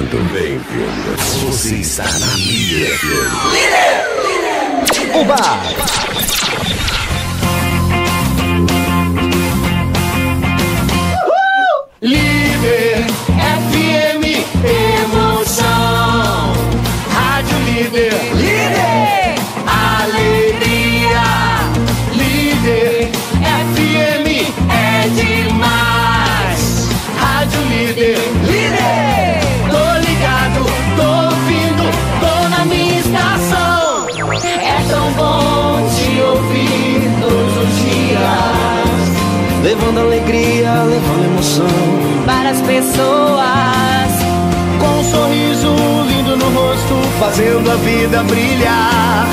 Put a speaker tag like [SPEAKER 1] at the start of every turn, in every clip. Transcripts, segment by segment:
[SPEAKER 1] Bem-vindo. Bem-vindo. Você está na Líder FM.
[SPEAKER 2] Oba!
[SPEAKER 3] Líder FM Emoção. Rádio Líder.
[SPEAKER 2] Líder!
[SPEAKER 3] Alegria. Líder FM é demais. Rádio Líder.
[SPEAKER 2] Líder!
[SPEAKER 3] Tô ligado, tô ouvindo, tô na minha estação. É tão bom te ouvir todos os dias.
[SPEAKER 4] Levando alegria, levando emoção.
[SPEAKER 2] Para as pessoas.
[SPEAKER 3] Com um sorriso lindo no rosto, fazendo a vida brilhar.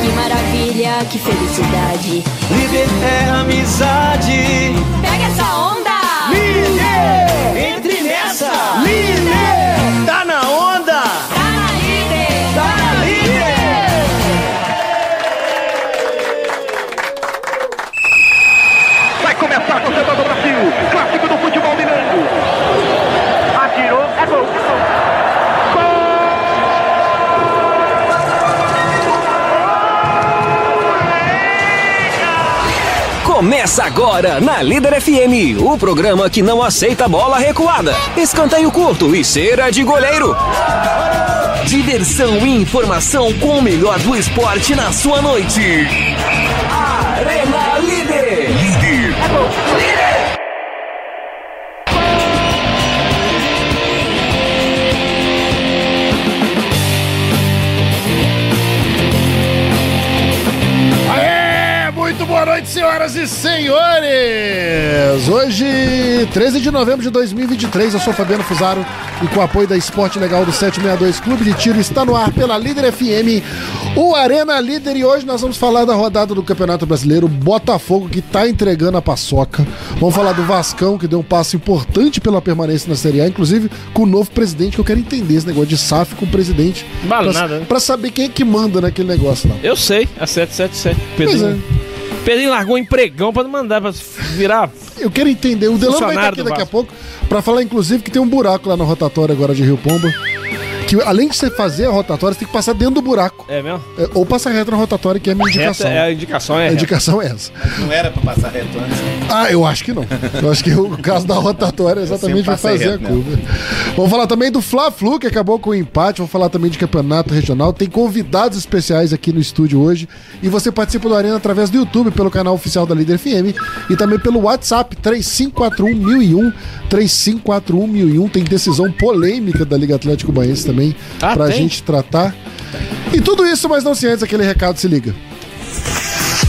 [SPEAKER 2] Que maravilha, que felicidade.
[SPEAKER 4] Líder é amizade.
[SPEAKER 2] Pega essa onda!
[SPEAKER 3] Líder!
[SPEAKER 4] Entre nessa!
[SPEAKER 3] Líder! Tá na onda!
[SPEAKER 2] Tá na líder! Tá na
[SPEAKER 5] Vai começar a torcida do Brasil, clássico do futebol mineiro. Atirou, é gol. é gol.
[SPEAKER 6] Começa agora na Líder FM, o programa que não aceita bola recuada, escanteio curto e cera de goleiro. Diversão e informação com o melhor do esporte na sua noite. Arena Líder.
[SPEAKER 5] É
[SPEAKER 3] Aê! Muito boa noite, senhoras e senhores! Hoje, 13 de novembro de 2023, eu sou Fabiano Fusaro e com o apoio da Esporte Legal do 762 Clube de Tiro está no ar pela Líder FM, o Arena Líder. E hoje nós vamos falar da rodada do Campeonato Brasileiro, Botafogo que tá entregando a paçoca. Vamos falar do Vascão, que deu um passo importante pela permanência na Série A, inclusive com o novo presidente, que eu quero entender esse negócio de SAF com o presidente.
[SPEAKER 7] Vale
[SPEAKER 3] pra,
[SPEAKER 7] nada, né?
[SPEAKER 3] pra saber quem é que manda naquele negócio lá.
[SPEAKER 7] Eu sei, a 777.
[SPEAKER 3] Pois
[SPEAKER 7] Pedrinho,
[SPEAKER 3] é.
[SPEAKER 7] Pedrinho largou um empregão pra não mandar, pra virar.
[SPEAKER 3] Eu quero entender. O Delano vai
[SPEAKER 7] Funcionário
[SPEAKER 3] estar aqui
[SPEAKER 7] do
[SPEAKER 3] daqui a
[SPEAKER 7] Vasco.
[SPEAKER 3] pouco pra falar, inclusive, que tem um buraco lá na rotatória agora de Rio Pomba. Que além de você fazer a rotatória, você tem que passar dentro do buraco.
[SPEAKER 7] É mesmo?
[SPEAKER 3] É, Ou passar reto na rotatória, que é a minha
[SPEAKER 7] Reta
[SPEAKER 3] indicação.
[SPEAKER 7] é a indicação, é.
[SPEAKER 3] A
[SPEAKER 7] reta.
[SPEAKER 3] indicação é essa.
[SPEAKER 8] Não era pra passar reto antes.
[SPEAKER 3] Ah, eu acho que não. Eu acho que o caso da rotatória exatamente
[SPEAKER 8] sempre
[SPEAKER 3] vai
[SPEAKER 8] passei
[SPEAKER 3] fazer a
[SPEAKER 8] reto, né?
[SPEAKER 3] curva. Vamos falar também do Fla-Flu, que acabou com o empate. Vamos falar também de campeonato regional. Tem convidados especiais aqui no estúdio hoje. E você participa do Arena através do YouTube, pelo canal oficial da Líder FM. E também pelo WhatsApp, 3541-1001. 3541-1001. Tem decisão polêmica da Liga Atlético Baense também,
[SPEAKER 7] Ah,
[SPEAKER 3] pra
[SPEAKER 7] tem?
[SPEAKER 3] gente tratar. E tudo isso, mas não se antes, aquele recado se liga.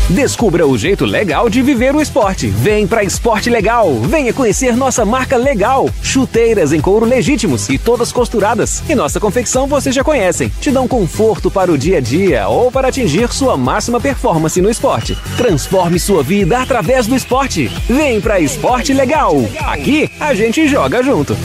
[SPEAKER 6] Descubra o jeito legal de viver o esporte. Vem pra Esporte Legal. Venha conhecer nossa marca legal. Chuteiras em couro legítimos e todas costuradas. E nossa confecção vocês já conhecem. Te dão conforto para o dia a dia ou para atingir sua máxima performance no esporte. Transforme sua vida através do esporte. Vem pra Esporte Legal. Aqui a gente joga junto.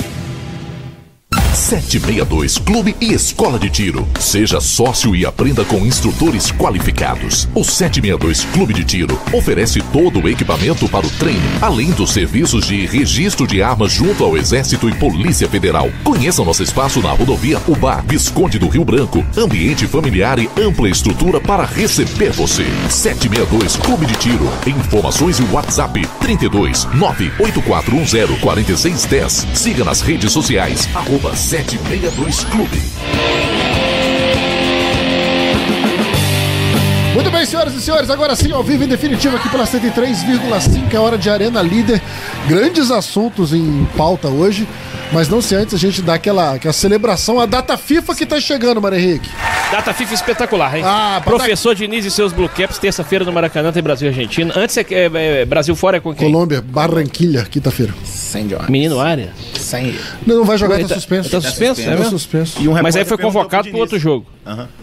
[SPEAKER 1] 762 Clube e Escola de Tiro. Seja sócio e aprenda com instrutores qualificados. O 762 Clube de Tiro oferece todo o equipamento para o treino, além dos serviços de registro de armas junto ao Exército e Polícia Federal. Conheça nosso espaço na rodovia Ubá, Visconde do Rio Branco. Ambiente familiar e ampla estrutura para receber você. 762 Clube de Tiro. Informações e WhatsApp 32 98410 4610. Siga nas redes sociais arroba 762 Clube.
[SPEAKER 3] Muito bem, senhoras e senhores, agora sim, ao vivo em definitivo aqui pela 103,5, é hora de Arena Líder. Grandes assuntos em pauta hoje, mas não se antes a gente dar aquela, aquela celebração, a data FIFA que tá chegando, Mário Henrique.
[SPEAKER 7] Data FIFA espetacular, hein?
[SPEAKER 3] Ah, pra-
[SPEAKER 7] Professor Diniz e seus Blue Caps, terça-feira no Maracanã, tem Brasil e Argentina. Antes é, é, é, Brasil fora é com quem?
[SPEAKER 3] Colômbia, Barranquilha, quinta-feira.
[SPEAKER 8] Sem John.
[SPEAKER 7] Menino área.
[SPEAKER 8] Sem
[SPEAKER 3] Não, não vai jogar, tá
[SPEAKER 7] Tá-
[SPEAKER 3] suspenso.
[SPEAKER 7] Tá suspenso, é
[SPEAKER 3] Tá
[SPEAKER 7] mesmo?
[SPEAKER 3] suspenso.
[SPEAKER 8] um
[SPEAKER 7] Mas aí
[SPEAKER 8] repórter
[SPEAKER 7] foi
[SPEAKER 8] perguntou
[SPEAKER 7] convocado
[SPEAKER 8] pro
[SPEAKER 7] pro outro
[SPEAKER 8] Diniz.
[SPEAKER 7] jogo.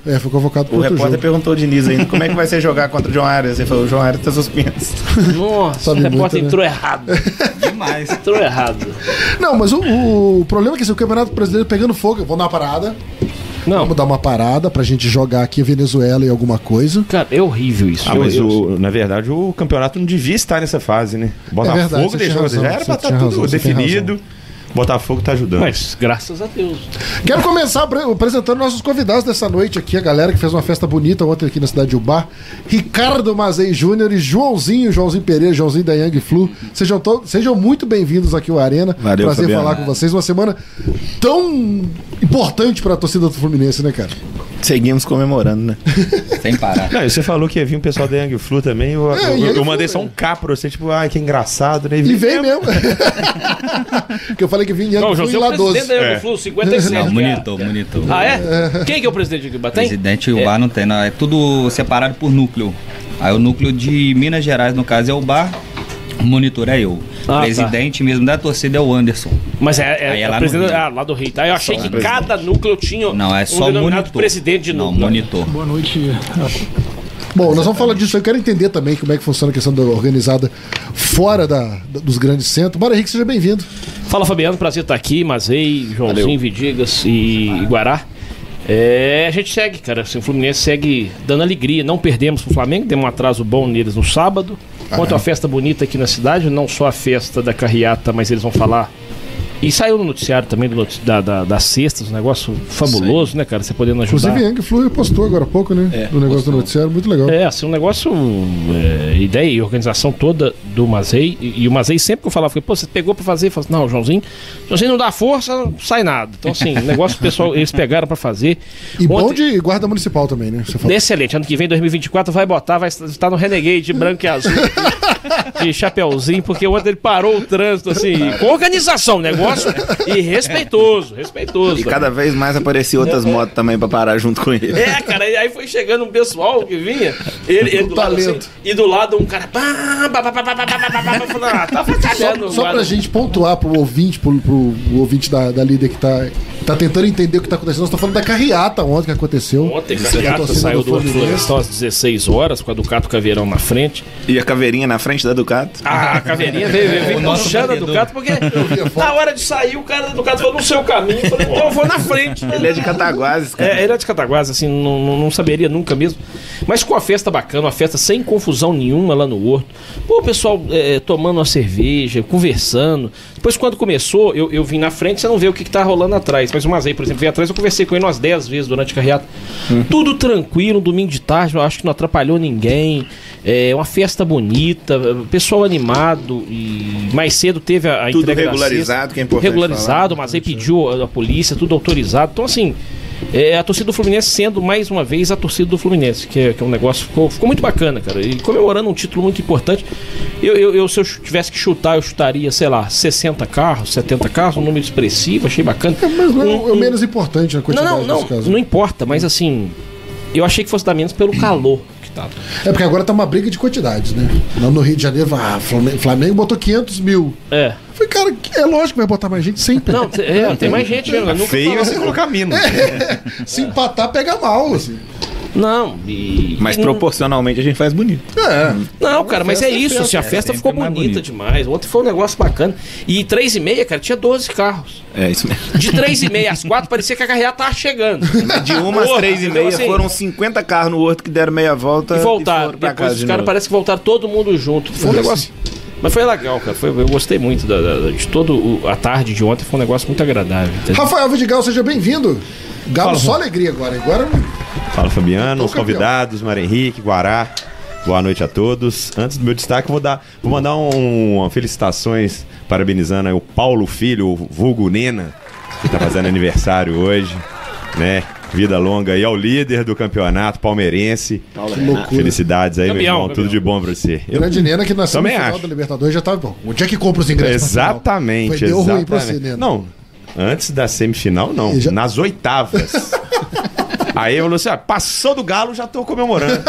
[SPEAKER 3] É, foi convocado para
[SPEAKER 8] O
[SPEAKER 3] outro
[SPEAKER 8] repórter
[SPEAKER 3] jogo.
[SPEAKER 8] perguntou ao Diniz ainda como é que vai ser jogar contra o John Arias. Ele falou: o John Arias tá suspenso.
[SPEAKER 7] Nossa,
[SPEAKER 3] Sabe
[SPEAKER 7] o repórter
[SPEAKER 3] muito, né?
[SPEAKER 7] entrou errado.
[SPEAKER 8] Demais.
[SPEAKER 7] Entrou errado.
[SPEAKER 3] Não, mas o, o problema é que assim, o Campeonato Brasileiro pegando fogo, eu vou dar uma parada,
[SPEAKER 7] Não,
[SPEAKER 3] vamos dar uma parada pra gente jogar aqui a Venezuela e alguma coisa.
[SPEAKER 7] cara, é horrível isso.
[SPEAKER 9] Ah, mas o- na verdade o campeonato não devia estar nessa fase, né?
[SPEAKER 3] É verdade,
[SPEAKER 9] Botafogo
[SPEAKER 3] você
[SPEAKER 9] deixou,
[SPEAKER 3] tinha
[SPEAKER 9] já
[SPEAKER 3] razão,
[SPEAKER 9] era pra
[SPEAKER 3] você tinha
[SPEAKER 9] estar tudo
[SPEAKER 3] razão, você tem
[SPEAKER 9] definido. Botafogo tá ajudando.
[SPEAKER 7] Mas graças a Deus.
[SPEAKER 3] Quero começar apre- apresentando nossos convidados dessa noite aqui, a galera que fez uma festa bonita ontem aqui na cidade de Ubá. Ricardo Mazei Júnior e Joãozinho, Joãozinho Pereira, Joãozinho da Yang Flu. Sejam, to- sejam muito bem-vindos aqui ao Arena.
[SPEAKER 9] Valeu,
[SPEAKER 3] Prazer
[SPEAKER 9] Fabiano.
[SPEAKER 3] falar com vocês. Uma semana tão importante pra torcida do Fluminense, né, cara?
[SPEAKER 8] Seguimos comemorando, né?
[SPEAKER 10] Sem parar.
[SPEAKER 9] Não, e você falou que ia vir um pessoal da Young Flu também. Eu,
[SPEAKER 3] É,
[SPEAKER 9] eu- eu
[SPEAKER 3] Young Flu,
[SPEAKER 9] mandei só um cá pra você, tipo, ai, que engraçado, né?
[SPEAKER 3] E veio mesmo. que eu falei que vinha
[SPEAKER 7] Não, o José é
[SPEAKER 3] fui
[SPEAKER 7] o
[SPEAKER 3] lá 12.
[SPEAKER 7] presidente da
[SPEAKER 9] É.
[SPEAKER 7] Euroflu, 57.
[SPEAKER 10] Não,
[SPEAKER 7] cara.
[SPEAKER 10] monitor, monitor.
[SPEAKER 7] Ah, é? Quem que é o presidente de Batem?
[SPEAKER 10] Presidente o bar não tem, não. É tudo separado por núcleo. Aí o núcleo de Minas Gerais, no caso, é o bar. O monitor é eu.
[SPEAKER 7] Ah,
[SPEAKER 10] Presidente mesmo da torcida é o Anderson.
[SPEAKER 7] Mas é, é,
[SPEAKER 10] Aí é
[SPEAKER 7] é
[SPEAKER 10] lá no
[SPEAKER 7] presidente
[SPEAKER 10] Rio.
[SPEAKER 7] ah, lá do Rio. Tá? Eu achei que
[SPEAKER 10] presidente.
[SPEAKER 7] cada núcleo tinha
[SPEAKER 10] Não, é só
[SPEAKER 7] um
[SPEAKER 10] o
[SPEAKER 7] denominado
[SPEAKER 10] monitor.
[SPEAKER 7] presidente de
[SPEAKER 10] Não,
[SPEAKER 7] núcleo.
[SPEAKER 10] monitor.
[SPEAKER 3] Bom, nós vamos falar disso. Eu quero entender também como é que funciona a questão da organizada fora da, da- dos grandes centros. Bora, Henrique, seja bem-vindo.
[SPEAKER 7] Fala Fabiano, prazer estar aqui, Mazei, Joãozinho, Vidigas e Guará. É, a gente segue, cara. Assim, o Fluminense segue dando alegria. Não perdemos pro Flamengo, demos um atraso bom neles no sábado. Quanto à festa bonita aqui na cidade, não só a festa da carreata, mas eles vão falar. E saiu no noticiário também do noti- da, da, das cestas, um negócio fabuloso, né, cara? Você podendo ajudar.
[SPEAKER 3] Inclusive, Yang Flu postou agora há pouco, né? no negócio do noticiário, muito legal.
[SPEAKER 7] É, assim, um negócio, é, ideia e organização toda do Mazei. E, e o Mazei sempre que eu falava, eu falei, pô, você pegou pra fazer? Eu falava, não, Joãozinho, Joãozinho não dá força, não sai nada. Então, assim, o negócio que o pessoal, eles pegaram pra fazer.
[SPEAKER 3] E bom
[SPEAKER 7] Ontem-
[SPEAKER 3] de guarda municipal também, né? Você falou.
[SPEAKER 7] Excelente, ano que vem, 2024, vai botar, vai estar tá no Renegade, branco e azul, de chapeuzinho, porque ontem ele parou o trânsito, assim, com organização, negócio, né? e respeitoso, respeitoso.
[SPEAKER 8] E cada vez mais apareciam outras motos também pra parar junto com ele.
[SPEAKER 7] É, cara, e aí foi chegando um pessoal que vinha, ele, ele do lado assim,
[SPEAKER 3] talento.
[SPEAKER 7] e do lado um cara. Pá, pá, pá, pá, pá, pá, pá, pá, pá, pá, falando, ah, tá
[SPEAKER 3] Só,
[SPEAKER 7] facalhando
[SPEAKER 3] só pra gente pontuar pro ouvinte, pro, pro ouvinte da, da líder que tá, tá tentando entender o que tá acontecendo. Nós estamos falando da carreata ontem que aconteceu.
[SPEAKER 7] Ontem,
[SPEAKER 3] Essa
[SPEAKER 7] cara,
[SPEAKER 3] torcida
[SPEAKER 7] saiu
[SPEAKER 3] do
[SPEAKER 7] do Horto
[SPEAKER 3] Fluminense.
[SPEAKER 7] Florestal às 16 horas, com a Ducato Caveirão na frente.
[SPEAKER 8] E a caveirinha na frente da Ducato.
[SPEAKER 7] Ah, a caveirinha veio, veio, veio
[SPEAKER 10] É, O nosso
[SPEAKER 7] puxando a
[SPEAKER 10] vendedor.
[SPEAKER 7] Ducato, porque na hora de sair, o cara da Ducato falou no seu caminho. Eu falei, então eu vou na frente.
[SPEAKER 8] Ele é de Cataguases, cara.
[SPEAKER 7] É, ele é de Cataguases, assim, não, não, não saberia nunca mesmo. Mas com a festa bacana, uma festa sem confusão nenhuma lá no Horto. Pô, o pessoal é, tomando uma cerveja, conversando. Depois, quando começou, eu, eu vim na frente, você não vê o que, que tá rolando atrás. Mas o Mazei, por exemplo, veio atrás, eu conversei com ele umas 10 vezes durante a carreata. Uhum. Tudo tranquilo, um domingo de tarde, eu acho que não atrapalhou ninguém. É uma festa bonita, pessoal animado. E mais cedo teve a, a
[SPEAKER 8] Tudo
[SPEAKER 7] entrega da
[SPEAKER 8] regularizado,
[SPEAKER 7] cesta.
[SPEAKER 8] que é importante
[SPEAKER 7] Regularizado, mas aí pediu a, a polícia, tudo autorizado. Então, assim, é, a torcida do Fluminense sendo mais uma vez a torcida do Fluminense, que é, que é um negócio que ficou, ficou muito bacana, cara. E comemorando um título muito importante. Eu, eu, eu, se eu ch- tivesse que chutar, eu chutaria, sei lá, 60 carros, 70 carros, um número expressivo, achei bacana.
[SPEAKER 3] É, mas não é o-
[SPEAKER 7] Um-
[SPEAKER 3] é o
[SPEAKER 7] um-
[SPEAKER 3] menos importante a
[SPEAKER 7] Não,
[SPEAKER 3] quantidade
[SPEAKER 7] não, não,
[SPEAKER 3] nesse caso.
[SPEAKER 7] não importa, mas assim, eu achei que fosse dar menos pelo calor que tava.
[SPEAKER 3] É porque agora tá uma briga de quantidades, né? Lá no Rio de Janeiro, ah, Flamengo, Flamengo botou 500 mil.
[SPEAKER 7] É.
[SPEAKER 3] Falei, cara, que- é lógico que vai botar mais gente sempre.
[SPEAKER 7] Não, t- é, tem mais gente mesmo. eu nunca
[SPEAKER 9] Feio
[SPEAKER 7] falava-
[SPEAKER 9] é você colocar mina.
[SPEAKER 3] É, Se empatar, pega mal, assim.
[SPEAKER 7] Não, e.
[SPEAKER 8] Mas
[SPEAKER 7] e não-
[SPEAKER 8] proporcionalmente a gente faz bonito.
[SPEAKER 3] É.
[SPEAKER 7] Não, cara, mas é
[SPEAKER 3] festa é
[SPEAKER 7] isso.
[SPEAKER 3] festa.
[SPEAKER 7] assim, a festa ficou
[SPEAKER 10] sempre mais
[SPEAKER 7] bonita
[SPEAKER 10] bonito.
[SPEAKER 7] demais. Ontem foi um negócio bacana. E três e meia, cara, tinha 12 carros.
[SPEAKER 8] É isso mesmo.
[SPEAKER 7] De três e meia às quatro, parecia que a carreata tava chegando.
[SPEAKER 8] De uma às
[SPEAKER 7] Porra,
[SPEAKER 8] três e
[SPEAKER 7] então,
[SPEAKER 8] meia
[SPEAKER 7] assim,
[SPEAKER 8] foram 50 carros no Horto que deram meia volta
[SPEAKER 7] E voltaram.
[SPEAKER 8] foram pra
[SPEAKER 7] Depois
[SPEAKER 8] casa.
[SPEAKER 7] os
[SPEAKER 8] de
[SPEAKER 7] caras
[SPEAKER 8] novo.
[SPEAKER 7] parece que voltaram todo mundo junto. Foi um
[SPEAKER 3] Foda-se.
[SPEAKER 7] negócio. Mas foi legal, cara. Foi- eu gostei muito da, da- de toda a tarde de ontem. Foi um negócio muito agradável. entendeu?
[SPEAKER 3] Rafael Vidigal, seja bem-vindo. Galo, só alegria agora. Agora
[SPEAKER 9] Fala, Fabiano, os
[SPEAKER 3] Tô campeão.
[SPEAKER 9] convidados, Mário Henrique, Guará. Boa noite a todos. Antes do meu destaque, eu vou, dar, vou mandar um, uma felicitações parabenizando aí o Paulo Filho, o vulgo Nena, que tá fazendo aniversário hoje, né? Vida longa aí ao líder do campeonato palmeirense.
[SPEAKER 3] que loucura.
[SPEAKER 9] Felicidades aí,
[SPEAKER 7] Campeão,
[SPEAKER 9] meu irmão. Tudo
[SPEAKER 7] campeão.
[SPEAKER 9] de bom pra você. Eu-
[SPEAKER 3] Grande Nena que nasceu no
[SPEAKER 9] Também
[SPEAKER 3] final
[SPEAKER 9] acho.
[SPEAKER 3] da Libertadores já tava bom. Onde é que compra os ingressos? pra final?
[SPEAKER 9] Exatamente,
[SPEAKER 3] Foi, deu ruim pra você,
[SPEAKER 9] exatamente.
[SPEAKER 3] Nena.
[SPEAKER 9] Não, antes da semifinal, não.
[SPEAKER 3] E já-
[SPEAKER 9] Nas oitavas. Aí eu falou assim: ah, passou do galo, já tô comemorando.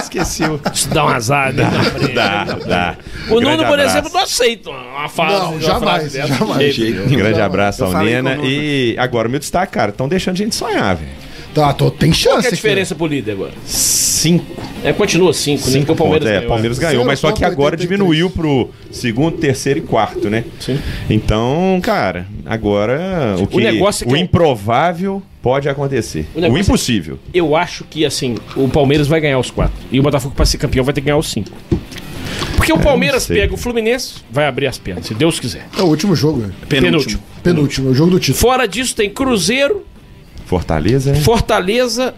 [SPEAKER 9] Esqueci o.
[SPEAKER 7] Isso dá uma zaga.
[SPEAKER 9] Dá, dá.
[SPEAKER 7] O
[SPEAKER 9] Um grande
[SPEAKER 7] Nuno, por
[SPEAKER 9] abraço.
[SPEAKER 7] exemplo, não aceita uma fase.
[SPEAKER 3] Não,
[SPEAKER 7] uma
[SPEAKER 3] jamais,
[SPEAKER 7] frase dessa.
[SPEAKER 3] jamais.
[SPEAKER 9] Um grande abraço
[SPEAKER 8] Eu
[SPEAKER 9] ao
[SPEAKER 8] falei com o
[SPEAKER 9] Nena.
[SPEAKER 8] Nuno.
[SPEAKER 9] E agora o meu destaque, cara, estão deixando a gente sonhar, velho.
[SPEAKER 3] Tá, tô, tem chance.
[SPEAKER 7] Qual que é a
[SPEAKER 3] aqui,
[SPEAKER 7] diferença pro líder agora?
[SPEAKER 9] Cinco.
[SPEAKER 7] É, continua cinco, né? Porque
[SPEAKER 9] Cinco
[SPEAKER 7] o Palmeiras
[SPEAKER 9] pontos. É,
[SPEAKER 7] ganhou,
[SPEAKER 9] Palmeiras ganhou, mas só que agora
[SPEAKER 3] 0,83.
[SPEAKER 9] diminuiu pro segundo, terceiro e quarto, né? Sim. Então, cara, agora o que o,
[SPEAKER 7] negócio é que eu-
[SPEAKER 9] improvável pode acontecer.
[SPEAKER 7] O
[SPEAKER 9] O,
[SPEAKER 7] negócio é-
[SPEAKER 9] impossível.
[SPEAKER 7] Eu acho que, assim, o Palmeiras vai ganhar os quatro. E o Botafogo, pra ser campeão, vai ter que ganhar os cinco. Porque Porque o
[SPEAKER 3] É,
[SPEAKER 7] Palmeiras
[SPEAKER 3] não sei.
[SPEAKER 7] pega o Fluminense, vai abrir as pernas, se Deus quiser.
[SPEAKER 3] É o último jogo, né?
[SPEAKER 7] Penúltimo.
[SPEAKER 3] Penúltimo, é o jogo do título.
[SPEAKER 7] Fora disso tem Cruzeiro,
[SPEAKER 9] Fortaleza, né?
[SPEAKER 7] Fortaleza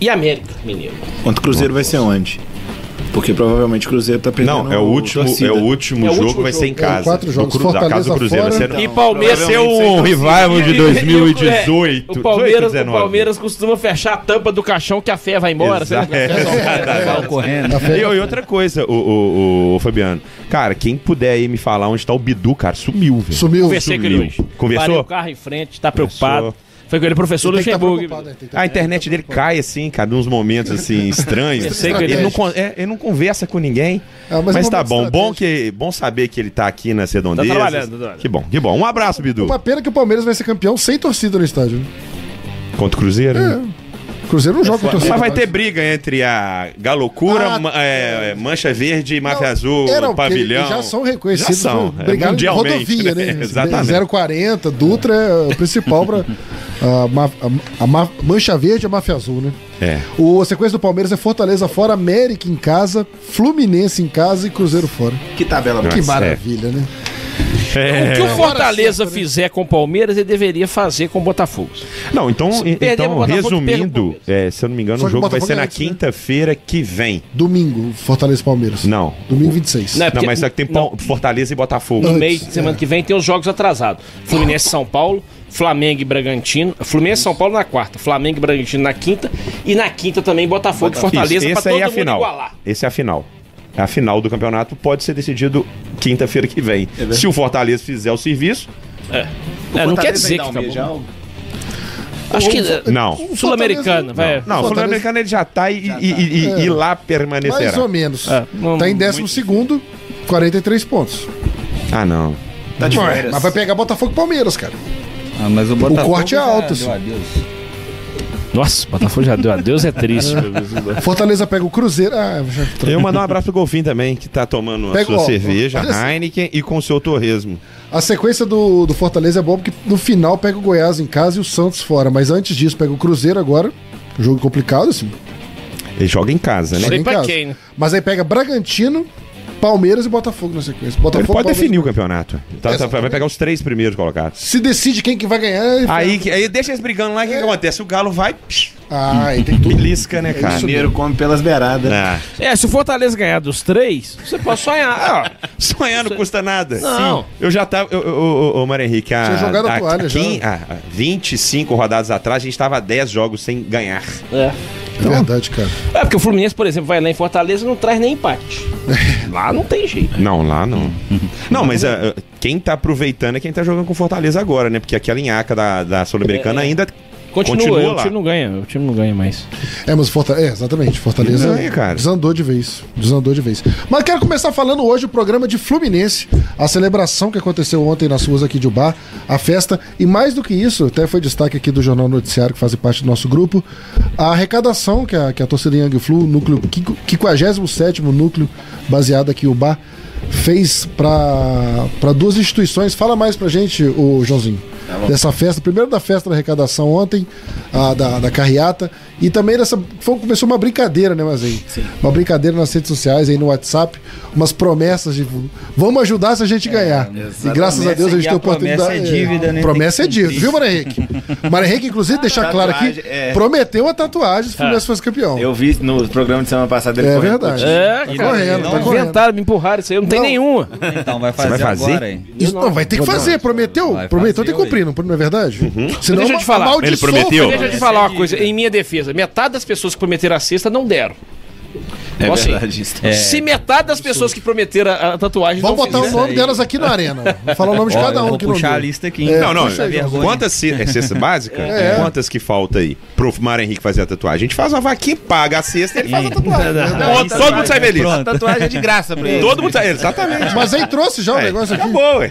[SPEAKER 7] e América Mineiro.
[SPEAKER 8] Contra o Cruzeiro vai ser onde? Porque provavelmente o Cruzeiro tá perdendo.
[SPEAKER 9] Não, é o último- é o último É o jogo, último vai ser em jogo. casa. É, quatro No jogos, Cru- da casa do Fortaleza Cruzeiro, vai ser fora. no-
[SPEAKER 7] E Palmeiras é
[SPEAKER 9] Vai ser um
[SPEAKER 7] Então, provavelmente
[SPEAKER 9] revival de
[SPEAKER 7] sem torcida. E- e- e o-
[SPEAKER 9] 2018,
[SPEAKER 7] é, O Palmeiras,
[SPEAKER 9] 18, 19.
[SPEAKER 7] o Palmeiras costuma fechar a tampa do caixão que a fé vai embora.
[SPEAKER 9] Exa-
[SPEAKER 7] sabe?
[SPEAKER 9] Exato. E, e outra coisa, o, o- o- o Fabiano. Cara, quem puder aí me falar onde tá o Bidu, cara, sumiu, velho.
[SPEAKER 3] Sumiu.
[SPEAKER 7] Conversei com ele hoje. Parei o
[SPEAKER 9] Conversou?
[SPEAKER 7] carro em frente, tá preocupado. Foi com ele, professor
[SPEAKER 9] Ele tem que tá
[SPEAKER 7] Luxemburgo.
[SPEAKER 9] A internet dele cai assim, cara, de uns momentos assim estranhos.
[SPEAKER 7] Eu sei que
[SPEAKER 9] ele,
[SPEAKER 7] ele-
[SPEAKER 9] não, con- é, ele não conversa com ninguém.
[SPEAKER 3] É,
[SPEAKER 7] Ah,
[SPEAKER 9] mas
[SPEAKER 7] mas
[SPEAKER 9] tá
[SPEAKER 7] momento
[SPEAKER 9] bom, bom que bom saber que ele tá aqui nas redondezas.
[SPEAKER 7] trabalhando, tá trabalhando.
[SPEAKER 9] Que bom, que bom. Um abraço, Bidu.
[SPEAKER 3] Uma pena que o Palmeiras vai ser campeão sem torcida no estádio. né? É.
[SPEAKER 9] Contra o Cruzeiro. né?
[SPEAKER 3] Cruzeiro não joga com torcida.
[SPEAKER 9] Mas vai ter briga entre a Galocura, ma- é, é, Mancha Verde e Máfia Azul,
[SPEAKER 3] Ah, Era o que
[SPEAKER 9] pavilhão.
[SPEAKER 3] Já são reconhecidos.
[SPEAKER 9] Já são,
[SPEAKER 3] por
[SPEAKER 9] é,
[SPEAKER 3] brigar em
[SPEAKER 9] mundialmente,
[SPEAKER 3] rodovia, né?
[SPEAKER 9] Exatamente.
[SPEAKER 3] 040, Dutra é o principal pra. A, ma- a- a ma- Mancha Verde e a Máfia Azul, né?
[SPEAKER 9] É.
[SPEAKER 3] O, a sequência do Palmeiras é Fortaleza fora, América em casa, Fluminense em casa e Cruzeiro fora.
[SPEAKER 8] Que tabela
[SPEAKER 3] Que
[SPEAKER 9] é.
[SPEAKER 7] Nossa,
[SPEAKER 3] maravilha, né?
[SPEAKER 7] O que o
[SPEAKER 3] É.
[SPEAKER 7] Fortaleza fizer com o Palmeiras, ele deveria fazer com o Botafogo.
[SPEAKER 9] Não, então,
[SPEAKER 7] Se perder pro
[SPEAKER 9] então
[SPEAKER 7] Botafogo, perde pro
[SPEAKER 9] resumindo, é, se eu não me engano,
[SPEAKER 3] Só
[SPEAKER 9] o
[SPEAKER 3] que o
[SPEAKER 9] jogo vai
[SPEAKER 3] Botafogo
[SPEAKER 9] ser na
[SPEAKER 3] antes, né?
[SPEAKER 9] quinta-feira que vem.
[SPEAKER 3] Domingo, Fortaleza e Palmeiras.
[SPEAKER 9] Não.
[SPEAKER 3] Domingo 26.
[SPEAKER 9] Não, mas só que tem Pal- Fortaleza e Botafogo.
[SPEAKER 7] é No meio de semana que vem tem os jogos atrasados. Fluminense e São Paulo, Flamengo e Bragantino. Fluminense e São Paulo na quarta, Flamengo e Bragantino na quinta. E na quinta também Botafogo e Fortaleza
[SPEAKER 9] Isso,
[SPEAKER 7] pra
[SPEAKER 9] esse
[SPEAKER 7] todo
[SPEAKER 9] aí é a
[SPEAKER 7] mundo
[SPEAKER 9] final.
[SPEAKER 7] igualar.
[SPEAKER 9] Esse é a final. A final do campeonato pode ser decidido quinta-feira que vem.
[SPEAKER 3] É
[SPEAKER 9] Se o Fortaleza fizer o serviço.
[SPEAKER 7] É. É, não quer dizer que acabou.
[SPEAKER 8] um
[SPEAKER 7] Acho que. eh,
[SPEAKER 9] Não.
[SPEAKER 7] Sul-Americana, vai. é.
[SPEAKER 9] Não, o Sul-Americano ele já tá e, e- e- e-
[SPEAKER 3] É.
[SPEAKER 9] e lá permanecerá.
[SPEAKER 3] Mais ou menos.
[SPEAKER 9] É, não-
[SPEAKER 3] tá em
[SPEAKER 9] muito-
[SPEAKER 3] 12 segundo, 43 pontos.
[SPEAKER 9] Ah, não.
[SPEAKER 10] Tá de
[SPEAKER 3] Ué,
[SPEAKER 10] férias.
[SPEAKER 3] Mas vai pegar Botafogo e Palmeiras, cara.
[SPEAKER 10] Ah, mas o
[SPEAKER 3] o
[SPEAKER 10] Botafogo
[SPEAKER 3] corte é
[SPEAKER 10] já
[SPEAKER 3] alto.
[SPEAKER 10] deu
[SPEAKER 3] assim.
[SPEAKER 10] adeus.
[SPEAKER 7] Nossa, Botafogo já deu adeus, é triste.
[SPEAKER 3] Fortaleza pega o Cruzeiro. Ah, já-
[SPEAKER 9] Eu mandar um abraço pro Golfinho também, que tá tomando a
[SPEAKER 3] Pega,
[SPEAKER 9] sua
[SPEAKER 3] ó,
[SPEAKER 9] cerveja,
[SPEAKER 3] olha assim.
[SPEAKER 9] Heineken e com o seu torresmo.
[SPEAKER 3] A sequência do, do Fortaleza é boa porque no final pega o Goiás em casa e o Santos fora. Mas antes disso, pega o Cruzeiro agora. Jogo complicado, assim.
[SPEAKER 9] Ele joga em casa, né?
[SPEAKER 3] joga em casa. Mas aí pega Bragantino, Palmeiras e Botafogo na sequência.
[SPEAKER 9] Ele
[SPEAKER 3] Botafogo
[SPEAKER 9] pode
[SPEAKER 3] Palmeiras.
[SPEAKER 9] definir o campeonato. Tá- tá- vai pegar os três primeiros colocados.
[SPEAKER 3] Se decide quem que vai ganhar. é ele
[SPEAKER 9] Aí, que- aí deixa eles brigando lá, o que, que acontece? É, O Galo vai. psh,
[SPEAKER 3] Ah, aí É. tem tudo. É
[SPEAKER 9] Belisca, né, cara?
[SPEAKER 8] O Mineiro come pelas beiradas.
[SPEAKER 9] Ah.
[SPEAKER 7] É, se o Fortaleza ganhar dos três, você pode sonhar. ó.
[SPEAKER 9] Sonhar não custa nada.
[SPEAKER 7] Não.
[SPEAKER 9] Sim. Eu já tava. eu- eu- Ô, ô, ô, Mário Henrique, a,
[SPEAKER 3] Tinha jogado a
[SPEAKER 9] a,
[SPEAKER 3] toalha já.
[SPEAKER 9] quin- a- a 25 rodadas atrás, a gente tava a 10 jogos sem ganhar.
[SPEAKER 7] É.
[SPEAKER 3] É
[SPEAKER 9] Tá
[SPEAKER 3] verdade, cara.
[SPEAKER 7] É, porque o Fluminense, por exemplo, vai lá em Fortaleza e não traz nem empate. Lá não tem jeito.
[SPEAKER 9] Não, lá não. Não, mas ah, ah, quem tá aproveitando é quem tá jogando com Fortaleza agora, né? Porque aquela linhaca da, da Sul-Americana
[SPEAKER 7] É, é.
[SPEAKER 9] ainda
[SPEAKER 7] Continua,
[SPEAKER 9] continua,
[SPEAKER 7] o
[SPEAKER 9] lá.
[SPEAKER 7] time não ganha, o time não ganha mais.
[SPEAKER 3] É, mas o Fortaleza. É, exatamente. Fortaleza
[SPEAKER 9] Não, hein, cara?
[SPEAKER 3] desandou de vez. Desandou de vez. Mas quero começar falando hoje o programa de Fluminense, a celebração que aconteceu ontem nas ruas aqui de Ubar, a festa. E mais do que isso, até foi destaque aqui do Jornal Noticiário, que fazem parte do nosso grupo, a arrecadação que a, que a torcida Young Flu, núcleo, 57 núcleo baseado aqui em Ubar, fez para duas instituições. Fala mais pra gente, o Joãozinho
[SPEAKER 8] Tá
[SPEAKER 3] dessa festa. Primeiro da festa da arrecadação ontem, a da, da carreata, e também dessa. Foi, começou uma brincadeira, né, Mazinho? Uma brincadeira nas redes sociais, aí no WhatsApp, umas promessas de vamos ajudar se a
[SPEAKER 8] É,
[SPEAKER 3] gente ganhar. e
[SPEAKER 10] exatamente.
[SPEAKER 3] graças a Deus a gente
[SPEAKER 10] E a
[SPEAKER 3] tem oportunidade.
[SPEAKER 10] promessa é dívida, né?
[SPEAKER 3] Promessa é
[SPEAKER 10] Tem que
[SPEAKER 3] dívida, viu, Mano Henrique? Mano Henrique, inclusive, deixar claro aqui,
[SPEAKER 8] Tatuagem, é.
[SPEAKER 3] prometeu a tatuagem se o Fluminense fosse campeão.
[SPEAKER 8] Eu vi no programa de semana passada ele
[SPEAKER 3] É
[SPEAKER 8] correndo.
[SPEAKER 3] verdade.
[SPEAKER 7] É,
[SPEAKER 3] Tá
[SPEAKER 7] cara,
[SPEAKER 3] correndo,
[SPEAKER 7] não
[SPEAKER 3] tá correndo.
[SPEAKER 7] inventaram, me empurraram isso aí, eu não, tenho nenhuma.
[SPEAKER 10] Então vai fazer,
[SPEAKER 9] vai fazer?
[SPEAKER 10] agora, hein?
[SPEAKER 3] Isso não, vai ter que fazer, prometeu. prometeu, tem que cumprir, não, não é verdade? Senão
[SPEAKER 7] Uhum. deixa eu te falar.
[SPEAKER 3] amaldiçoa
[SPEAKER 9] Ele
[SPEAKER 3] o
[SPEAKER 9] prometeu?
[SPEAKER 3] Fluminense.
[SPEAKER 7] Deixa eu te falar
[SPEAKER 3] é
[SPEAKER 7] uma coisa, em minha defesa, metade das pessoas que prometeram a sexta não deram.
[SPEAKER 8] É
[SPEAKER 7] Então, assim,
[SPEAKER 8] verdade. isso.
[SPEAKER 7] Se metade das pessoas que prometeram a, a tatuagem
[SPEAKER 3] Vamos
[SPEAKER 7] não
[SPEAKER 3] botar o
[SPEAKER 7] fizeram.
[SPEAKER 3] nome delas aqui na arena. Vou falar o nome de
[SPEAKER 10] Ó,
[SPEAKER 3] cada
[SPEAKER 10] eu
[SPEAKER 3] um
[SPEAKER 10] vou
[SPEAKER 3] que não
[SPEAKER 10] puxar
[SPEAKER 3] viu.
[SPEAKER 10] a lista aqui, hein?
[SPEAKER 3] É,
[SPEAKER 9] não, não.
[SPEAKER 3] puxa aí,
[SPEAKER 10] vergonha.
[SPEAKER 9] Quantas ce- é cesta básica?
[SPEAKER 3] É.
[SPEAKER 9] Quantas que falta aí? Pro Mário Henrique fazer a tatuagem. A gente faz uma vaquinha, paga a cesta e ele faz a tatuagem. Todo- todo mundo sai feliz.
[SPEAKER 10] Pronto.
[SPEAKER 8] Tatuagem é de graça pra ele.
[SPEAKER 9] Todo mundo sai. Exatamente. É,
[SPEAKER 3] Mas aí trouxe já o negócio aqui. Tá
[SPEAKER 9] Acabou, ué.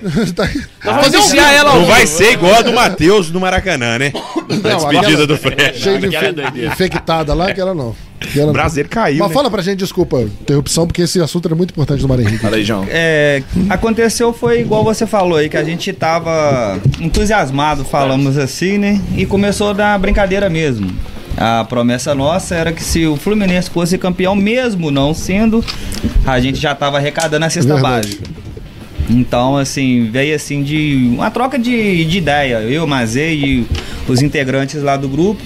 [SPEAKER 7] Nós vamos
[SPEAKER 3] um
[SPEAKER 7] iniciar ela
[SPEAKER 9] Não
[SPEAKER 7] hoje.
[SPEAKER 9] vai ser igual a do Matheus no Maracanã, né? Na
[SPEAKER 3] Não,
[SPEAKER 9] despedida
[SPEAKER 3] aquela-
[SPEAKER 9] do Fred.
[SPEAKER 3] Cheio de infe- infectada lá, que ela não. Que ela
[SPEAKER 9] O
[SPEAKER 3] não.
[SPEAKER 9] braço dele caiu.
[SPEAKER 3] Mas
[SPEAKER 9] né?
[SPEAKER 3] fala pra gente, desculpa, interrupção, porque esse assunto era muito importante do Mário Henrique.
[SPEAKER 8] Fala aí, João.
[SPEAKER 10] É, aconteceu foi igual você falou aí, que a gente tava entusiasmado, falamos assim, né? E começou da brincadeira mesmo. A promessa nossa era que se o Fluminense fosse campeão, mesmo não sendo, a gente já estava arrecadando a cesta
[SPEAKER 11] Verdade.
[SPEAKER 10] básica. Então, assim, veio assim de uma troca de, de ideia. Eu, Mazei e os integrantes lá do grupo.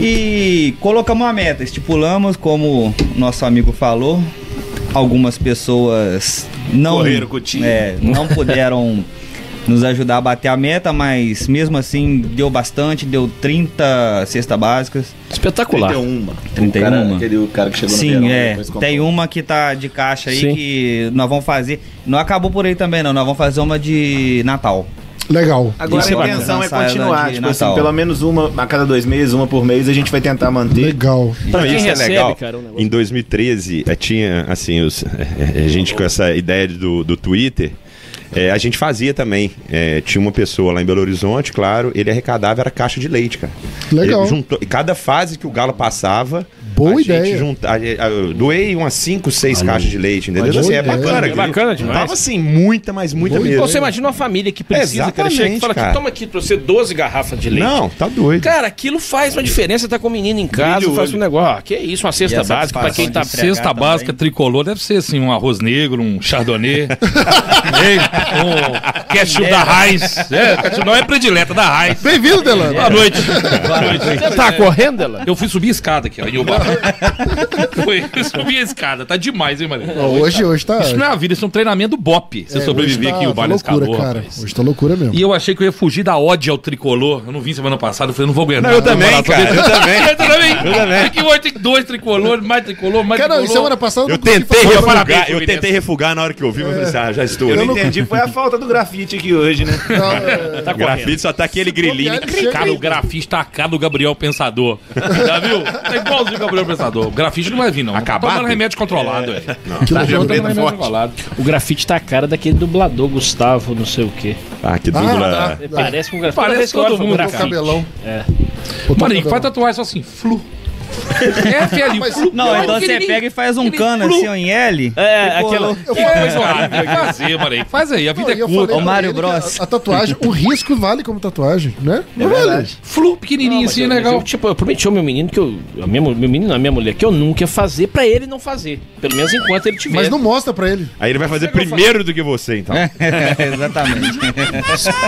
[SPEAKER 10] E colocamos uma meta, estipulamos, como nosso amigo falou, algumas pessoas não,
[SPEAKER 12] Correram com o time.
[SPEAKER 10] é, não puderam nos ajudar a bater a meta, mas mesmo assim deu bastante, deu 30 cesta básicas.
[SPEAKER 7] Espetacular.
[SPEAKER 12] 31.
[SPEAKER 10] 31.
[SPEAKER 12] O cara, aquele o cara que chegou no
[SPEAKER 10] Sim,
[SPEAKER 12] verão,
[SPEAKER 10] é.
[SPEAKER 12] depois comprou.
[SPEAKER 10] Tem uma que tá de caixa aí
[SPEAKER 12] Sim.
[SPEAKER 10] que nós vamos fazer. Não acabou por aí também, não. Nós vamos fazer uma de Natal.
[SPEAKER 3] Legal.
[SPEAKER 10] Agora
[SPEAKER 8] Agora a intenção é continuar, tipo assim, pelo menos uma a cada dois meses, uma por mês, a gente vai tentar manter.
[SPEAKER 3] Legal.
[SPEAKER 9] Não, isso é legal.
[SPEAKER 8] um
[SPEAKER 7] né?
[SPEAKER 9] em 2013, eh, tinha, assim, os- eh, a gente com essa ideia do, do Twitter, eh, a gente fazia também. Eh, tinha uma pessoa lá em Belo Horizonte, claro, ele arrecadava, era caixa de leite, cara.
[SPEAKER 3] Legal.
[SPEAKER 9] Ele juntou, e cada fase que o Galo passava.
[SPEAKER 3] Boa
[SPEAKER 9] a
[SPEAKER 3] ideia.
[SPEAKER 9] Gente junta, a- a- eu doei umas 5, 6 caixas de leite, entendeu?
[SPEAKER 7] Boa
[SPEAKER 9] Assim, é
[SPEAKER 7] ideia.
[SPEAKER 9] bacana,
[SPEAKER 7] É bacana demais.
[SPEAKER 9] Tava assim, muita, mas muita
[SPEAKER 7] Muito.
[SPEAKER 9] mesmo.
[SPEAKER 7] Pô, você imagina uma família que precisa, cara,
[SPEAKER 9] Exatamente,
[SPEAKER 7] chega e fala
[SPEAKER 9] cara.
[SPEAKER 7] que toma aqui pra você 12 garrafas de leite.
[SPEAKER 9] Não, tá doido.
[SPEAKER 7] Cara, aquilo faz uma diferença, tá com o menino em casa,
[SPEAKER 13] Brilha o
[SPEAKER 7] faz
[SPEAKER 13] olho.
[SPEAKER 7] um negócio, ó, que isso, uma cesta básica pra quem tá...
[SPEAKER 13] Cesta básica tricolor deve ser assim: um arroz negro, um chardonnay, um ketchup da Heinz. É, ketchup não é predileta da Heinz.
[SPEAKER 3] Bem-vindo, Delano.
[SPEAKER 13] Boa noite.
[SPEAKER 7] Boa noite. Você tá correndo, Delano?
[SPEAKER 13] Eu fui subir a escada aqui, ó, em Ubá. Foi, eu subi a escada. Tá demais, hein, Maria?
[SPEAKER 3] Ó, hoje- hoje tá-
[SPEAKER 13] Isso não é uma vida, isso é um treinamento do BOP. Você
[SPEAKER 3] É,
[SPEAKER 13] sobreviver
[SPEAKER 3] hoje tá-
[SPEAKER 13] aqui em
[SPEAKER 3] tá
[SPEAKER 13] Ubá nesse
[SPEAKER 3] loucura,
[SPEAKER 13] calor.
[SPEAKER 3] cara.
[SPEAKER 13] rapaz.
[SPEAKER 3] Hoje tá loucura mesmo.
[SPEAKER 13] E eu achei que eu ia fugir da ódio ao tricolor. Eu não vim semana passada, eu falei, não vou aguentar.
[SPEAKER 3] Não, eu também,
[SPEAKER 13] Não, tô
[SPEAKER 3] cara,
[SPEAKER 13] dentro-
[SPEAKER 3] eu também.
[SPEAKER 13] Eu também.
[SPEAKER 3] Eu também.
[SPEAKER 13] Aqui hoje tem dois tricolores, mais tricolor, mais
[SPEAKER 3] Cara, não, e
[SPEAKER 13] tricolor.
[SPEAKER 3] semana passada
[SPEAKER 9] Eu tentei refugar, eu tentei refugar na hora que eu vi, mas eu pensei, ah, já estou.
[SPEAKER 8] Eu não entendi,
[SPEAKER 3] É
[SPEAKER 8] foi a falta do grafite aqui hoje, né?
[SPEAKER 9] Tá grafite só tá aquele grilinho.
[SPEAKER 13] Cara, o grafite tá a cara do Gabriel Pensador. Já viu? Tá igualzinho o Gabriel Pensador. O grafite não vai vir, não. Acabado? Tomando remédio controlado, é. velho.
[SPEAKER 7] Tá jogando remédio controlado. O grafite tá a cara daquele dublador Gustavo, não sei o quê.
[SPEAKER 9] Ah, que
[SPEAKER 7] dubla.
[SPEAKER 3] tá.
[SPEAKER 9] dubla.
[SPEAKER 7] Parece né, com grafite.
[SPEAKER 13] Parece
[SPEAKER 7] Toda vez
[SPEAKER 13] todo
[SPEAKER 7] que eu olho,
[SPEAKER 13] mundo.
[SPEAKER 7] eu falo, grafite.
[SPEAKER 13] É. Mano, faz tatuagem só assim, flu. É, Feli,
[SPEAKER 10] Mas-
[SPEAKER 13] flu.
[SPEAKER 10] Não, então você pega e faz um cano assim, ó, em L. É,
[SPEAKER 13] aquela- Que coisa horrível que fazer, Marei. Faz aí, a vida é curta.
[SPEAKER 3] Ô, Mário Bros. A, a tatuagem, o risco vale como tatuagem, né? Não vale.
[SPEAKER 13] Flu pequenininho
[SPEAKER 7] assim, legal. Eu, tipo, eu prometi ao meu menino que eu. a minha mu- meu menino, a minha mulher, que eu nunca ia fazer pra ele não fazer. Pelo menos enquanto ele tiver.
[SPEAKER 3] Mas não mostra pra ele.
[SPEAKER 9] Aí ele vai fazer primeiro do que você, então.
[SPEAKER 10] É, Exatamente.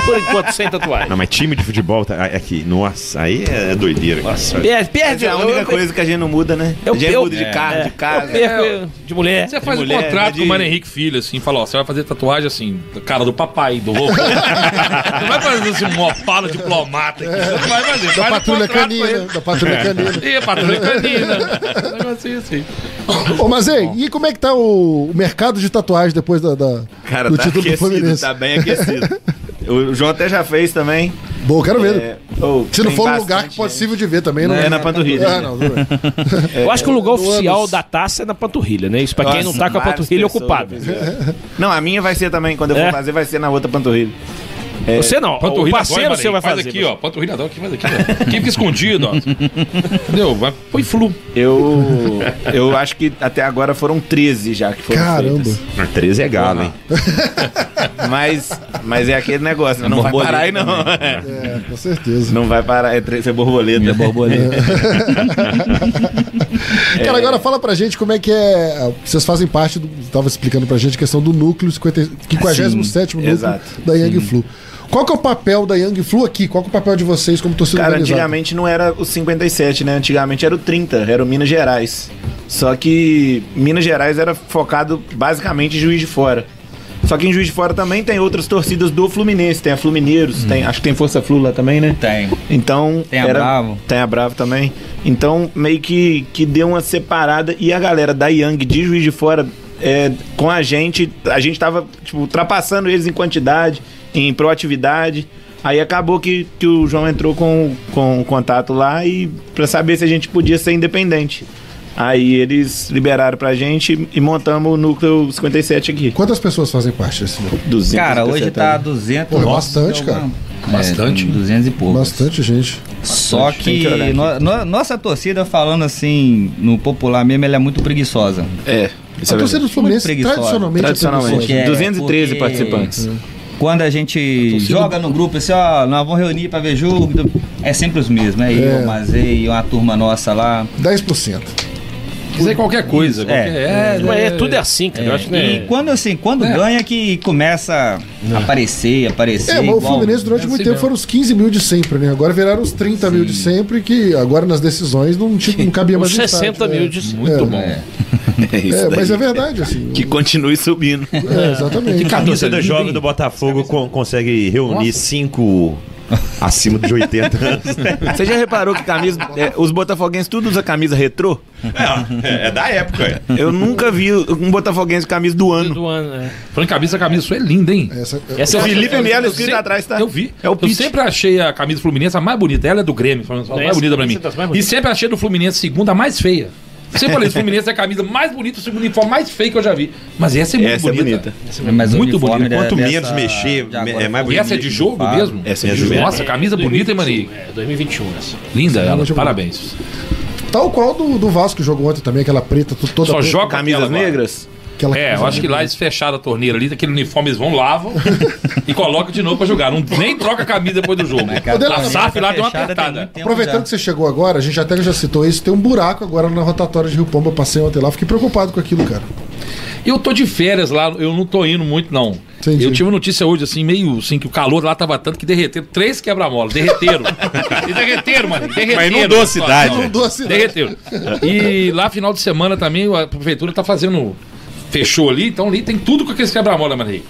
[SPEAKER 7] Por enquanto, sem tatuagem.
[SPEAKER 9] Não, mas time de futebol tá é aqui. Nossa, aí é doideira. Nossa,
[SPEAKER 7] Perde,
[SPEAKER 8] Mas
[SPEAKER 7] perde.
[SPEAKER 8] é a única coisa que a gente não muda, né?
[SPEAKER 7] Eu,
[SPEAKER 8] a gente
[SPEAKER 7] eu-
[SPEAKER 8] muda de
[SPEAKER 7] é,
[SPEAKER 8] carro, de casa.
[SPEAKER 7] eu perco, eu- de mulher.
[SPEAKER 13] Você faz
[SPEAKER 8] De
[SPEAKER 13] um
[SPEAKER 8] mulher,
[SPEAKER 13] contrato
[SPEAKER 8] de-
[SPEAKER 13] com o Mário Henrique Filho, assim, fala, ó, você vai fazer tatuagem assim, da cara do papai, do vovô. não vai fazer assim, uma opala diplomata aqui. Você não vai fazer.
[SPEAKER 3] Da
[SPEAKER 13] faz um
[SPEAKER 3] patrulha
[SPEAKER 13] contrato
[SPEAKER 3] canina,
[SPEAKER 13] com ele.
[SPEAKER 3] da patrulha canina.
[SPEAKER 13] É, patrulha canina. Um negocinho assim.
[SPEAKER 3] Ô, mas ei, e como é que tá o, o mercado de tatuagem depois da, da-
[SPEAKER 8] Cara,
[SPEAKER 3] do
[SPEAKER 8] tá
[SPEAKER 3] título do
[SPEAKER 8] aquecido,
[SPEAKER 3] Fluminense?
[SPEAKER 8] tá bem aquecido. o João até já fez também.
[SPEAKER 3] Bom, quero ver.
[SPEAKER 8] oh,
[SPEAKER 3] Se não
[SPEAKER 8] tem
[SPEAKER 3] for um
[SPEAKER 8] bastante,
[SPEAKER 3] lugar que possível de ver também,
[SPEAKER 8] Não,
[SPEAKER 3] não
[SPEAKER 8] é na panturrilha.
[SPEAKER 3] Ah, não, tudo bem.
[SPEAKER 7] Eu acho que o lugar
[SPEAKER 8] Doados.
[SPEAKER 7] oficial da taça é na panturrilha, né? Isso pra quem não
[SPEAKER 8] Nossa,
[SPEAKER 7] tá com a
[SPEAKER 8] várias
[SPEAKER 7] panturrilha
[SPEAKER 8] pessoas
[SPEAKER 7] ocupada.
[SPEAKER 8] já fizeram. Não, a minha vai ser também. Quando eu
[SPEAKER 7] É?
[SPEAKER 8] for fazer, vai ser na outra panturrilha. É,
[SPEAKER 7] Você não,
[SPEAKER 13] Panturrilha
[SPEAKER 7] o parceiro
[SPEAKER 13] agora,
[SPEAKER 7] seu vai
[SPEAKER 13] Marinho. faz
[SPEAKER 7] fazer.
[SPEAKER 13] aqui, ó. Panturrilha agora, aqui, faz aqui, ó. Quem fica escondido, ó. Entendeu? Vai- Põe flu.
[SPEAKER 8] Eu, eu acho que até agora foram 13 já que foram
[SPEAKER 3] Caramba.
[SPEAKER 8] feitas.
[SPEAKER 9] Mas 13 é galo, hein?
[SPEAKER 8] Mas, mas é aquele negócio, né?
[SPEAKER 9] É
[SPEAKER 8] não vai
[SPEAKER 9] borboleta
[SPEAKER 8] parar aí não.
[SPEAKER 3] É, com certeza.
[SPEAKER 8] Não vai parar, é, tre- isso é borboleta. É borboleta. É.
[SPEAKER 3] Cara, agora fala pra gente como é que é. Vocês fazem parte do. Tava explicando pra gente a questão do núcleo 50, 57 núcleo
[SPEAKER 8] exato.
[SPEAKER 3] da Young Flu. Qual que é o papel da Young Flu aqui? Qual que é o papel de vocês como torcida
[SPEAKER 8] Cara,
[SPEAKER 3] organizada?
[SPEAKER 8] antigamente não era o 57, né? Antigamente era o 30, era o Minas Gerais. Só que Minas Gerais era focado basicamente em Juiz de Fora. Só que em Juiz de Fora também tem outras torcidas do Fluminense. Tem a Flumineiros, tem, acho que tem Força Flu lá também, né?
[SPEAKER 10] Hum. Tem.
[SPEAKER 8] Então...
[SPEAKER 10] Tem a Bravo.
[SPEAKER 8] Tem a Bravo também. Então meio que, que deu uma separada. E a galera da Yang de Juiz de Fora... é, com a gente, a gente tava tipo, ultrapassando eles em quantidade, em proatividade. Aí acabou que, que o João entrou com, com o contato lá e para saber se a gente podia ser independente. Aí eles liberaram pra gente e montamos o núcleo 57 aqui.
[SPEAKER 3] Quantas pessoas fazem parte desse núcleo?
[SPEAKER 8] 200
[SPEAKER 10] Cara, hoje tá 200.
[SPEAKER 3] Pô, é bastante,
[SPEAKER 10] Então,
[SPEAKER 3] cara.
[SPEAKER 10] Bastante. 200 É, e poucos.
[SPEAKER 3] Bastante gente.
[SPEAKER 10] Só
[SPEAKER 3] Tem
[SPEAKER 10] que
[SPEAKER 3] que olhar aqui. tá
[SPEAKER 10] no- no- nossa torcida, falando assim, no popular mesmo, ela é muito preguiçosa.
[SPEAKER 8] É.
[SPEAKER 3] isso A é torcida verdade. do Fluminense, tradicionalmente, é Tradicionalmente. preguiçosa. Hum.
[SPEAKER 8] 213 participantes.
[SPEAKER 10] Quando a gente joga no grupo, assim, ó, nós vamos reunir pra ver jogo. É sempre os mesmos, é,
[SPEAKER 3] É.
[SPEAKER 10] eu, Mazei, uma turma nossa lá.
[SPEAKER 3] 10%.
[SPEAKER 13] quiser qualquer coisa.
[SPEAKER 10] É.
[SPEAKER 13] qualquer- é,
[SPEAKER 10] Mas é,
[SPEAKER 7] tudo é assim, cara. Eu acho que não é-
[SPEAKER 10] E quando assim, quando ganha que começa a aparecer, aparecer.
[SPEAKER 3] É, mas o
[SPEAKER 10] igual-
[SPEAKER 3] Fluminense durante muito
[SPEAKER 13] assim
[SPEAKER 3] tempo foram os 15 mil de sempre, né? Agora viraram os 30 mil de sempre, que agora nas decisões não, tinha- não cabia
[SPEAKER 7] Os
[SPEAKER 3] mais estádio,
[SPEAKER 7] 60
[SPEAKER 3] né?
[SPEAKER 7] mil de sempre.
[SPEAKER 3] É.
[SPEAKER 7] Muito bom.
[SPEAKER 8] É isso
[SPEAKER 3] É, mas
[SPEAKER 8] daí.
[SPEAKER 3] é verdade, assim.
[SPEAKER 8] Que continue subindo.
[SPEAKER 3] É,
[SPEAKER 9] Que
[SPEAKER 3] exatamente.
[SPEAKER 9] camisa da jovem do Botafogo con- consegue reunir cinco acima de 80 anos? né?
[SPEAKER 8] Você já reparou que camisa. é, os botafoguenses tudo usa camisa retrô?
[SPEAKER 9] É, é da época.
[SPEAKER 8] Eu nunca vi um botafoguense com camisa do ano.
[SPEAKER 7] Do ano, é.
[SPEAKER 13] Falando em camisa, a camisa sua é linda, hein?
[SPEAKER 3] Essa-
[SPEAKER 7] Essa
[SPEAKER 8] O
[SPEAKER 7] eu acho-
[SPEAKER 8] Felipe Melo
[SPEAKER 13] é eu
[SPEAKER 8] escrito
[SPEAKER 13] sei-
[SPEAKER 8] atrás, tá?
[SPEAKER 13] Eu vi.
[SPEAKER 8] É o
[SPEAKER 13] eu
[SPEAKER 8] Pitch.
[SPEAKER 13] sempre achei a camisa fluminense a mais bonita. Ela é do Grêmio, foi a mais
[SPEAKER 7] Essa-
[SPEAKER 13] bonita pra mim.
[SPEAKER 7] essa das mais
[SPEAKER 13] E
[SPEAKER 7] bonitas.
[SPEAKER 13] sempre achei do Fluminense segunda a mais feia. Sempre falei, o Fluminense é a camisa mais bonita, o segundo uniforme mais feio que eu já vi. Mas essa é muito
[SPEAKER 8] Essa é
[SPEAKER 13] bonita.
[SPEAKER 10] Mas o
[SPEAKER 13] Muito
[SPEAKER 10] uniforme
[SPEAKER 13] bonito.
[SPEAKER 10] da-
[SPEAKER 9] Quanto
[SPEAKER 10] dessa-
[SPEAKER 9] menos mexer,
[SPEAKER 10] de agora-
[SPEAKER 9] é mais
[SPEAKER 13] E
[SPEAKER 9] bonito.
[SPEAKER 13] essa é de jogo
[SPEAKER 10] Fala.
[SPEAKER 13] mesmo?
[SPEAKER 9] Essa é de jogo.
[SPEAKER 13] Nossa, camisa bonita, hein, Mani?
[SPEAKER 7] É, 2021 essa. é
[SPEAKER 13] Linda ela,
[SPEAKER 3] muito
[SPEAKER 13] parabéns.
[SPEAKER 3] Tal qual do, do Vasco que jogou ontem também, aquela preta tu- toda.
[SPEAKER 13] Só
[SPEAKER 3] preta,
[SPEAKER 13] joga
[SPEAKER 8] Camisas
[SPEAKER 13] aquela agora.
[SPEAKER 8] negras?
[SPEAKER 3] Aquela
[SPEAKER 13] É, eu acho que lá eles fecharam a torneira ali, aquele uniforme eles vão, lavam e colocam de novo pra jogar. Não, nem troca a camisa depois do jogo.
[SPEAKER 3] cara,
[SPEAKER 13] A SAF lá deu uma apertada.
[SPEAKER 3] Aproveitando que você chegou agora, a gente até já citou isso, tem um buraco agora na rotatória de Rio Pomba. Eu passei ontem lá, fiquei preocupado com aquilo, cara.
[SPEAKER 13] Eu tô de férias lá, eu não tô indo muito, não.
[SPEAKER 3] Entendi.
[SPEAKER 13] Eu tive uma notícia hoje, assim, meio assim, que o calor lá tava tanto que derreteram três quebra-molas. Derreteram. Eles derreteram, mano. Derreteram.
[SPEAKER 9] Mas inundou a cidade.
[SPEAKER 13] Não,
[SPEAKER 3] Inundou a cidade.
[SPEAKER 13] Derreteram. né? E lá, final de semana também, a prefeitura tá fazendo. Fechou ali, então ali tem tudo com aqueles quebra-mola, mano. aí.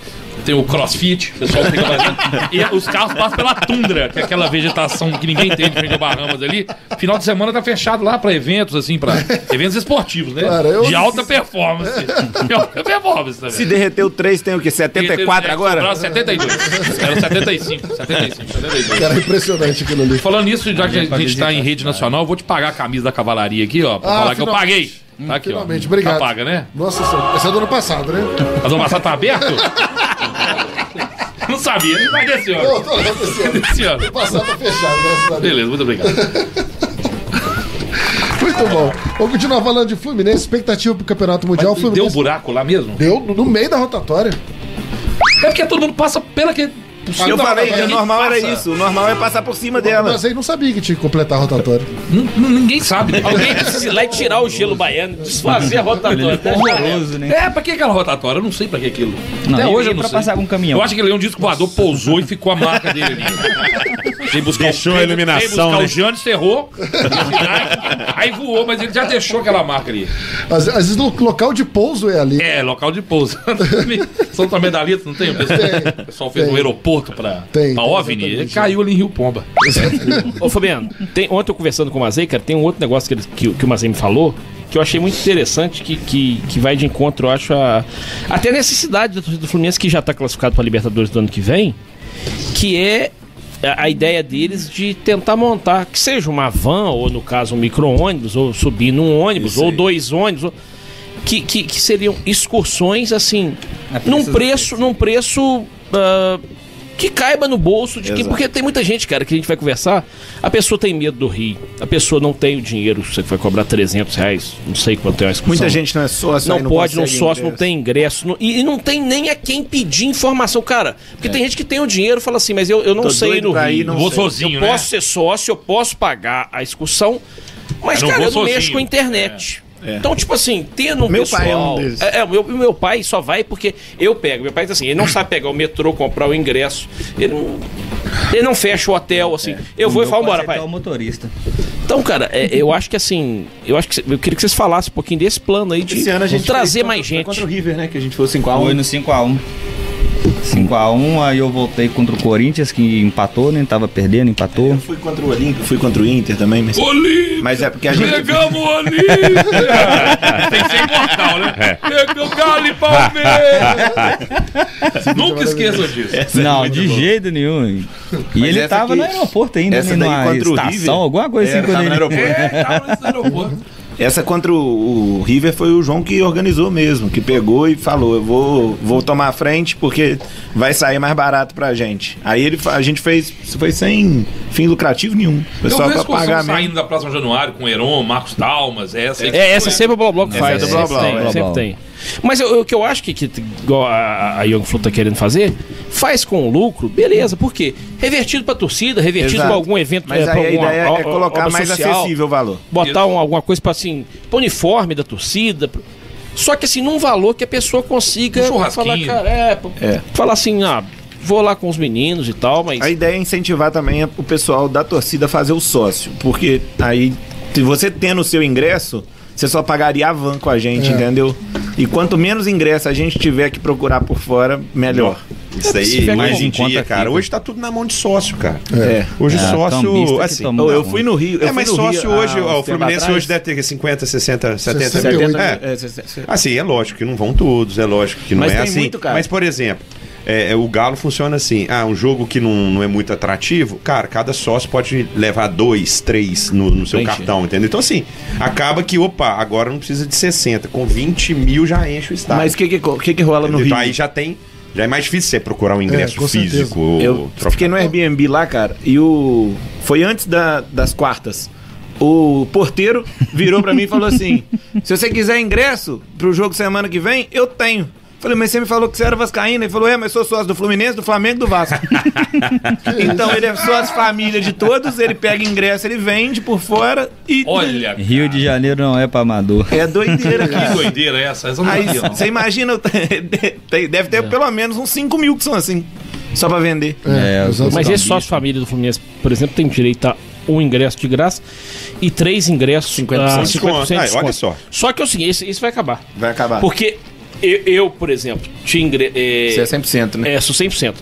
[SPEAKER 13] Tem o crossfit, o pessoal fica fazendo. E os carros passam pela tundra, que é aquela vegetação que ninguém tem de frente a Bahamas ali. Final de semana tá fechado lá pra eventos, assim, pra eventos esportivos, né?
[SPEAKER 3] Cara, eu-
[SPEAKER 13] De alta performance. De alta performance tá também.
[SPEAKER 8] Se derreteu três, tem o quê? 74 agora?
[SPEAKER 13] Sobraram 72. Era 75, 75, 72.
[SPEAKER 3] Cara, é impressionante aquilo ali.
[SPEAKER 13] Falando nisso, já que a gente tá em
[SPEAKER 10] né?
[SPEAKER 13] rede nacional, eu vou te pagar a camisa da cavalaria aqui, ó. Pra
[SPEAKER 3] Ah,
[SPEAKER 13] falar que eu
[SPEAKER 3] finalmente.
[SPEAKER 13] paguei. Tá aqui, ó.
[SPEAKER 3] Finalmente, obrigado.
[SPEAKER 13] Tá paga, né?
[SPEAKER 3] Nossa senhora, essa é do ano passado, né?
[SPEAKER 13] Mas o passado tá aberto? Não sabia, tá não vai desse
[SPEAKER 3] Não,
[SPEAKER 13] ano.
[SPEAKER 3] tô assim, lá, esse ano.
[SPEAKER 13] Desse ano.
[SPEAKER 3] passado tá fechado, graças a Deus.
[SPEAKER 13] assim, Beleza, muito obrigado.
[SPEAKER 3] Muito bom. Vamos continuar falando de Fluminense, expectativa pro Campeonato Mundial.
[SPEAKER 13] E Deu um
[SPEAKER 3] Fluminense
[SPEAKER 13] buraco lá mesmo?
[SPEAKER 3] deu no meio da rotatória.
[SPEAKER 13] É porque todo mundo passa pela que.
[SPEAKER 8] Eu falei que
[SPEAKER 13] Ninguém
[SPEAKER 8] o normal era
[SPEAKER 13] passa.
[SPEAKER 8] isso. O normal é passar por cima dela.
[SPEAKER 3] Mas aí não sabia que tinha que completar a rotatória.
[SPEAKER 13] N- n- Ninguém sabe.
[SPEAKER 7] Alguém precisa ir lá e tirar o gelo baiano, desfazer a rotatória.
[SPEAKER 10] é Horroroso, né?
[SPEAKER 13] É, pra que aquela rotatória? Eu não sei pra que aquilo.
[SPEAKER 10] Não,
[SPEAKER 13] Até
[SPEAKER 10] eu
[SPEAKER 13] hoje
[SPEAKER 10] ia
[SPEAKER 13] eu não
[SPEAKER 10] pra
[SPEAKER 13] sei.
[SPEAKER 10] passar com um caminhão.
[SPEAKER 13] Eu acho que ele é um disco voador, pousou e ficou a marca dele ali. Veio buscar
[SPEAKER 9] Deixou a
[SPEAKER 13] Pedro,
[SPEAKER 9] iluminação,
[SPEAKER 13] veio buscar
[SPEAKER 9] né?
[SPEAKER 13] o Giannis, ferrou. aí voou, mas ele já deixou aquela marca ali.
[SPEAKER 3] Às, às vezes o local de pouso é ali.
[SPEAKER 13] É, local de pouso. São Tomé da Lita, não tem? O pessoal, o pessoal fez
[SPEAKER 3] tem.
[SPEAKER 13] um
[SPEAKER 7] é
[SPEAKER 13] aeroporto pra,
[SPEAKER 3] Tem,
[SPEAKER 13] pra OVNI. Ele
[SPEAKER 3] exatamente.
[SPEAKER 13] caiu ali em Rio Pomba.
[SPEAKER 7] Ô, Fabiano, tem- ontem eu conversando com o Mazei, cara, tem um outro negócio que, ele- que, o- que o Mazei me falou que eu achei muito interessante, que, que, que vai de encontro, eu acho, a, até a necessidade da torcida do Fluminense, que já está classificado para a Libertadores do ano que vem, que é a, a ideia deles de tentar montar, que seja uma van, ou no caso um micro-ônibus, ou subir num ônibus, ou dois ônibus, ou- que, que, que seriam excursões, assim,
[SPEAKER 10] A preço
[SPEAKER 7] num
[SPEAKER 10] do
[SPEAKER 7] preço, num preço... ah, que caiba no bolso de quem. Porque tem muita gente, cara, que a gente vai conversar. A pessoa tem medo do Rio. A pessoa não tem o dinheiro. Você vai cobrar 300 reais. Não sei quanto é uma excursão.
[SPEAKER 8] Muita gente não é sócio.
[SPEAKER 7] Não,
[SPEAKER 8] aí
[SPEAKER 7] pode, não
[SPEAKER 8] consegue
[SPEAKER 7] sócio, não
[SPEAKER 8] ingresso.
[SPEAKER 7] tem ingresso. não- e, e não tem nem a quem pedir informação, cara. Porque tem gente que tem o dinheiro e fala assim, mas eu, eu não
[SPEAKER 8] É. Tô
[SPEAKER 7] sei ir
[SPEAKER 8] doido
[SPEAKER 7] no
[SPEAKER 8] pra ir,
[SPEAKER 7] Rio.
[SPEAKER 8] não
[SPEAKER 13] Vou
[SPEAKER 8] sei.
[SPEAKER 13] sozinho,
[SPEAKER 7] eu
[SPEAKER 13] né?
[SPEAKER 7] posso ser sócio, eu posso pagar a excursão, mas,
[SPEAKER 13] Eu não
[SPEAKER 7] cara,
[SPEAKER 13] vou
[SPEAKER 7] eu não mexo
[SPEAKER 13] sozinho.
[SPEAKER 7] com a internet. Então, tipo assim, tendo um
[SPEAKER 8] É. Meu
[SPEAKER 7] pessoal...
[SPEAKER 8] pai é um desses.
[SPEAKER 7] É, é, o meu, o meu pai só vai porque eu pego. Meu pai diz assim, ele não sabe pegar o metrô, comprar o ingresso. Ele não, ele não fecha o hotel, assim. Eu vou e
[SPEAKER 10] Meu
[SPEAKER 7] falo,
[SPEAKER 10] pai
[SPEAKER 7] bora,
[SPEAKER 10] é
[SPEAKER 7] pai.
[SPEAKER 10] tal motorista.
[SPEAKER 7] Então, cara, é, eu acho que assim... Eu acho que cê- eu queria que vocês falassem um pouquinho desse plano aí de
[SPEAKER 8] Esse ano a gente
[SPEAKER 7] trazer
[SPEAKER 8] fez
[SPEAKER 7] mais
[SPEAKER 8] contra- foi
[SPEAKER 7] gente.
[SPEAKER 8] contra o River, né? Que a gente foi 5x1.
[SPEAKER 10] Foi no 5x1. 5x1, aí eu voltei contra o Corinthians, que empatou, né? Tava perdendo, empatou.
[SPEAKER 8] Fui contra o Olímpio, fui contra o Inter também, mas.
[SPEAKER 13] Olímpia!
[SPEAKER 8] Mas é porque a gente.
[SPEAKER 13] Pegamos o Olímpia! Tem que ser imortal, né? Pegamos Galo e Palmeiras! Nunca esqueçam disso.
[SPEAKER 8] Essa é
[SPEAKER 10] Não,
[SPEAKER 8] muito
[SPEAKER 10] de
[SPEAKER 8] boa.
[SPEAKER 10] jeito nenhum. E
[SPEAKER 8] Mas
[SPEAKER 10] ele
[SPEAKER 8] essa
[SPEAKER 10] tava
[SPEAKER 8] que-
[SPEAKER 10] no aeroporto ainda,
[SPEAKER 8] essa
[SPEAKER 10] né?
[SPEAKER 8] daí
[SPEAKER 10] Numa
[SPEAKER 8] contra o River?
[SPEAKER 10] estação, alguma coisa
[SPEAKER 8] É,
[SPEAKER 10] assim. quando
[SPEAKER 8] tava no
[SPEAKER 10] ele-
[SPEAKER 8] aeroporto.
[SPEAKER 13] É, tava nesse aeroporto.
[SPEAKER 8] Essa contra o o River foi o João que organizou mesmo, que pegou e falou: eu vou, vou tomar a frente porque vai sair mais barato pra gente. Aí ele, fa- a gente fez, foi sem fim lucrativo nenhum. Foi
[SPEAKER 13] Eu vi a
[SPEAKER 8] só pra
[SPEAKER 13] excursão
[SPEAKER 8] pagar mesmo.
[SPEAKER 13] saindo da Praça São Januário com Heron, Marcos Talmas, essa aí.
[SPEAKER 7] É, essa sempre o Blá Bloco faz.
[SPEAKER 8] é do Blá
[SPEAKER 7] sempre
[SPEAKER 8] Blá,
[SPEAKER 7] tem,
[SPEAKER 8] é.
[SPEAKER 13] né?
[SPEAKER 7] sempre
[SPEAKER 10] Blá Blá.
[SPEAKER 7] tem. Mas eu- eu- o que eu acho que, que igual a, a Young Flu tá querendo fazer, faz com lucro, beleza. Por quê? Revertido pra torcida, revertido
[SPEAKER 8] Exato.
[SPEAKER 7] pra algum evento.
[SPEAKER 8] Mas
[SPEAKER 7] pra
[SPEAKER 8] aí a
[SPEAKER 7] alguma
[SPEAKER 8] ideia é
[SPEAKER 7] o- o-
[SPEAKER 8] colocar
[SPEAKER 7] obra
[SPEAKER 8] mais acessível o valor.
[SPEAKER 7] Botar um- alguma coisa pra assim, pra uniforme da torcida. pra- Só que assim, num valor que a pessoa consiga
[SPEAKER 13] Um churrasquinho.
[SPEAKER 7] falar, cara, é, pô,
[SPEAKER 8] É.
[SPEAKER 7] falar assim, ah, vou lá com os meninos e tal, mas.
[SPEAKER 8] A ideia é incentivar também o pessoal da torcida a fazer o sócio, porque aí, se você tendo o seu ingresso, você só pagaria a van com a gente,
[SPEAKER 9] É.
[SPEAKER 8] entendeu? E quanto menos ingresso a gente tiver que procurar por fora, melhor.
[SPEAKER 9] Isso aí, mais em dia, cara. Hoje tá tudo na mão de sócio, cara.
[SPEAKER 8] É.
[SPEAKER 9] Hoje
[SPEAKER 8] É,
[SPEAKER 9] sócio.
[SPEAKER 8] cambista que né?
[SPEAKER 9] Assim,
[SPEAKER 8] toma Eu- eu na fui mão. no Rio- eu
[SPEAKER 9] É, mas
[SPEAKER 8] fui no Rio
[SPEAKER 9] sócio
[SPEAKER 8] há
[SPEAKER 9] hoje,
[SPEAKER 8] uns
[SPEAKER 9] ó, o
[SPEAKER 8] tempo
[SPEAKER 9] Fluminense
[SPEAKER 8] atrás.
[SPEAKER 9] hoje deve ter 50, 60, 70 mil.
[SPEAKER 8] 70,
[SPEAKER 9] É.
[SPEAKER 8] é, 60.
[SPEAKER 9] Assim, é lógico que não vão todos, é lógico que não
[SPEAKER 8] Mas
[SPEAKER 9] é
[SPEAKER 8] tem
[SPEAKER 9] assim.
[SPEAKER 8] muito, cara.
[SPEAKER 9] Mas, por exemplo. é, é, o Galo funciona assim. Ah, um jogo que não, não é muito atrativo, cara, cada sócio pode levar dois, três no, no seu
[SPEAKER 8] Entendi.
[SPEAKER 9] cartão, entendeu? Então, assim, acaba que, opa, agora não precisa de 60. Com 20 mil já enche o estádio.
[SPEAKER 8] Mas o que, que, o que, que rola no
[SPEAKER 9] Então,
[SPEAKER 8] Rio?
[SPEAKER 9] Aí já tem. Já é mais difícil você procurar um
[SPEAKER 8] É,
[SPEAKER 9] ingresso
[SPEAKER 8] com certeza.
[SPEAKER 9] físico.
[SPEAKER 8] Eu
[SPEAKER 9] trocar.
[SPEAKER 8] fiquei no Airbnb lá, cara, e o. Foi antes da- das quartas. O porteiro virou pra mim e falou assim: se você quiser ingresso pro jogo semana que vem, eu tenho. Falei, mas você me falou que você era vascaína. Ele falou, é, mas sou sócio do Fluminense, do Flamengo e do Vasco. então ele é sócio família de todos, ele pega ingresso, ele vende por fora e...
[SPEAKER 13] Olha,
[SPEAKER 10] Rio de Janeiro não é pra amador.
[SPEAKER 8] É doideira,
[SPEAKER 13] Que
[SPEAKER 8] cara.
[SPEAKER 13] doideira é essa? Essa eu não
[SPEAKER 8] Aí
[SPEAKER 13] sabia, não.
[SPEAKER 8] você imagina, tem- deve ter
[SPEAKER 7] É.
[SPEAKER 8] pelo menos uns 5 mil que são assim, só pra vender.
[SPEAKER 7] É, mas esse sócio família do Fluminense, por exemplo, tem direito a um ingresso de graça e três ingressos 50%, ah, 50% de
[SPEAKER 9] desconto. Ah,
[SPEAKER 7] desconto.
[SPEAKER 9] olha só.
[SPEAKER 7] Só que é o seguinte, isso, isso vai acabar.
[SPEAKER 8] Vai acabar.
[SPEAKER 7] Porque eu, eu, por exemplo, tinha ingresso.
[SPEAKER 8] Você é 100%, né?
[SPEAKER 7] É, sou 100%.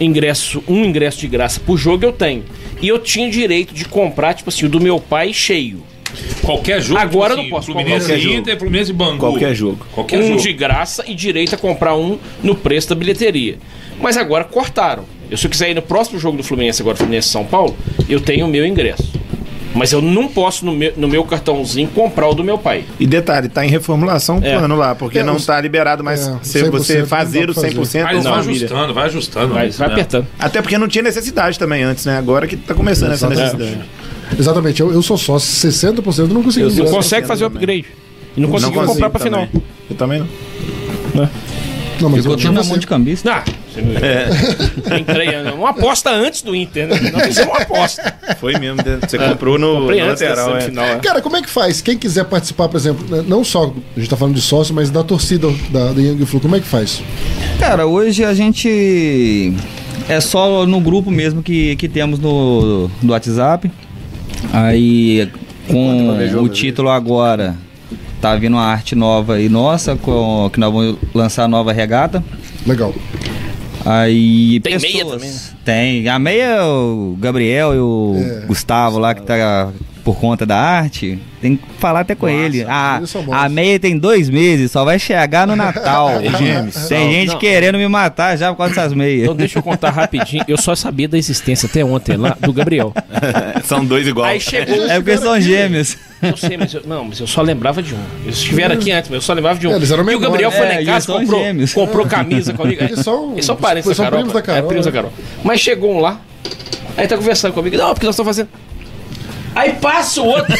[SPEAKER 7] Ingresso, um ingresso de graça por jogo eu tenho. E eu tinha direito de comprar, tipo assim, o do meu pai cheio.
[SPEAKER 13] Qualquer jogo.
[SPEAKER 7] Agora eu não
[SPEAKER 13] assim,
[SPEAKER 7] posso comprar.
[SPEAKER 13] Fluminense e Inter, Fluminense e Bangu.
[SPEAKER 8] Qualquer jogo.
[SPEAKER 13] Qualquer
[SPEAKER 7] um
[SPEAKER 13] é jogo.
[SPEAKER 7] de graça e direito a comprar um no preço da bilheteria. Mas agora cortaram. Eu, se eu quiser ir no próximo jogo do Fluminense, agora Fluminense e São Paulo, eu tenho o meu ingresso. Mas eu não posso, no meu, no meu cartãozinho, comprar o do meu pai.
[SPEAKER 8] E detalhe, tá em reformulação o
[SPEAKER 7] É.
[SPEAKER 8] plano lá, porque
[SPEAKER 7] É,
[SPEAKER 8] não
[SPEAKER 7] os-
[SPEAKER 8] tá liberado mais
[SPEAKER 7] é,
[SPEAKER 8] se você
[SPEAKER 7] 100%
[SPEAKER 8] fazer
[SPEAKER 7] não
[SPEAKER 8] o
[SPEAKER 7] dá pra
[SPEAKER 8] 100%
[SPEAKER 7] fazer.
[SPEAKER 8] ou
[SPEAKER 7] Mas vai
[SPEAKER 8] é família.
[SPEAKER 13] ajustando, vai ajustando.
[SPEAKER 7] Vai-
[SPEAKER 13] isso,
[SPEAKER 7] vai
[SPEAKER 13] né?
[SPEAKER 7] apertando.
[SPEAKER 8] Até porque não tinha necessidade também antes, né? Agora que tá começando essa
[SPEAKER 3] Exatamente.
[SPEAKER 8] necessidade.
[SPEAKER 3] Exatamente, eu, eu sou sócio, 60% não consigo
[SPEAKER 8] Eu sou
[SPEAKER 3] ingresso.
[SPEAKER 8] consegue fazer o
[SPEAKER 7] upgrade.
[SPEAKER 3] E não conseguiu
[SPEAKER 8] consigo
[SPEAKER 3] comprar pra
[SPEAKER 8] também.
[SPEAKER 3] final.
[SPEAKER 8] Eu também não. Né?
[SPEAKER 3] Não, mas
[SPEAKER 10] Ficou
[SPEAKER 3] eu-
[SPEAKER 10] tudo na
[SPEAKER 8] um
[SPEAKER 3] você-
[SPEAKER 10] mão de cambista.
[SPEAKER 7] Ah,
[SPEAKER 8] É.
[SPEAKER 7] Entrei, né? uma aposta antes do Inter, né? Não fizemos uma aposta.
[SPEAKER 8] Foi mesmo, né? você comprou no,
[SPEAKER 7] Comprei
[SPEAKER 8] no
[SPEAKER 7] antes da
[SPEAKER 8] lateral, é.
[SPEAKER 7] semifinal, é.
[SPEAKER 3] Cara, como é que faz? Quem quiser participar, por exemplo, né, não só a gente tá falando de sócio, mas da torcida da, da Young Flu, como é que faz?
[SPEAKER 10] Cara, hoje a gente é só no grupo mesmo que, que temos no do WhatsApp. Aí com o título agora tá vindo uma arte nova aí nossa, com, que nós vamos lançar a nova regata.
[SPEAKER 3] Legal.
[SPEAKER 10] Aí
[SPEAKER 7] Tem
[SPEAKER 10] pessoas-
[SPEAKER 7] meia também, né?
[SPEAKER 10] Tem. A meia é o Gabriel e o Gustavo lá que tá por conta da arte. Tem que falar até com ele. A, a meia tem dois meses, só vai chegar no Natal.
[SPEAKER 7] gêmeos.
[SPEAKER 10] tem gente
[SPEAKER 7] Não.
[SPEAKER 10] querendo me matar já por causa dessas meias.
[SPEAKER 7] Então deixa eu contar rapidinho. Eu só sabia da existência até ontem lá do Gabriel.
[SPEAKER 8] São dois iguais.
[SPEAKER 7] Aí um chegou.
[SPEAKER 10] É porque são gêmeos.
[SPEAKER 7] Eu sei, mas eu, não, mas eu só lembrava de um. Eles estiveram aqui antes, mas eu só lembrava de um.
[SPEAKER 3] É, eles eram
[SPEAKER 7] e o
[SPEAKER 3] menores.
[SPEAKER 7] Gabriel foi
[SPEAKER 3] É,
[SPEAKER 7] lá em
[SPEAKER 3] e
[SPEAKER 7] casa,
[SPEAKER 3] eles são
[SPEAKER 7] comprou,
[SPEAKER 3] gêmeos.
[SPEAKER 7] comprou camisa. Com
[SPEAKER 3] Eles são-
[SPEAKER 7] Eles são parentes
[SPEAKER 3] são primos da Carol,
[SPEAKER 7] É, primos
[SPEAKER 3] né?
[SPEAKER 7] da Carol. Mas chegou um lá, aí tá conversando comigo. Não, porque nós estamos fazendo. Aí passa o outro.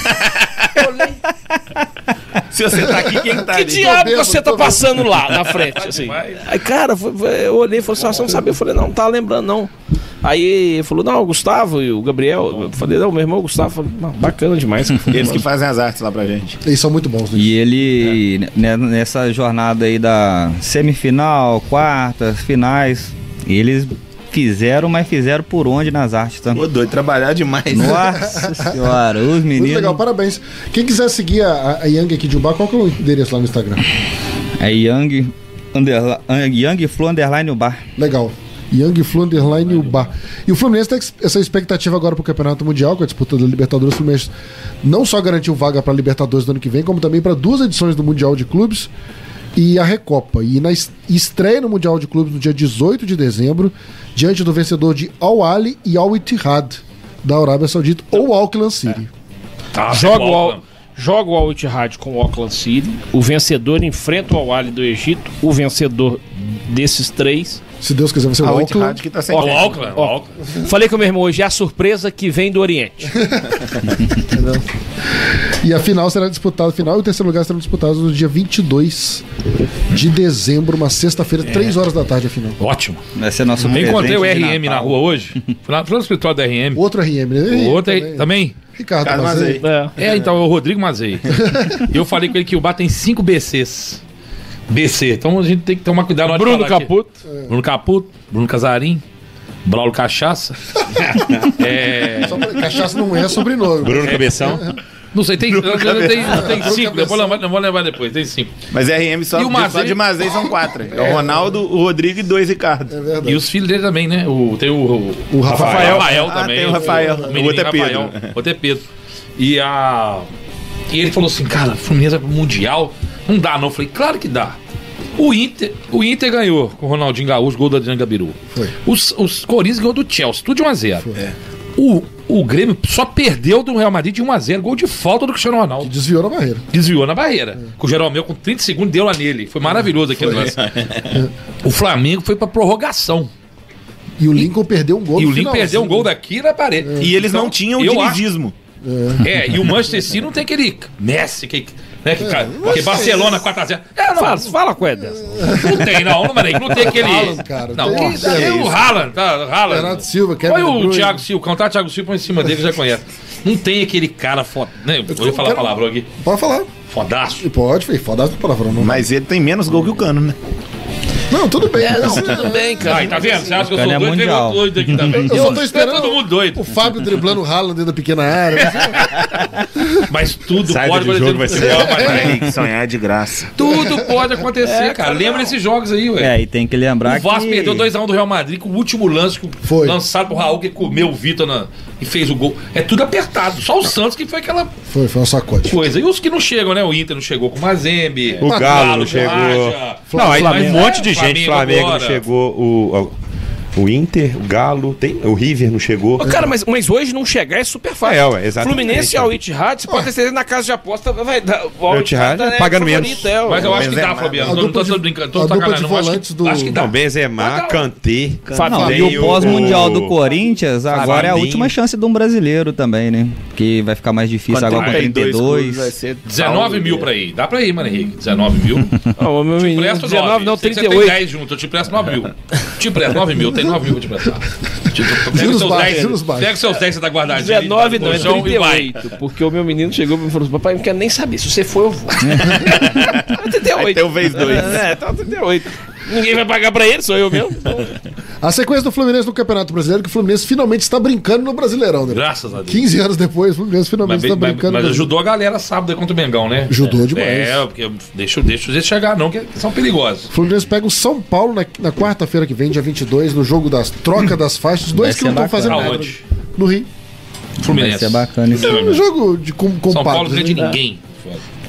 [SPEAKER 8] Se você tá aqui, quem tá
[SPEAKER 7] que
[SPEAKER 8] ali?
[SPEAKER 7] diabo
[SPEAKER 8] Tô bêbado,
[SPEAKER 7] você tá
[SPEAKER 8] tô bêbado.
[SPEAKER 7] passando lá na frente? Assim. Aí, cara, foi- foi- eu olhei e falei, "Ah, você não sabia? Eu falei, não, não tava lembrando, não. Aí ele falou, não, o Gustavo e o Gabriel. Eu falei, não, meu irmão o Gustavo. Eu falei, não, bacana demais.
[SPEAKER 8] Eles que fazem as artes lá pra gente.
[SPEAKER 3] Eles são muito bons.
[SPEAKER 10] E
[SPEAKER 7] É.
[SPEAKER 10] ele, né, nessa jornada aí da semifinal, quartas, finais, eles fizeram, mas fizeram por onde nas artes também.
[SPEAKER 8] Ô, doido, trabalhar demais.
[SPEAKER 10] Nossa senhora, os
[SPEAKER 3] Muito
[SPEAKER 10] meninos.
[SPEAKER 3] legal, parabéns. Quem quiser seguir a, a Young aqui de Ubá, qual que é o endereço lá no Instagram?
[SPEAKER 10] É Young, underla, Young Flu Underline o Bar.
[SPEAKER 3] Legal. Young Flu Underline Ubá. E o Fluminense tem ex- essa expectativa agora pro Campeonato Mundial, com a disputa da Libertadores. O Fluminense não só garantiu vaga pra Libertadores do ano que vem, como também pra duas edições do Mundial de Clubes e a Recopa. E na es- estreia no Mundial de Clubes no dia 18 de dezembro, diante do vencedor de Al Ali e Al Ittihad da Arábia Saudita ou Al Khlan City.
[SPEAKER 13] Tá,
[SPEAKER 7] Joga o,
[SPEAKER 13] igual,
[SPEAKER 7] Al- joga o Al Ittihad com o Auckland City. O vencedor enfrenta o Al tá Ahly do Egito. O vencedor desses três
[SPEAKER 3] Se Deus quiser, vai ser o Auckland.
[SPEAKER 7] Ó,
[SPEAKER 8] é.
[SPEAKER 7] ó, Falei com meu irmão hoje, é a surpresa que vem do Oriente.
[SPEAKER 3] E a final será disputada, a final e o terceiro lugar serão disputados no dia 22 de dezembro, uma sexta-feira, três 3 horas da tarde a final.
[SPEAKER 13] É. Ótimo.
[SPEAKER 10] Vai ser é nosso
[SPEAKER 13] Eu encontrei o
[SPEAKER 10] presente de
[SPEAKER 13] RM na
[SPEAKER 10] Natal.
[SPEAKER 13] rua hoje. Fui lá fui lá no escritório da RM.
[SPEAKER 3] Outro RM, né?
[SPEAKER 13] O outro aí,
[SPEAKER 3] também. Tá
[SPEAKER 13] também?
[SPEAKER 3] Ricardo Ricardo Mazei.
[SPEAKER 13] É. É, então, é o Rodrigo Mazei. e eu falei com ele que o bar tem cinco BCs. BC. Então a gente tem que tomar cuidado na hora de
[SPEAKER 7] Bruno
[SPEAKER 13] falar aqui.
[SPEAKER 7] Caputo.
[SPEAKER 3] É.
[SPEAKER 13] Bruno Caputo, Bruno Casarim, Braulio Cachaça. é...
[SPEAKER 3] Só pra- Cachaça não é sobrenome.
[SPEAKER 9] Bruno Cabeção.
[SPEAKER 13] Não sei, tem, tem, tem
[SPEAKER 3] Bruno
[SPEAKER 13] cinco. Eu vou levar, eu vou levar depois, tem cinco.
[SPEAKER 8] Mas RM só,
[SPEAKER 13] E o Mazei?
[SPEAKER 8] só de Mazei são quatro. É o Ronaldo, o Rodrigo e dois Ricardo.
[SPEAKER 3] É verdade.
[SPEAKER 13] E os filhos dele também, né? O, tem o, o,
[SPEAKER 3] O Rafael.
[SPEAKER 13] Rafael
[SPEAKER 8] Ah,
[SPEAKER 13] também.
[SPEAKER 8] tem o Rafael. O
[SPEAKER 13] menininho
[SPEAKER 8] outro é
[SPEAKER 13] Rafael.
[SPEAKER 8] Pedro.
[SPEAKER 13] O outro é Pedro. E a. E ele falou assim, cara, Fluminense vai pro Mundial. Não dá, não. Eu falei, claro que dá. O Inter, o Inter ganhou com o Ronaldinho Gaúcho, gol do Adriano Gabiru.
[SPEAKER 3] Foi.
[SPEAKER 13] Os, os Corinthians ganhou do Chelsea, tudo de 1x0. O, o Grêmio só perdeu do Real Madrid de 1x0, gol de falta do Cristiano Ronaldo
[SPEAKER 3] Desviou na barreira.
[SPEAKER 13] desviou na barreira. Com o Jeromel, com 30 segundos, deu lá nele. Foi maravilhoso aquele lance. o Flamengo foi pra prorrogação.
[SPEAKER 3] é. E o Lincoln perdeu um gol
[SPEAKER 13] e
[SPEAKER 3] no
[SPEAKER 13] o Link
[SPEAKER 3] finalzinho.
[SPEAKER 13] perdeu um gol daqui na parede.
[SPEAKER 3] É.
[SPEAKER 8] E eles
[SPEAKER 13] Então,
[SPEAKER 8] não tinham o
[SPEAKER 13] eu acho-
[SPEAKER 8] dirigismo.
[SPEAKER 13] É, e o Manchester City não tem aquele Messi, que, né,
[SPEAKER 3] É,
[SPEAKER 13] que, ca- que Barcelona 4x0. É, não,
[SPEAKER 7] Fala, fala com ele.
[SPEAKER 13] não tem, não, não, Marinho, não tem aquele.
[SPEAKER 3] Haaland, cara,
[SPEAKER 13] não,
[SPEAKER 3] tem-
[SPEAKER 13] que-
[SPEAKER 3] tem
[SPEAKER 13] tem o
[SPEAKER 3] isso.
[SPEAKER 13] Haaland, tá,
[SPEAKER 3] Bernardo
[SPEAKER 13] Haaland.
[SPEAKER 3] Silva, Kevin
[SPEAKER 13] Olha
[SPEAKER 3] De
[SPEAKER 13] o
[SPEAKER 3] Bruyne.
[SPEAKER 13] Thiago Silva, cantar Thiago Silva em cima dele, já conhece. Não tem aquele cara foda. Né, eu vou falar a
[SPEAKER 3] quero-
[SPEAKER 13] palavra aqui.
[SPEAKER 3] Pode falar.
[SPEAKER 13] Fodaço.
[SPEAKER 3] E pode, filho. Foda se palavrão. Não.
[SPEAKER 8] Mas ele tem menos gol que o Cano, né?
[SPEAKER 3] não, tudo bem. mas-
[SPEAKER 7] Também,
[SPEAKER 13] Aí, tá vendo? Você acha que eu
[SPEAKER 10] Cara,
[SPEAKER 13] sou
[SPEAKER 10] é
[SPEAKER 13] doido? Pegou
[SPEAKER 10] mundial.
[SPEAKER 13] doido aqui também.
[SPEAKER 3] Eu só tô esperando
[SPEAKER 13] É todo mundo
[SPEAKER 3] o
[SPEAKER 13] doido.
[SPEAKER 3] Fábio driblando o Haaland dentro da pequena área.
[SPEAKER 13] Mas tudo
[SPEAKER 9] Saída
[SPEAKER 13] pode
[SPEAKER 9] de jogo vai ser-
[SPEAKER 13] Real Madrid.
[SPEAKER 8] Henrique,
[SPEAKER 7] Então
[SPEAKER 8] sonhar é de graça.
[SPEAKER 13] Tudo pode acontecer,
[SPEAKER 3] É,
[SPEAKER 13] cara. Lembra desses jogos aí,
[SPEAKER 10] É,
[SPEAKER 13] ué.
[SPEAKER 10] e tem que lembrar
[SPEAKER 13] o Vasco
[SPEAKER 10] que...
[SPEAKER 13] perdeu 2x1 do Real Madrid com o último lance que
[SPEAKER 3] Foi.
[SPEAKER 13] lançado pro Raul, que comeu o Vitor na- e fez o gol. É tudo apertado. Só o Santos que foi aquela
[SPEAKER 3] Foi, foi um sacode.
[SPEAKER 13] coisa. E os que não chegam, né? O Inter não chegou com o Mazembe.
[SPEAKER 9] É. O Galo não chegou.
[SPEAKER 13] Ah,
[SPEAKER 9] Não, aí um monte de gente. Flamengo não chegou. O, o Inter, o Galo, tem, o River não chegou.
[SPEAKER 7] Ô, cara, mas, mas hoje não chegar é super fácil.
[SPEAKER 9] Uhum. É, ué, exatamente.
[SPEAKER 7] Fluminense ao Itihad, você pode ter certeza que na casa de aposta vai dar. O Al
[SPEAKER 9] Ittihad
[SPEAKER 7] tá, né,
[SPEAKER 9] pagando
[SPEAKER 7] favorito,
[SPEAKER 9] menos.
[SPEAKER 7] É, ué.
[SPEAKER 13] Mas eu acho que
[SPEAKER 8] Benzema,
[SPEAKER 13] dá, Fabiano.
[SPEAKER 3] a
[SPEAKER 13] Não tô
[SPEAKER 3] dupla de-
[SPEAKER 13] tô brincando,
[SPEAKER 3] a
[SPEAKER 13] tô
[SPEAKER 3] dupla de
[SPEAKER 13] sacanagem. não. Acho que-
[SPEAKER 3] volantes do- um
[SPEAKER 13] Acho que dá.
[SPEAKER 9] Não, Benzema, Kanté.
[SPEAKER 10] Não,
[SPEAKER 9] Tem
[SPEAKER 10] e o
[SPEAKER 9] o-
[SPEAKER 10] pós-mundial do Corinthians agora é a
[SPEAKER 9] Fabinho.
[SPEAKER 10] última chance de um brasileiro também, né? Que vai ficar mais difícil agora com 32.
[SPEAKER 8] vai ser
[SPEAKER 13] 19 mil pra ir. Dá pra ir, mano, Henrique. 19 mil.
[SPEAKER 7] Não, o meu menino,
[SPEAKER 13] Presto
[SPEAKER 7] 19,
[SPEAKER 13] 19,
[SPEAKER 7] não,
[SPEAKER 13] Você tem
[SPEAKER 7] 38.
[SPEAKER 13] 10 junto, eu te presto 9 mil. Te presto 9 mil, tem 9 mil pra te prestar. Te- te- Pega
[SPEAKER 3] Juros
[SPEAKER 13] os seus
[SPEAKER 3] baixos,
[SPEAKER 13] 10,
[SPEAKER 3] juros baixos.
[SPEAKER 13] pega os seus 10 que você tá guardadinho.
[SPEAKER 7] 19 não, é
[SPEAKER 13] Então, e vai.
[SPEAKER 7] 38. Porque o meu menino chegou e me falou assim, papai, eu não quero nem saber, se você for eu vou.
[SPEAKER 8] Aí
[SPEAKER 7] 38.
[SPEAKER 8] tem o vez dois.
[SPEAKER 7] É, tá 38. Ninguém vai pagar pra ele, sou eu mesmo.
[SPEAKER 3] A sequência do Fluminense no Campeonato Brasileiro, que o Fluminense finalmente está brincando no Brasileirão. Né?
[SPEAKER 13] Graças a Deus.
[SPEAKER 3] 15 anos depois, o Fluminense
[SPEAKER 13] Mas,
[SPEAKER 3] finalmente está
[SPEAKER 13] mas,
[SPEAKER 3] brincando.
[SPEAKER 13] mas
[SPEAKER 3] no
[SPEAKER 13] ajudou a galera sábado aí contra o Mengão, né?
[SPEAKER 3] Ajudou demais.
[SPEAKER 13] É, porque deixa, deixa eles chegar, não, que são perigosos.
[SPEAKER 3] O Fluminense pega o São Paulo na, na quarta-feira que vem, dia 22, no jogo das trocas das faixas. Os dois
[SPEAKER 10] Vai
[SPEAKER 3] que não
[SPEAKER 10] ser
[SPEAKER 3] estão
[SPEAKER 10] bacana.
[SPEAKER 3] fazendo nada.
[SPEAKER 13] Aonde?
[SPEAKER 3] No Rio.
[SPEAKER 10] Vai
[SPEAKER 13] Fluminense.
[SPEAKER 10] ser bacana isso.
[SPEAKER 3] É um jogo de com, com
[SPEAKER 13] São Paulo não
[SPEAKER 3] padres,
[SPEAKER 13] tem de
[SPEAKER 3] né?
[SPEAKER 13] ninguém.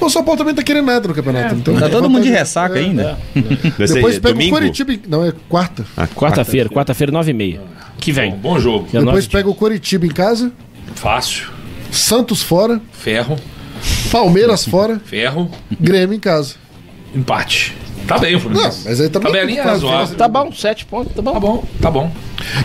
[SPEAKER 3] O São Paulo também tá querendo nada no campeonato. então
[SPEAKER 10] Tá todo
[SPEAKER 3] vantagem-
[SPEAKER 10] mundo de ressaca
[SPEAKER 3] É.
[SPEAKER 10] ainda.
[SPEAKER 9] Vai ser
[SPEAKER 3] Depois pega
[SPEAKER 9] domingo?
[SPEAKER 3] o Coritiba. em- Não, é quarta.
[SPEAKER 7] Quarta-feira, quarta-feira, 9 e meia. Que
[SPEAKER 13] Bom,
[SPEAKER 7] vem.
[SPEAKER 13] Ah, bom jogo.
[SPEAKER 7] Dia
[SPEAKER 3] Depois
[SPEAKER 7] 9 de-
[SPEAKER 3] pega o Coritiba em casa,
[SPEAKER 13] Fácil.
[SPEAKER 3] Santos fora,
[SPEAKER 13] Ferro,
[SPEAKER 3] Palmeiras fora,
[SPEAKER 13] ferro,
[SPEAKER 3] Grêmio em casa.
[SPEAKER 13] empate. Tá bem, o
[SPEAKER 3] Não,
[SPEAKER 13] Fluminense.
[SPEAKER 3] mas aí também.
[SPEAKER 13] Tabelinha
[SPEAKER 3] tá-
[SPEAKER 13] razoável.
[SPEAKER 7] Tá bom, 7 pontos, tá bom.
[SPEAKER 13] Tá bom, tá bom.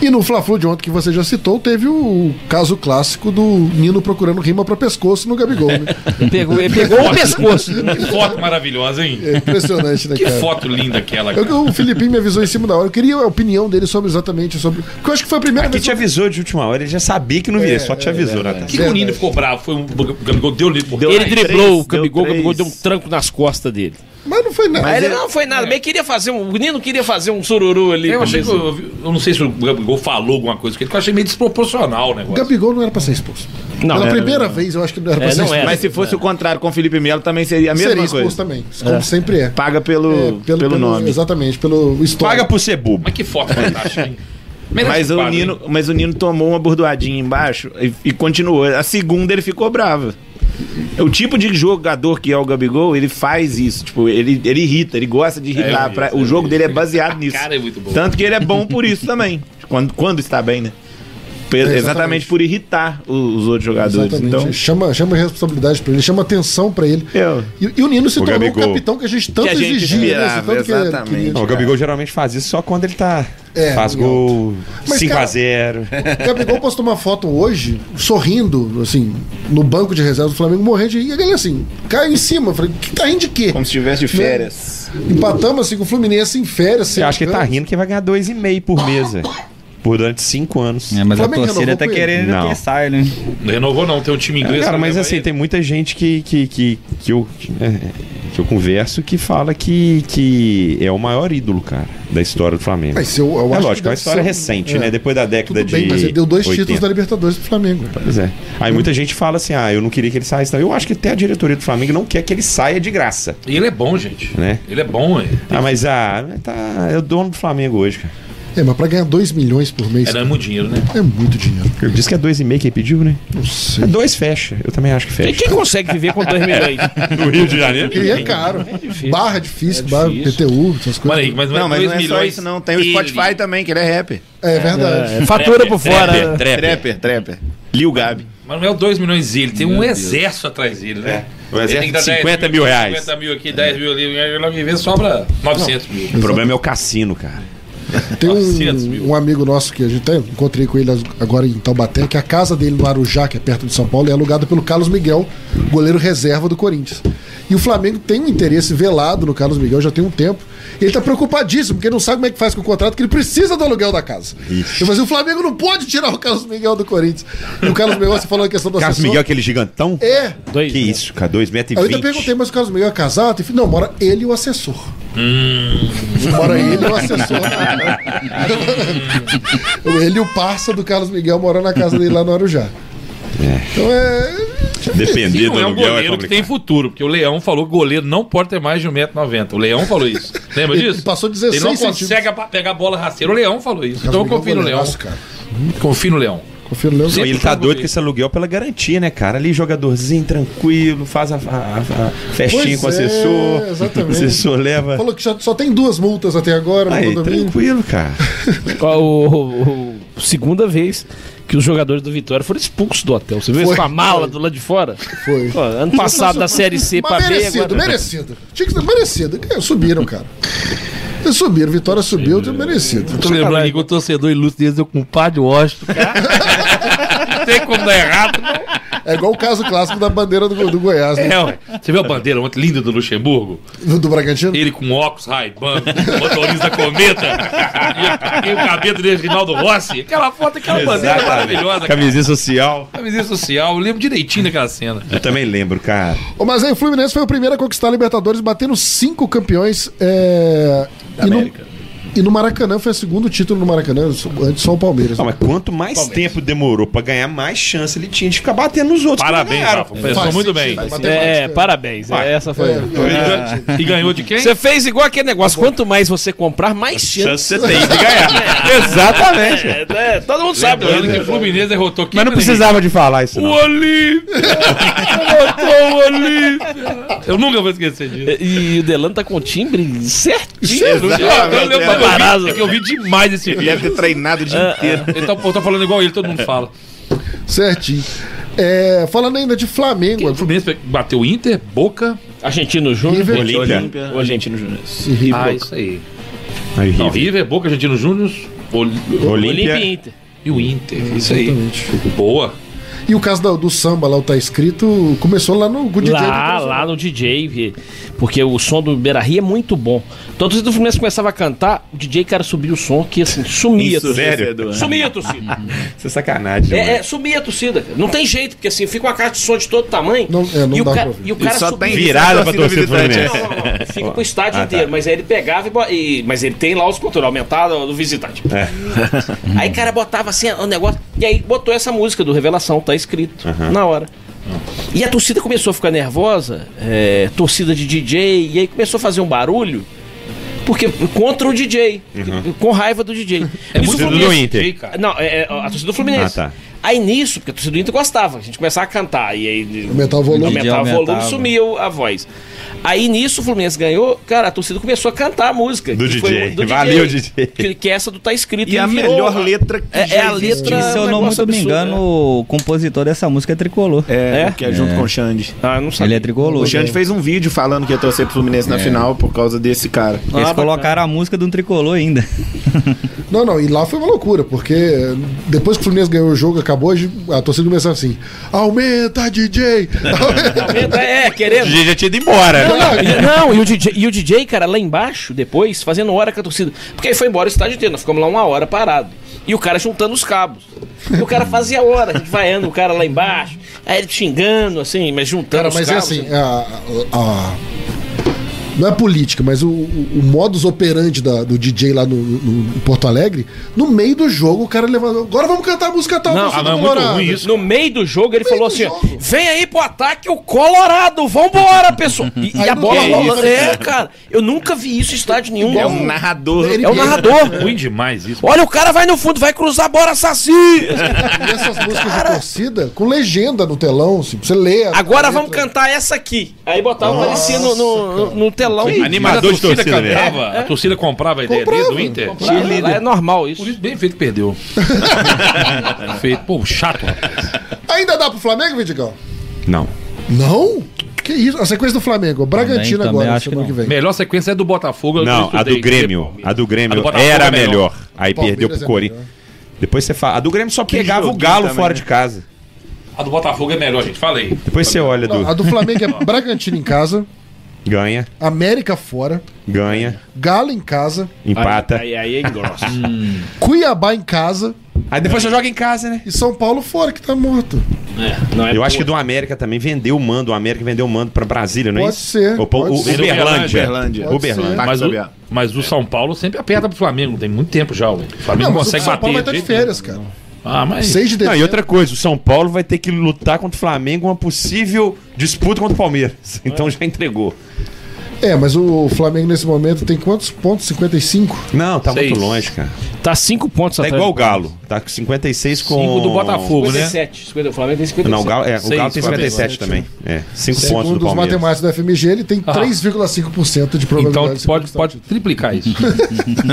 [SPEAKER 3] E no Fla-Flu de ontem que você já citou, teve o caso clássico do Nino procurando rima pra pescoço no Gabigol, né?
[SPEAKER 7] Pegou, ele pegou o pescoço.
[SPEAKER 13] Que foto maravilhosa, hein?
[SPEAKER 3] É impressionante, né,
[SPEAKER 13] Que
[SPEAKER 3] cara?
[SPEAKER 13] foto linda aquela, cara.
[SPEAKER 3] Eu- o Filipinho me avisou em cima da hora. Eu queria a opinião dele sobre exatamente sobre. Porque eu É, acho que foi a primeira
[SPEAKER 9] Aqui
[SPEAKER 3] vez.
[SPEAKER 9] te avisou de última hora, ele já sabia que não viria, É, só te
[SPEAKER 10] É,
[SPEAKER 9] avisou, Natália.
[SPEAKER 13] Que o Nino ficou bravo. Foi um. O Gabigol deu livre. Deu
[SPEAKER 7] Ele driblou o
[SPEAKER 8] três,
[SPEAKER 7] Gabigol, o
[SPEAKER 8] deu
[SPEAKER 7] Gabigol deu
[SPEAKER 8] três.
[SPEAKER 7] um tranco nas costas dele.
[SPEAKER 3] Mas não foi nada.
[SPEAKER 7] Aí ele não foi
[SPEAKER 4] É.
[SPEAKER 7] nada,
[SPEAKER 10] É.
[SPEAKER 7] mas ele queria fazer um. O Nino queria fazer um sururu ali.
[SPEAKER 13] Eu achei que.
[SPEAKER 7] Cabeça.
[SPEAKER 13] Eu, eu não sei se o Gabigol falou alguma coisa com ele, porque eu achei meio desproporcional o
[SPEAKER 3] O
[SPEAKER 13] negócio.
[SPEAKER 3] Gabigol não era pra ser expulso.
[SPEAKER 7] Não,
[SPEAKER 3] Pela
[SPEAKER 7] é,
[SPEAKER 3] primeira vez, eu acho que não era pra
[SPEAKER 7] É,
[SPEAKER 3] ser
[SPEAKER 7] não
[SPEAKER 3] expulso.
[SPEAKER 7] era.
[SPEAKER 8] Mas se fosse o contrário com o Felipe Melo, também seria a mesma
[SPEAKER 3] Seria expulso
[SPEAKER 8] coisa.
[SPEAKER 3] também. Como sempre é.
[SPEAKER 8] Paga pelo,
[SPEAKER 3] É,
[SPEAKER 8] pelo, nome.
[SPEAKER 3] Exatamente, pelo histórico.
[SPEAKER 9] Paga por ser bobo.
[SPEAKER 13] Mas que foto fantástica, hein? Merece
[SPEAKER 8] Mas o,
[SPEAKER 13] quadro, hein?
[SPEAKER 8] Nino, mas o Nino tomou uma bordoadinha embaixo e, e continuou. A segunda ele ficou bravo. O tipo de jogador que é o Gabigol, ele faz isso. Tipo, ele, ele irrita, ele gosta de irritar.
[SPEAKER 13] eu vi,
[SPEAKER 8] pra-
[SPEAKER 13] eu
[SPEAKER 8] o jogo
[SPEAKER 13] vi.
[SPEAKER 8] dele é baseado
[SPEAKER 13] A
[SPEAKER 8] nisso.
[SPEAKER 13] cara é muito boa.
[SPEAKER 8] Tanto que ele é bom por isso também. Quando, quando está bem, né? Pe- Exatamente. por irritar o- os outros jogadores.
[SPEAKER 3] Exatamente.
[SPEAKER 8] Então,
[SPEAKER 3] Chama, chama responsabilidade pra ele, chama atenção pra ele. E, e o Nino se
[SPEAKER 9] O
[SPEAKER 3] tornou
[SPEAKER 9] Gabigol.
[SPEAKER 3] o capitão que a gente tanto
[SPEAKER 9] É. Que a gente
[SPEAKER 3] exigia, né?
[SPEAKER 9] esperava,
[SPEAKER 3] Tanto que- que-
[SPEAKER 9] exatamente. Não, o Gabigol geralmente faz isso só quando ele tá.
[SPEAKER 3] É,
[SPEAKER 9] faz
[SPEAKER 3] em
[SPEAKER 9] gol
[SPEAKER 3] Mas,
[SPEAKER 9] 5
[SPEAKER 3] cara,
[SPEAKER 9] a 0
[SPEAKER 10] é
[SPEAKER 3] O Gabigol postou uma foto hoje, sorrindo, assim, no banco de reserva do Flamengo, morrendo de. E a galera, assim, caiu em cima. Eu Falei, que tá rindo de quê? Né?
[SPEAKER 8] Como se estivesse de férias.
[SPEAKER 3] Empatamos, assim, com o Fluminense em férias. assim.
[SPEAKER 9] Você acha que ele tá rindo que vai ganhar 2,5 por mês, velho. Por durante 5 anos. É,
[SPEAKER 10] mas a Flamengo torcida renovou tá com ele. querendo que saia, né?
[SPEAKER 13] Não renovou, não. Tem um time inglês.
[SPEAKER 9] É, cara,
[SPEAKER 13] que
[SPEAKER 9] mas
[SPEAKER 13] leva
[SPEAKER 9] assim,
[SPEAKER 13] ele.
[SPEAKER 9] tem muita gente que, que, que, que, eu, é, que eu converso que fala que, que é o maior ídolo, cara, da história do Flamengo.
[SPEAKER 3] Mas eu- eu
[SPEAKER 9] é lógico,
[SPEAKER 3] acho
[SPEAKER 9] é
[SPEAKER 3] que
[SPEAKER 9] uma
[SPEAKER 3] deve
[SPEAKER 9] história
[SPEAKER 3] ser-
[SPEAKER 9] recente,
[SPEAKER 3] é.
[SPEAKER 9] né? Depois da década
[SPEAKER 3] Tudo bem,
[SPEAKER 9] de.
[SPEAKER 3] mas ele deu dois
[SPEAKER 9] 80.
[SPEAKER 3] títulos Hum. da Libertadores pro Flamengo.
[SPEAKER 9] Pois é. Aí muita gente fala assim: ah, eu não queria que ele saísse. não. Eu acho que até a diretoria do Flamengo não quer que ele saia de graça.
[SPEAKER 13] E ele é bom, gente.
[SPEAKER 9] Né?
[SPEAKER 13] Ele é bom, hein?
[SPEAKER 9] Ah, mas ah, tá, é o dono do Flamengo hoje, cara.
[SPEAKER 3] É, mas pra ganhar 2 milhões por mês.
[SPEAKER 9] É, não é muito dinheiro, né?
[SPEAKER 3] É muito dinheiro.
[SPEAKER 9] Eu disse que é 2,5 que ele pediu, né?
[SPEAKER 3] Não sei.
[SPEAKER 9] Dois fecha. Eu também acho que fecha.
[SPEAKER 7] Quem, quem consegue viver com 2 milhões?
[SPEAKER 9] É.
[SPEAKER 13] é?
[SPEAKER 9] No Rio de Janeiro?
[SPEAKER 3] E é caro. barra é difícil, barra PTU, essas coisas.
[SPEAKER 8] não, mas não é só isso, não. Tem o Spotify também, que ele é rapper.
[SPEAKER 3] É verdade.
[SPEAKER 13] É,
[SPEAKER 3] Fatura
[SPEAKER 13] por fora,
[SPEAKER 8] Trapper,
[SPEAKER 13] né?
[SPEAKER 8] trapper, trapper. Lil Gabi.
[SPEAKER 13] Mas não é o 2 milhões ele, tem um
[SPEAKER 8] Meu Deus.
[SPEAKER 13] exército atrás dele, né?
[SPEAKER 9] É. O
[SPEAKER 13] Ele
[SPEAKER 9] exército
[SPEAKER 13] tem que dar
[SPEAKER 9] de
[SPEAKER 13] 10
[SPEAKER 9] 50 mil reais.
[SPEAKER 13] 50 mil aqui, 10 mil ali, ele vai viver sobra 900 mil.
[SPEAKER 9] O problema é o cassino, cara.
[SPEAKER 3] Tem um, um amigo nosso que a gente até encontrei com ele agora em Taubaté, que a casa dele no Arujá, que é perto de São Paulo, é alugada pelo Carlos Miguel, goleiro reserva do Corinthians. E o Flamengo tem um interesse velado no Carlos Miguel já tem um tempo. E ele tá preocupadíssimo, porque ele não sabe como é que faz com o contrato, que ele precisa do aluguel da casa.
[SPEAKER 9] Ixi.
[SPEAKER 3] Eu falei, assim, o Flamengo não pode tirar o Carlos Miguel do Corinthians. E o Carlos Miguel, você falou a questão do
[SPEAKER 9] Carlos
[SPEAKER 3] assessor.
[SPEAKER 9] Miguel, aquele gigantão?
[SPEAKER 3] É.
[SPEAKER 9] que isso, cara, 2,20 metros
[SPEAKER 3] Aí eu
[SPEAKER 9] e
[SPEAKER 3] ainda
[SPEAKER 9] vinte.
[SPEAKER 3] perguntei, mas o Carlos Miguel é casado? Não, mora ele e o assessor. Mora ele e o assessor. ele e o parça do Carlos Miguel morando na casa dele lá no Arujá. Então é.
[SPEAKER 13] Se
[SPEAKER 9] Depender
[SPEAKER 13] não
[SPEAKER 9] do
[SPEAKER 13] é um
[SPEAKER 9] aluguel é
[SPEAKER 13] goleiro que
[SPEAKER 9] complicado.
[SPEAKER 13] tem futuro, porque o Leão falou que goleiro não pode ter mais de 1,90m. O Leão falou isso. Lembra
[SPEAKER 3] Ele
[SPEAKER 13] disso?
[SPEAKER 3] passou 16
[SPEAKER 13] Ele não
[SPEAKER 3] centímetros.
[SPEAKER 13] consegue apa- pegar a bola rasteira. O Leão falou isso.
[SPEAKER 9] Carlos
[SPEAKER 13] Então eu
[SPEAKER 9] Miguel
[SPEAKER 13] confio no Leão.
[SPEAKER 9] goleiraço,
[SPEAKER 13] Confio no Leão.
[SPEAKER 3] Confio no Leão.
[SPEAKER 9] Não, e ele tá doido com esse aluguel pela garantia, né, cara? Ali, jogadorzinho tranquilo, faz a, a- a- a festinha
[SPEAKER 3] Pois
[SPEAKER 9] com o
[SPEAKER 3] é,
[SPEAKER 9] assessor.
[SPEAKER 3] exatamente.
[SPEAKER 9] O assessor leva.
[SPEAKER 3] Falou que já- só tem duas multas até agora
[SPEAKER 9] Aí,
[SPEAKER 3] no condomínio.
[SPEAKER 9] tranquilo, cara.
[SPEAKER 7] O, o- o- segunda vez que os jogadores do Vitória foram expulsos do hotel. Você viu
[SPEAKER 3] Foi,
[SPEAKER 7] isso com a mala do lado de fora?
[SPEAKER 3] Foi.
[SPEAKER 7] Pô, ano passado da Série C
[SPEAKER 3] Mas
[SPEAKER 7] pra B.
[SPEAKER 3] merecido,
[SPEAKER 7] agora- tá
[SPEAKER 3] merecido. Tinha que ser merecido. É, Subiram, cara. Eles subiram, Vitória subiu, tudo merecido.
[SPEAKER 13] Tô lembrando aqui que o torcedor ilustre deles é o compadre Washington. Não tem como dar errado.
[SPEAKER 3] É igual o caso clássico da bandeira do, do Goiás, né?
[SPEAKER 13] É, ué. Você viu a bandeira ontem linda do Luxemburgo?
[SPEAKER 3] Do, do Bragantino?
[SPEAKER 13] Ele com óculos, Ray-Ban, motorista cometa e, e o cabelo de Reginaldo Rossi. Aquela foto, aquela bandeira maravilhosa. cara.
[SPEAKER 9] Camisinha social.
[SPEAKER 13] Camisinha social, eu lembro direitinho daquela cena.
[SPEAKER 9] Eu também lembro, cara.
[SPEAKER 3] Ô, Mas aí o Fluminense foi o primeiro a conquistar a Libertadores, batendo cinco campeões. É... Da América. E no Maracanã foi o segundo título no Maracanã, antes só o Palmeiras.
[SPEAKER 9] Não, mas quanto mais tempo demorou pra ganhar, mais chance ele tinha de ficar batendo nos outros.
[SPEAKER 13] Parabéns, Rafa. Pensou
[SPEAKER 9] Faz
[SPEAKER 13] muito
[SPEAKER 9] sentido,
[SPEAKER 13] bem.
[SPEAKER 9] faz sentido.
[SPEAKER 7] É, parabéns.
[SPEAKER 9] Vai.
[SPEAKER 7] É, essa foi.
[SPEAKER 13] É. E ganhou de quem?
[SPEAKER 7] Você fez igual aquele negócio. Quanto mais você comprar, mais chance
[SPEAKER 9] você tem de ganhar. Exatamente.
[SPEAKER 7] É, é, todo mundo sabe.
[SPEAKER 13] Lembrando
[SPEAKER 7] né?
[SPEAKER 13] que o Fluminense derrotou quem?
[SPEAKER 9] Mas não precisava de falar isso,
[SPEAKER 13] O
[SPEAKER 9] não.
[SPEAKER 13] Olímpia! Derrotou o Olímpia! Eu nunca vou esquecer disso.
[SPEAKER 7] E, e o Delano tá com o timbre certinho. Tá
[SPEAKER 13] Eu lembro- eu lembro- eu vi-
[SPEAKER 7] Paparazzo.
[SPEAKER 13] é que eu vi demais esse vídeo.
[SPEAKER 8] Deve ter treinado o dia inteiro.
[SPEAKER 13] Ele tá, pô, tá falando igual ele, todo mundo fala.
[SPEAKER 3] Certinho. É, falando ainda de Flamengo.
[SPEAKER 13] O Fluminense bateu o Inter, Boca.
[SPEAKER 7] Argentino Júnior.
[SPEAKER 3] River.
[SPEAKER 7] O Argentino Júnior.
[SPEAKER 13] Ah, isso aí.
[SPEAKER 9] Aí,
[SPEAKER 13] Não,
[SPEAKER 9] River.
[SPEAKER 13] River, Boca, Argentino Júnior Oli-
[SPEAKER 9] Olímpia.
[SPEAKER 7] Olímpia e Inter.
[SPEAKER 13] e o Inter. Isso aí.
[SPEAKER 3] Exatamente.
[SPEAKER 13] Boa.
[SPEAKER 3] E o caso do, do samba lá, o Tá Escrito, começou lá no Good Day do
[SPEAKER 7] Lá,
[SPEAKER 3] Internacional.
[SPEAKER 7] lá no DJ, vi. porque o som do Beira Rio é muito bom. Então, a torcida do Fluminense começava a cantar, o DJ, cara, subia o som que assim, sumia a torcida.
[SPEAKER 9] Sério?
[SPEAKER 7] Sumia a torcida.
[SPEAKER 9] é Isso é sacanagem.
[SPEAKER 7] É,
[SPEAKER 9] mano.
[SPEAKER 7] é, sumia a torcida, cara. Não tem jeito, porque assim, fica uma caixa de som de todo tamanho.
[SPEAKER 3] Não- é, não
[SPEAKER 7] e, o
[SPEAKER 3] dá
[SPEAKER 7] cara,
[SPEAKER 3] pra ouvir.
[SPEAKER 7] e o cara
[SPEAKER 8] E só
[SPEAKER 7] subia.
[SPEAKER 8] tem
[SPEAKER 9] Virada pra torcer pro
[SPEAKER 8] Visitante,
[SPEAKER 9] Fluminense.
[SPEAKER 7] Não, não, não. Fica pro
[SPEAKER 9] Ah,
[SPEAKER 7] estádio
[SPEAKER 9] tá.
[SPEAKER 7] inteiro, mas aí ele pegava e, bo- e- Mas ele tem lá os controles aumentados do visitante.
[SPEAKER 10] É.
[SPEAKER 9] Uhum.
[SPEAKER 7] aí o cara botava assim o negócio. E aí botou essa música do Revelação, tá escrito na hora. E a torcida começou a ficar nervosa, é, torcida de DJ, e aí começou a fazer um barulho. Porque contra o DJ, com raiva do DJ.
[SPEAKER 9] muito
[SPEAKER 7] o
[SPEAKER 9] do
[SPEAKER 7] Fluminense-
[SPEAKER 9] Inter.
[SPEAKER 7] Não, é, é a torcida do Fluminense.
[SPEAKER 9] Ah, tá.
[SPEAKER 7] Aí nisso, porque a torcida do Inter gostava, a gente começava a cantar. E aí
[SPEAKER 3] Aumentar o volume.
[SPEAKER 7] aumentava o
[SPEAKER 3] Aumentava.
[SPEAKER 7] volume, sumiu a voz. Aí nisso o Fluminense ganhou, cara, a torcida começou a cantar a música.
[SPEAKER 9] Do
[SPEAKER 7] que
[SPEAKER 9] DJ. Valeu, DJ.
[SPEAKER 7] Que, que é essa do Tá Escrito.
[SPEAKER 10] E a melhor letra
[SPEAKER 7] que é, é a letra.
[SPEAKER 10] Se eu
[SPEAKER 7] um
[SPEAKER 10] não muito
[SPEAKER 7] negócio
[SPEAKER 10] me
[SPEAKER 7] absurdo,
[SPEAKER 10] engano, o compositor dessa música é tricolor.
[SPEAKER 8] É, que é junto com o Xande.
[SPEAKER 7] Ah, não
[SPEAKER 10] Ele é tricolor.
[SPEAKER 8] O Xande fez um vídeo falando que ia torcer pro Fluminense na
[SPEAKER 10] É.
[SPEAKER 8] final por causa desse cara. Ah,
[SPEAKER 10] Eles colocaram a música de um tricolor ainda.
[SPEAKER 3] Não, não, e lá foi uma loucura, porque depois que o Fluminense ganhou o jogo, acabou, a torcida começou assim: aumenta, DJ!
[SPEAKER 7] É, querendo.
[SPEAKER 9] O DJ já tinha ido embora.
[SPEAKER 7] Não, não, e- não, e, o DJ, e o DJ, cara, lá embaixo, depois, fazendo hora com a torcida. Porque aí foi embora o estádio inteiro, nós ficamos lá uma hora parado. E o cara juntando os cabos. E o cara fazia hora, a gente vaiando o cara lá embaixo. Aí ele xingando, assim, mas juntando
[SPEAKER 3] Cara,
[SPEAKER 7] os né?
[SPEAKER 3] mas é
[SPEAKER 7] cabos.
[SPEAKER 3] assim, a- a- não é política, mas o, o- o modus operandi da- do DJ lá no, no- em Porto Alegre, no meio do jogo o cara levantou. Agora vamos cantar a música tal,
[SPEAKER 7] Não,
[SPEAKER 3] música
[SPEAKER 7] não, é
[SPEAKER 3] do
[SPEAKER 7] muito
[SPEAKER 3] Colorado."
[SPEAKER 7] ruim isso. No meio do jogo ele falou assim: ó, vem aí pro ataque o Colorado, vambora, pessoal. E, e
[SPEAKER 3] Aí
[SPEAKER 7] a
[SPEAKER 3] não
[SPEAKER 7] bola
[SPEAKER 3] tem
[SPEAKER 7] rolando.
[SPEAKER 3] isso,
[SPEAKER 7] É,
[SPEAKER 3] cara.
[SPEAKER 7] cara, eu nunca vi isso em estádio nenhum.
[SPEAKER 13] É um narrador.
[SPEAKER 7] É um narrador.
[SPEAKER 13] Ruim demais isso.
[SPEAKER 7] Olha, o cara vai no fundo, vai cruzar, bora, Saci!
[SPEAKER 3] E essas músicas de torcida com legenda no telão, assim, pra você lê. a-
[SPEAKER 7] Agora vamos cantar essa aqui. Aí botava parecia no, no, no- no telão.
[SPEAKER 13] Sim,
[SPEAKER 9] Animador
[SPEAKER 13] a
[SPEAKER 9] de
[SPEAKER 13] torcida É
[SPEAKER 9] torcida, velho.
[SPEAKER 13] cantava,
[SPEAKER 7] É.
[SPEAKER 13] a torcida comprava a ideia dele do Inter.
[SPEAKER 7] Lá, lá é normal isso.
[SPEAKER 13] Por isso, bem feito que perdeu. Bem feito. Pô, chato, rapaz.
[SPEAKER 3] Ainda dá pro Flamengo, Vidigão?
[SPEAKER 9] Não.
[SPEAKER 3] Não? Que isso? A sequência do Flamengo. Bragantino
[SPEAKER 10] também
[SPEAKER 3] agora,
[SPEAKER 10] acho
[SPEAKER 3] semana que,
[SPEAKER 10] que
[SPEAKER 3] vem.
[SPEAKER 13] Melhor sequência é do Botafogo. eu
[SPEAKER 9] Não, a do
[SPEAKER 13] estudei.
[SPEAKER 9] Grêmio. A do
[SPEAKER 13] A do
[SPEAKER 9] Grêmio
[SPEAKER 13] Botafogo
[SPEAKER 9] era
[SPEAKER 13] é melhor.
[SPEAKER 9] melhor. Aí
[SPEAKER 3] Palmeiras
[SPEAKER 9] perdeu pro
[SPEAKER 3] é
[SPEAKER 9] Corinthians. Depois você fala. A do Grêmio só pegava o
[SPEAKER 8] joguinho
[SPEAKER 9] Galo
[SPEAKER 8] também,
[SPEAKER 9] fora
[SPEAKER 8] né?
[SPEAKER 9] de casa.
[SPEAKER 13] A do Botafogo é melhor, gente. Falei.
[SPEAKER 9] Depois você olha do.
[SPEAKER 3] A do Flamengo é Bragantino em casa,
[SPEAKER 9] Ganha,
[SPEAKER 3] América fora,
[SPEAKER 9] ganha,
[SPEAKER 3] Galo em casa,
[SPEAKER 9] empata. Hum.
[SPEAKER 7] Aí, aí é engrosso.
[SPEAKER 3] Cuiabá em casa
[SPEAKER 9] Aí depois você joga em casa, né?
[SPEAKER 3] e São Paulo fora, que tá morto.
[SPEAKER 7] É, não é
[SPEAKER 9] Eu acho que
[SPEAKER 7] boa.
[SPEAKER 9] do América também vendeu o mando. O América vendeu o mando pra Brasília, não é
[SPEAKER 3] Pode
[SPEAKER 9] isso?
[SPEAKER 3] ser,
[SPEAKER 9] Ou,
[SPEAKER 3] pode
[SPEAKER 9] o
[SPEAKER 3] ser.
[SPEAKER 9] Uberlândia.
[SPEAKER 8] Uberlândia.
[SPEAKER 9] Uberlândia.
[SPEAKER 8] Pode
[SPEAKER 9] Uberlândia.
[SPEAKER 13] Mas o,
[SPEAKER 8] Sabiá.
[SPEAKER 13] mas o São Paulo sempre aperta pro Flamengo. Tem muito tempo já, ué. O Flamengo
[SPEAKER 3] Não, mas
[SPEAKER 13] consegue
[SPEAKER 3] o São
[SPEAKER 13] bater.
[SPEAKER 3] Paulo vai estar de
[SPEAKER 13] jeito nenhum.
[SPEAKER 3] férias, cara.
[SPEAKER 13] Ah, mas...
[SPEAKER 3] 6 de
[SPEAKER 9] Não,
[SPEAKER 3] dezembro.
[SPEAKER 9] e outra coisa, o São Paulo vai ter que lutar contra o Flamengo uma possível disputa contra o Palmeiras. Então já entregou.
[SPEAKER 3] É, mas o Flamengo nesse momento tem quantos pontos? 55?
[SPEAKER 9] Não, tá
[SPEAKER 13] Seis.
[SPEAKER 9] muito longe, cara.
[SPEAKER 7] Tá 5 pontos
[SPEAKER 9] Tá
[SPEAKER 7] atrás.
[SPEAKER 9] igual o Galo. Tá com 56 com.
[SPEAKER 13] Cinco do Botafogo. Fogo, né?
[SPEAKER 7] 57, 50, o Flamengo tem 57.
[SPEAKER 9] Não, o Galo, é, o
[SPEAKER 13] Seis,
[SPEAKER 9] Galo tem 57 também. É, 5 pontos do
[SPEAKER 3] Segundo os
[SPEAKER 9] Palmeiras.
[SPEAKER 3] matemáticos da FMG, ele tem
[SPEAKER 13] Ah.
[SPEAKER 3] 3,5% de probabilidade
[SPEAKER 13] Então
[SPEAKER 3] de
[SPEAKER 13] pode,
[SPEAKER 3] conquistar
[SPEAKER 13] pode
[SPEAKER 3] o
[SPEAKER 13] triplicar isso.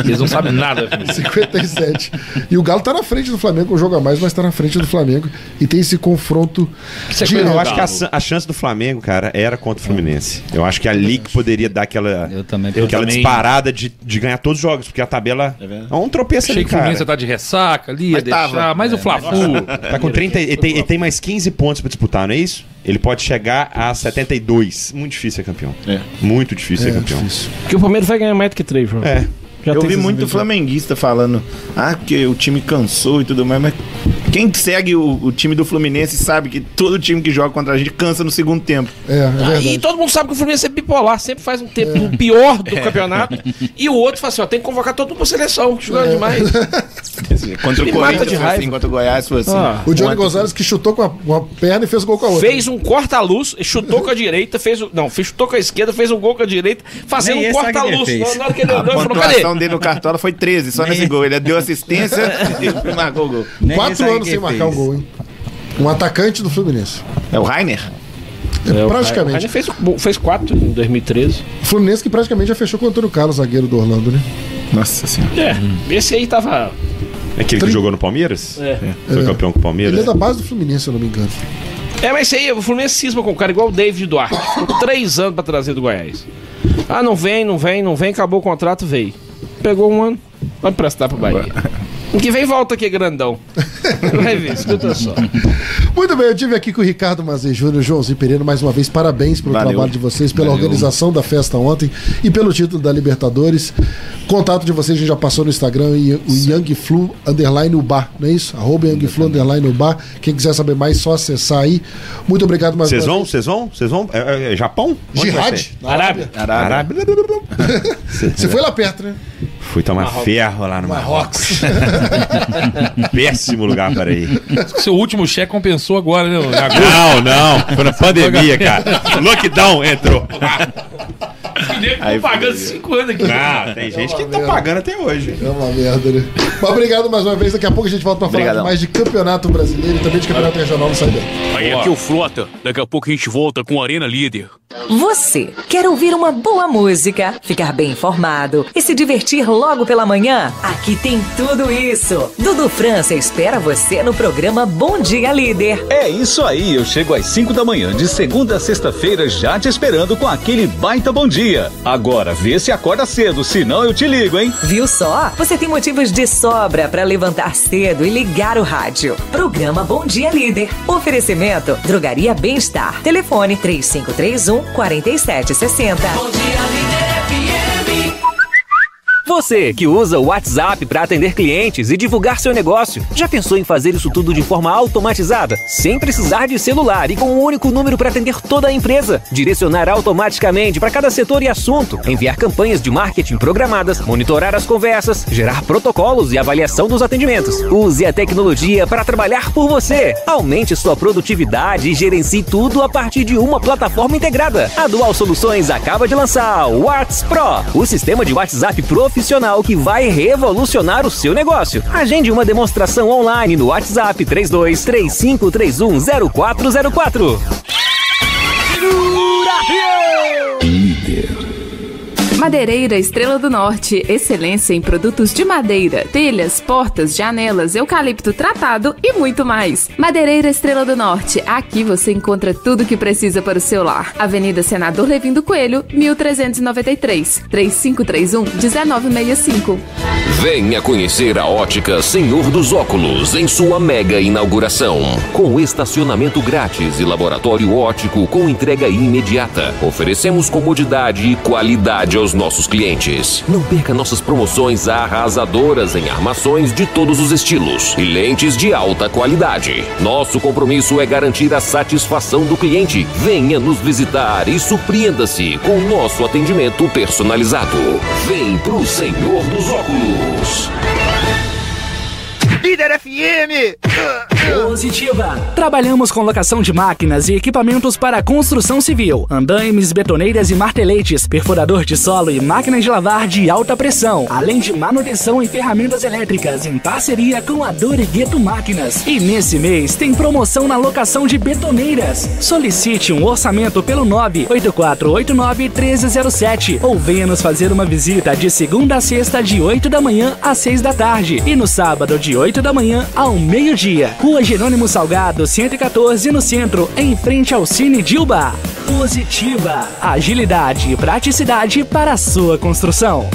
[SPEAKER 13] Eles não sabem nada. filho.
[SPEAKER 3] título. 57. E o Galo tá na frente do Flamengo, um jogo a mais, mas tá na frente do Flamengo. E tem esse confronto
[SPEAKER 13] sequência
[SPEAKER 9] Eu
[SPEAKER 13] do
[SPEAKER 9] acho que a,
[SPEAKER 13] Galo?
[SPEAKER 9] san- a chance do Flamengo, cara, era contra o Fluminense. Eu acho que é ali que poderia dar aquela,
[SPEAKER 10] Eu também
[SPEAKER 9] aquela
[SPEAKER 13] também.
[SPEAKER 9] disparada de, de ganhar todos os jogos, porque a tabela é um tropeço
[SPEAKER 13] Achei
[SPEAKER 9] ali,
[SPEAKER 13] que o Fluminense
[SPEAKER 9] cara.
[SPEAKER 13] tá de ressaca ali, ia
[SPEAKER 8] Mas tava.
[SPEAKER 13] deixar. ah, Mas
[SPEAKER 9] É,
[SPEAKER 13] o Fla-Flu...
[SPEAKER 9] Tá com 30, ele, tem, ele tem mais 15 pontos pra disputar, não é isso? Ele pode chegar a 72. Muito difícil ser campeão.
[SPEAKER 8] É.
[SPEAKER 9] Muito difícil ser campeão.
[SPEAKER 7] Porque o Palmeiras vai ganhar mais do que 3, João.
[SPEAKER 9] É.
[SPEAKER 7] Já
[SPEAKER 8] Eu
[SPEAKER 7] tem
[SPEAKER 8] vi
[SPEAKER 7] esses
[SPEAKER 8] muito
[SPEAKER 7] vídeos.
[SPEAKER 8] flamenguista falando, ah, porque o time cansou e tudo mais, mas quem segue o, o time do Fluminense sabe que todo time que joga contra a gente cansa no segundo tempo.
[SPEAKER 3] É, é verdade.
[SPEAKER 7] Ah, E todo mundo sabe que o Fluminense é bipolar, sempre faz um tempo o pior
[SPEAKER 8] É.
[SPEAKER 7] do campeonato. E o outro fala assim: ó, tem que convocar todo mundo pra seleção, jogando demais.
[SPEAKER 8] Contra o
[SPEAKER 7] Me mata
[SPEAKER 8] Corinthians
[SPEAKER 7] de
[SPEAKER 8] foi assim,
[SPEAKER 7] raiva.
[SPEAKER 8] contra o Goiás foi assim.
[SPEAKER 7] Ah.
[SPEAKER 3] O Johnny
[SPEAKER 8] Ontem-
[SPEAKER 3] Gonzalez que chutou com a, com a perna e fez gol com a outra.
[SPEAKER 7] Fez um corta-luz, chutou com a direita, fez o. Não, fez- chutou com a esquerda, fez um gol com a direita, fazendo
[SPEAKER 10] Nem
[SPEAKER 7] um
[SPEAKER 8] é
[SPEAKER 10] esse sabe o que ele
[SPEAKER 7] corta-luz.
[SPEAKER 10] fez.
[SPEAKER 7] Na hora que ele
[SPEAKER 8] A
[SPEAKER 7] andou, ele falou: cadê?
[SPEAKER 8] pontuação dele no Cartola foi 13, só nesse gol. Ele deu assistência e marcou o gol.
[SPEAKER 10] Nem
[SPEAKER 3] Quatro
[SPEAKER 10] sabe
[SPEAKER 3] anos
[SPEAKER 10] quem
[SPEAKER 3] sem marcar um
[SPEAKER 10] fez.
[SPEAKER 3] gol, hein? Um atacante do Fluminense. É,
[SPEAKER 8] É o Rainer?
[SPEAKER 7] É, O
[SPEAKER 3] praticamente.
[SPEAKER 7] Rainer fez, fez quatro em 2013.
[SPEAKER 3] O Fluminense que praticamente já fechou com o Antônio Carlos, zagueiro do Orlando, né?
[SPEAKER 8] Nossa senhora.
[SPEAKER 7] É, esse aí tava.
[SPEAKER 9] É aquele que
[SPEAKER 3] Trin-
[SPEAKER 9] jogou no Palmeiras?
[SPEAKER 7] É.
[SPEAKER 9] Foi
[SPEAKER 3] É.
[SPEAKER 9] campeão com o
[SPEAKER 3] Ele é
[SPEAKER 9] Palmeiras?
[SPEAKER 3] da base do Fluminense, se eu não me engano.
[SPEAKER 7] É, mas isso aí, o Fluminense cisma com o cara igual o David Duarte. Ficou três anos pra trazer do Goiás. Ah, não vem, não vem, não vem, acabou o contrato, veio. Pegou um ano, vai emprestar pro Bahia. Em que vem volta aqui, grandão. Vai ver, escuta só.
[SPEAKER 3] Muito bem, eu tive aqui com o Ricardo Mazei Júnior, Joãozinho Pereira, mais uma vez, parabéns pelo
[SPEAKER 8] Valeu.
[SPEAKER 3] trabalho de vocês, pela organização da festa ontem e pelo título da Libertadores. Contato de vocês, a gente já passou no Instagram, e o YangFlu underline Ubar, não é isso? Arroba YangFlu underline Ubar. Quem quiser saber mais, só acessar aí. Muito obrigado mais
[SPEAKER 9] Vocês
[SPEAKER 3] uma
[SPEAKER 9] vão? Vocês vão? Vocês vão? É, é, é Japão?
[SPEAKER 3] vez.
[SPEAKER 9] Onde vai ser?
[SPEAKER 3] é Jihad?
[SPEAKER 7] Arábia.
[SPEAKER 9] Arábia.
[SPEAKER 3] Você foi lá perto, né?
[SPEAKER 9] Fui tomar ferro lá no Marrocos. Péssimo lugar para ir.
[SPEAKER 13] Seu último cheque compensou agora, né? Agora.
[SPEAKER 9] Não, não. Foi na pandemia, cara. Lockdown entrou.
[SPEAKER 13] Aí Tá pagando 5 anos aqui.
[SPEAKER 9] Ah, tem gente que tá pagando até hoje.
[SPEAKER 3] É uma merda, né? Mas obrigado mais uma vez. Daqui a pouco a gente volta pra falar
[SPEAKER 9] Obrigadão.
[SPEAKER 3] de mais de campeonato brasileiro e também de campeonato regional no Saibé.
[SPEAKER 11] Aí aqui o Frota. Daqui a pouco a gente volta com Arena Líder.
[SPEAKER 12] Você quer ouvir uma boa música, ficar bem informado e se divertir logo pela manhã? Aqui tem tudo isso. Dudu França espera você no programa Bom Dia Líder.
[SPEAKER 14] É isso aí, eu chego às 5 da manhã de segunda a sexta-feira já te esperando com aquele baita bom dia. Agora vê se acorda cedo, senão eu te ligo, hein?
[SPEAKER 12] Viu só? Você tem motivos de sobra para levantar cedo e ligar o rádio. Programa Bom Dia Líder. Oferecimento: Drogaria Bem-Estar. Telefone 3531 4760.
[SPEAKER 6] Você que usa o WhatsApp para atender clientes e divulgar seu negócio, já pensou em fazer isso tudo de forma automatizada, sem precisar de celular e com um único número para atender toda a empresa? Direcionar automaticamente para cada setor e assunto, enviar campanhas de marketing programadas, monitorar as conversas, gerar protocolos e avaliação dos atendimentos. Use a tecnologia para trabalhar por você. Aumente sua produtividade e gerencie tudo a partir de uma plataforma integrada. A Dual Soluções acaba de lançar o Whats Pro, o sistema de WhatsApp profissional que vai revolucionar o seu negócio. Agende uma demonstração online no WhatsApp 3235310404.
[SPEAKER 15] Madeireira Estrela do Norte, excelência em produtos de madeira, telhas, portas, janelas, eucalipto tratado e muito mais. Madeireira Estrela do Norte, aqui você encontra tudo que precisa para o seu lar. Avenida Senador Levindo Coelho, 1393, 3531 1965.
[SPEAKER 16] Venha conhecer a ótica Senhor dos Óculos em sua mega inauguração. Com estacionamento grátis e laboratório óptico com entrega imediata. Oferecemos comodidade e qualidade aos nossos clientes. Não perca nossas promoções arrasadoras em armações de todos os estilos e lentes de alta qualidade. Nosso compromisso é garantir a satisfação do cliente. Venha nos visitar e surpreenda-se com o nosso atendimento personalizado. Vem pro Senhor dos Óculos.
[SPEAKER 17] Líder FM!
[SPEAKER 18] Positiva. Trabalhamos com locação de máquinas e equipamentos para construção civil, andaimes, betoneiras e marteletes, perfurador de solo e máquinas de lavar de alta pressão, além de manutenção e ferramentas elétricas em parceria com a Dorigueto Máquinas. E nesse mês tem promoção na locação de betoneiras. Solicite um orçamento pelo 98489 1307 ou venha nos fazer uma visita de segunda a sexta de 8 da manhã às 6 da tarde e no sábado de 8 da manhã ao meio-dia. Rua Jerônimo Salgado, 114, no centro, em frente ao Cine Dilba. Positiva. Agilidade e praticidade para a sua construção.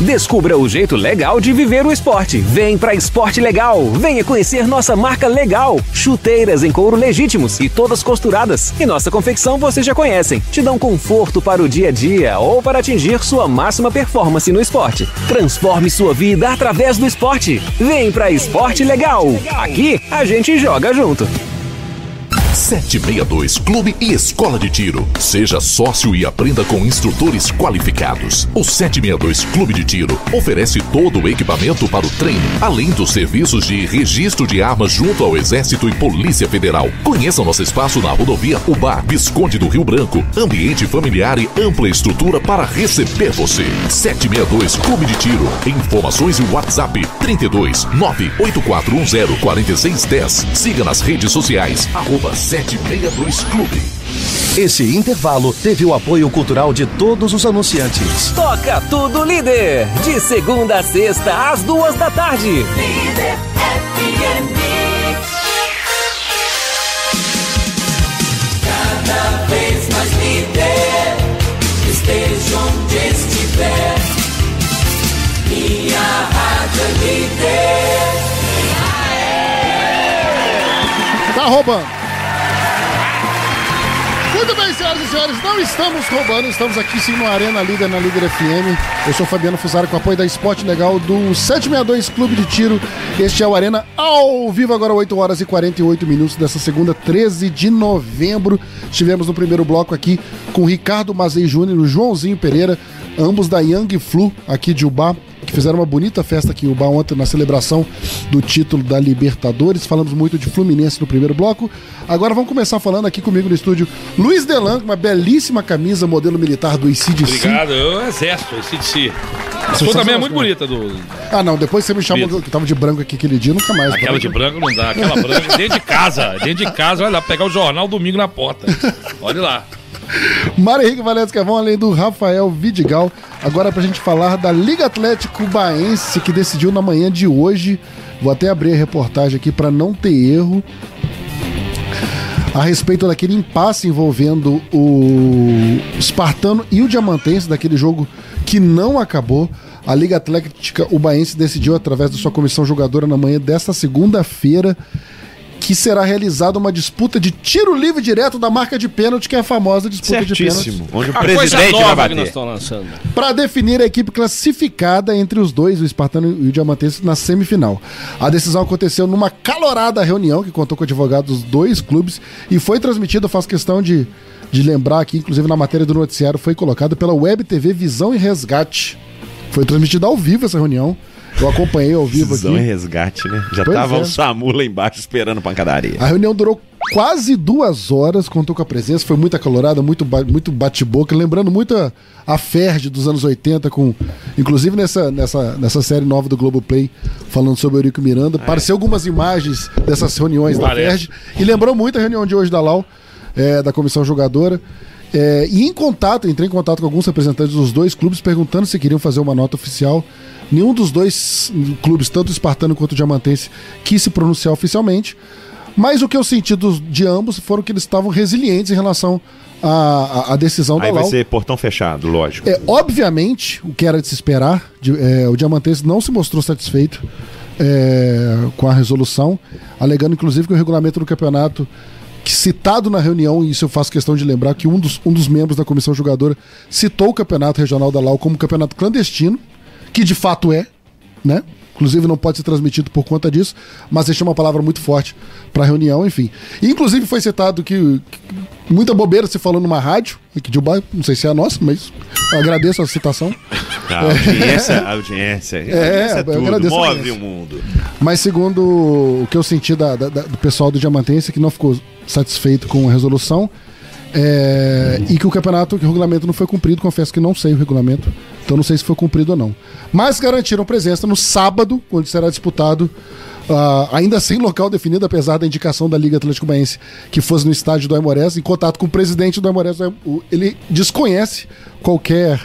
[SPEAKER 6] Descubra o jeito legal de viver o esporte. Vem pra Esporte Legal. Venha conhecer nossa marca legal. Chuteiras em couro legítimos e todas costuradas. E nossa confecção vocês já conhecem. Te dão conforto para o dia a dia ou para atingir sua máxima performance no esporte. Transforme sua vida através do esporte. Vem pra Esporte Legal. Aqui a gente joga junto.
[SPEAKER 1] 762 Clube e Escola de Tiro. Seja sócio e aprenda com instrutores qualificados. O 762 Clube de Tiro oferece todo o equipamento para o treino, além dos serviços de registro de armas junto ao Exército e Polícia Federal. Conheça nosso espaço na rodovia Ubá, Visconde do Rio Branco. Ambiente familiar e ampla estrutura para receber você. 762 Clube de Tiro. Informações e WhatsApp 32 98410 4610. Siga nas redes sociais. Arroba 762 Clube.
[SPEAKER 19] Esse intervalo teve o apoio cultural de todos os anunciantes.
[SPEAKER 6] Toca tudo, líder! De segunda a sexta, às duas da tarde.
[SPEAKER 2] Cada vez mais líder, esteja onde estiver. Minha rádio é líder.
[SPEAKER 3] Tá roubando. Muito bem, senhoras e senhores, não estamos roubando, estamos aqui sim no Arena Líder, na Líder FM. Eu sou Fabiano Fusaro com o apoio da Spot Legal do 762 Clube de Tiro. Este é o Arena ao vivo, agora 8 horas e 48 minutos dessa segunda, 13 de novembro. Estivemos no primeiro bloco aqui com Ricardo Mazei Júnior e o Joãozinho Pereira, ambos da Young Flu aqui de Ubá, que fizeram uma bonita festa aqui em Ubá ontem na celebração do título da Libertadores. Falamos muito de Fluminense no primeiro bloco. Agora vamos começar falando aqui comigo no estúdio Luiz Delan, com uma belíssima camisa modelo militar do ICDC.
[SPEAKER 13] Obrigado, eu exército, esse de si.
[SPEAKER 3] Você
[SPEAKER 13] Essa cor também é
[SPEAKER 3] sabe,
[SPEAKER 13] muito
[SPEAKER 3] né?
[SPEAKER 13] bonita do.
[SPEAKER 3] Ah, não, depois você me chamou que tava de branco aqui aquele dia, nunca mais.
[SPEAKER 13] Aquela de branco não dá, aquela branca dentro de casa, dentro de casa, olha lá, pegar o jornal domingo na porta. Olha lá.
[SPEAKER 3] Mário Henrique Valério Escavão, além do Rafael Vidigal. Agora pra gente falar da Liga Atlético Baense, que decidiu na manhã de hoje. Vou até abrir a reportagem aqui pra não ter erro. A respeito daquele impasse envolvendo o Espartano e o Diamantense, daquele jogo que não acabou. A Liga Atlética Ubaense decidiu, através da sua comissão jogadora, na manhã desta segunda-feira, que será realizada uma disputa de tiro livre direto da marca de pênalti, que é a famosa disputa de pênalti.
[SPEAKER 9] Onde o
[SPEAKER 7] A Ah, coisa
[SPEAKER 9] presidente
[SPEAKER 7] nova
[SPEAKER 9] vai
[SPEAKER 7] que
[SPEAKER 9] bater.
[SPEAKER 7] nós estamos lançando.
[SPEAKER 3] Para definir a equipe classificada entre os dois, o Espartano e o Diamantense, na semifinal. A decisão aconteceu numa calorada reunião que contou com advogados dos dois clubes e foi transmitida, eu faço questão de, de lembrar aqui, inclusive na matéria do noticiário, foi colocado pela Web TV Visão e Resgate. Foi transmitida ao vivo essa reunião. Eu acompanhei ao vivo
[SPEAKER 9] Visão e
[SPEAKER 3] aqui.
[SPEAKER 9] resgate, né? Já
[SPEAKER 3] Pois
[SPEAKER 9] tava
[SPEAKER 3] é. Ah,
[SPEAKER 9] um SAMU lá embaixo esperando pancadaria.
[SPEAKER 3] A reunião durou quase duas horas, contou com a presença, foi muito acalorada, muito, ba- muito bate-boca, lembrando muito a, a Ferdi dos anos 80, com, inclusive nessa, nessa, nessa série nova do Globoplay, falando sobre o Eurico Miranda. Apareceu algumas imagens dessas reuniões da
[SPEAKER 13] Parece.
[SPEAKER 3] Ferdi e lembrou muito a reunião de hoje da Lau, é, da comissão jogadora. É, e em contato, entrei em contato com alguns representantes dos dois clubes perguntando se queriam fazer uma nota oficial. Nenhum dos dois clubes, tanto o Espartano quanto o Diamantense, quis se pronunciar oficialmente. Mas o que eu senti dos- de ambos foram que eles estavam resilientes em relação à, à- à decisão
[SPEAKER 9] Aí
[SPEAKER 3] da
[SPEAKER 9] vai
[SPEAKER 3] Lau.
[SPEAKER 9] ser portão fechado, lógico.
[SPEAKER 3] É, obviamente, o que era de se esperar, de- é, o Diamantense não se mostrou satisfeito é, com a resolução, alegando inclusive que o regulamento do campeonato, que citado na reunião, e isso eu faço questão de lembrar, que um dos, um dos membros da comissão jogadora citou o campeonato regional da Lau como campeonato clandestino, que de fato é, né? Inclusive não pode ser transmitido por conta disso, mas deixou uma palavra muito forte para a reunião, enfim. E, inclusive foi citado que, que muita bobeira se falou numa rádio aqui de Uba, não sei se é a nossa, mas eu agradeço a citação. É,
[SPEAKER 9] A audiência, a audiência. a audiência é
[SPEAKER 3] eu
[SPEAKER 9] tudo,
[SPEAKER 3] agradeço a
[SPEAKER 9] move
[SPEAKER 3] audiência.
[SPEAKER 9] o mundo.
[SPEAKER 3] Mas segundo o que eu senti da- da- da- do pessoal do Diamantense, que não ficou satisfeito com a resolução, é, e que o campeonato, que o regulamento não foi cumprido, confesso que não sei o regulamento, então não sei se foi cumprido ou não. Mas garantiram presença no sábado, onde será disputado, ah, ainda sem local definido, apesar da indicação da Liga Atlético Baense que fosse no estádio do Aimorés, em contato com o presidente do Aimorés, o- ele desconhece qualquer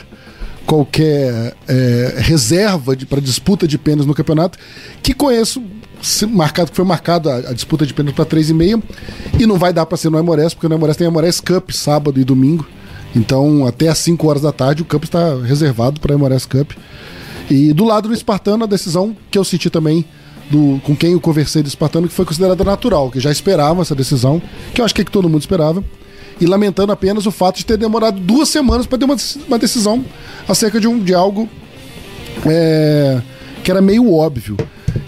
[SPEAKER 3] qualquer é, reserva para disputa de pênaltis no campeonato, que conheço se- marcado que foi marcado a, a disputa de pênaltis para 3,5 e não vai dar para ser no Amores, porque no Amores tem Amores Cup sábado e domingo. Então, até às 5 horas da tarde, o campo está reservado para Amores Cup. E do lado do Espartano, a decisão que eu senti também do, com quem eu conversei do Espartano, que foi considerada natural, que já esperava essa decisão, que eu acho que, é que todo mundo esperava, e lamentando apenas o fato de ter demorado duas semanas para ter uma, uma decisão acerca de, um, de algo é, que era meio óbvio.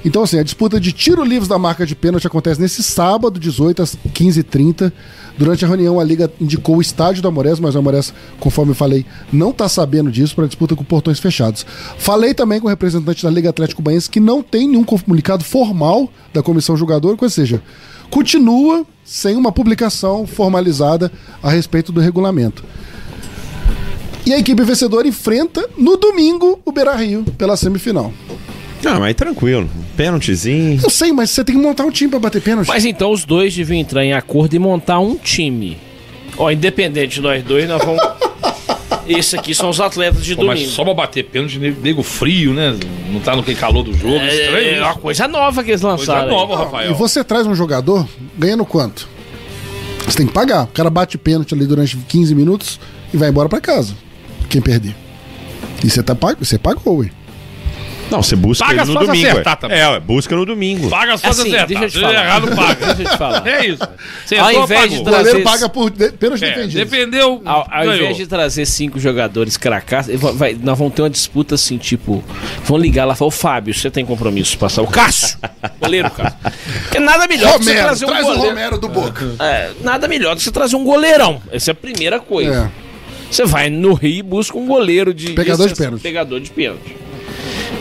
[SPEAKER 3] Então, assim, a disputa de tiro livres da marca de pênalti acontece nesse sábado, 18 às 15h30. Durante a reunião, a Liga indicou o estádio do Amores, mas o Amores, conforme eu falei, não está sabendo disso para a disputa com portões fechados. Falei também com o representante da Liga Atlético Baense que não tem nenhum comunicado formal da comissão jogadora, ou seja, continua sem uma publicação formalizada a respeito do regulamento. E a equipe vencedora enfrenta no domingo o Beira Rio pela semifinal.
[SPEAKER 9] Não, mas tranquilo. Pênaltizinho.
[SPEAKER 3] Eu sei, mas você tem que montar um time pra bater pênalti.
[SPEAKER 7] Mas então os dois deviam entrar em acordo e montar um time. Ó, independente de nós dois, nós vamos. Esse aqui são os atletas de
[SPEAKER 13] Pô, mas
[SPEAKER 7] domingo.
[SPEAKER 13] só pra bater pênalti, nego nego frio, né? Não tá no que calor do jogo.
[SPEAKER 7] É,
[SPEAKER 13] estranho
[SPEAKER 7] é
[SPEAKER 13] isso.
[SPEAKER 7] uma coisa nova que eles
[SPEAKER 13] Coisa
[SPEAKER 7] lançaram.
[SPEAKER 13] nova,
[SPEAKER 7] aí.
[SPEAKER 13] Rafael.
[SPEAKER 3] E você traz um jogador ganhando quanto? Você tem que pagar. O cara bate pênalti ali durante 15 minutos e vai embora pra casa. Quem perder. E você tá pag... você pagou, ué.
[SPEAKER 9] Não, você busca
[SPEAKER 3] Paga
[SPEAKER 9] ele no
[SPEAKER 3] só se
[SPEAKER 9] domingo.
[SPEAKER 3] acertar
[SPEAKER 9] ué.
[SPEAKER 3] também.
[SPEAKER 9] É, ué, busca no domingo.
[SPEAKER 13] Paga só
[SPEAKER 7] Assim,
[SPEAKER 13] assim, acertar.
[SPEAKER 7] deixa eu te
[SPEAKER 13] Se
[SPEAKER 7] falar.
[SPEAKER 13] errar, não paga.
[SPEAKER 7] Deixa eu te falar.
[SPEAKER 13] É isso. Você
[SPEAKER 7] Ao
[SPEAKER 13] errou,
[SPEAKER 7] invés de
[SPEAKER 13] pagou.
[SPEAKER 3] O goleiro paga por de- pênalti defendido.
[SPEAKER 13] Dependeu.
[SPEAKER 7] Ao, ao
[SPEAKER 13] ganhou.
[SPEAKER 7] invés de trazer cinco jogadores cracás, ele vai- vai- nós vamos ter uma disputa assim, tipo, vão ligar lá e falar, ô Fábio, você tem compromisso pra passar o Cássio, goleiro, Cássio. Porque nada melhor que você
[SPEAKER 3] Romero,
[SPEAKER 7] trazer um
[SPEAKER 3] traz o
[SPEAKER 7] goleiro.
[SPEAKER 3] Romero do Boca.
[SPEAKER 7] É, nada melhor que você trazer um goleirão. Essa é a primeira coisa. Você vai no Rio e busca um goleiro de.
[SPEAKER 3] É. Pegador de
[SPEAKER 7] exceção-
[SPEAKER 3] pênalti.
[SPEAKER 7] Pegador de pênalti.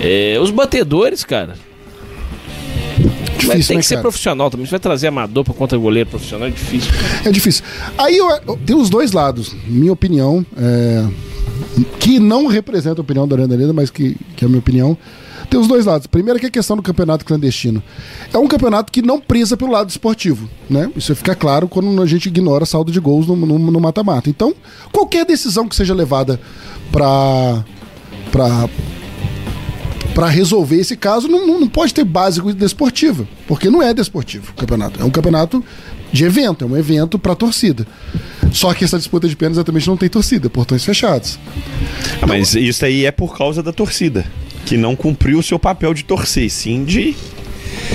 [SPEAKER 7] É, os batedores, cara. mas
[SPEAKER 3] Difícil,
[SPEAKER 7] tem
[SPEAKER 3] né,
[SPEAKER 7] que ser
[SPEAKER 3] cara?
[SPEAKER 7] profissional também. Você vai trazer amador pra contra goleiro profissional, é difícil.
[SPEAKER 3] É difícil. Aí eu, eu- tem os dois lados, minha opinião, é, que não representa a opinião da Arena Leda, mas que, que é a minha opinião. Tem os dois lados. Primeiro que é a questão do campeonato clandestino. É um campeonato que não preza pelo lado esportivo, né? Isso fica claro quando a gente ignora saldo de gols no- no no mata-mata. Então, qualquer decisão que seja levada pra, pra, para resolver esse caso não, não- não pode ter básico desportiva, porque não é desportivo o campeonato. É um campeonato de evento, é um evento para torcida. Só que essa disputa de pênaltis exatamente não tem torcida, portões fechados.
[SPEAKER 9] Ah, mas isso aí é por causa da torcida, que não cumpriu o seu papel de torcer, e sim de.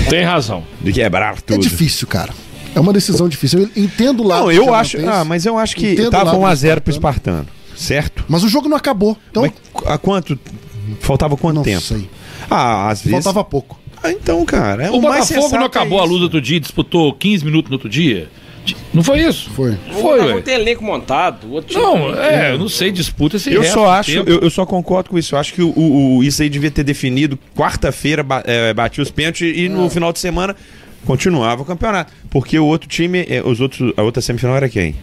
[SPEAKER 7] Tem razão.
[SPEAKER 9] De quebrar tudo.
[SPEAKER 3] É difícil, cara. É uma decisão difícil. Eu entendo lá.
[SPEAKER 9] Não, eu acho. Ah, mas eu acho que tava
[SPEAKER 3] tá
[SPEAKER 9] 1x0 pro Espartano, certo?
[SPEAKER 3] Mas o jogo não acabou. Então...
[SPEAKER 9] há quanto. Faltava quanto tempo?
[SPEAKER 3] sei.
[SPEAKER 9] Ah, às vezes.
[SPEAKER 3] Faltava pouco.
[SPEAKER 9] Ah, então, cara. É
[SPEAKER 13] o Botafogo não acabou a luz outro dia, disputou 15 minutos no outro dia. Não foi isso?
[SPEAKER 3] Foi.
[SPEAKER 13] Foi,
[SPEAKER 7] Não
[SPEAKER 13] ué.
[SPEAKER 7] tem elenco montado. o outro
[SPEAKER 13] Não,
[SPEAKER 7] time-
[SPEAKER 13] é, eu não sei, disputa esse
[SPEAKER 9] Eu
[SPEAKER 13] resto
[SPEAKER 9] só
[SPEAKER 13] do
[SPEAKER 9] acho,
[SPEAKER 13] tempo.
[SPEAKER 9] eu, eu só concordo com isso. Eu acho que o, o- o- isso aí devia ter definido quarta-feira, ba- eh, batia os pênaltis e
[SPEAKER 7] É.
[SPEAKER 9] no final de semana continuava o campeonato. Porque o outro time, eh, os outros, a outra semifinal era quem?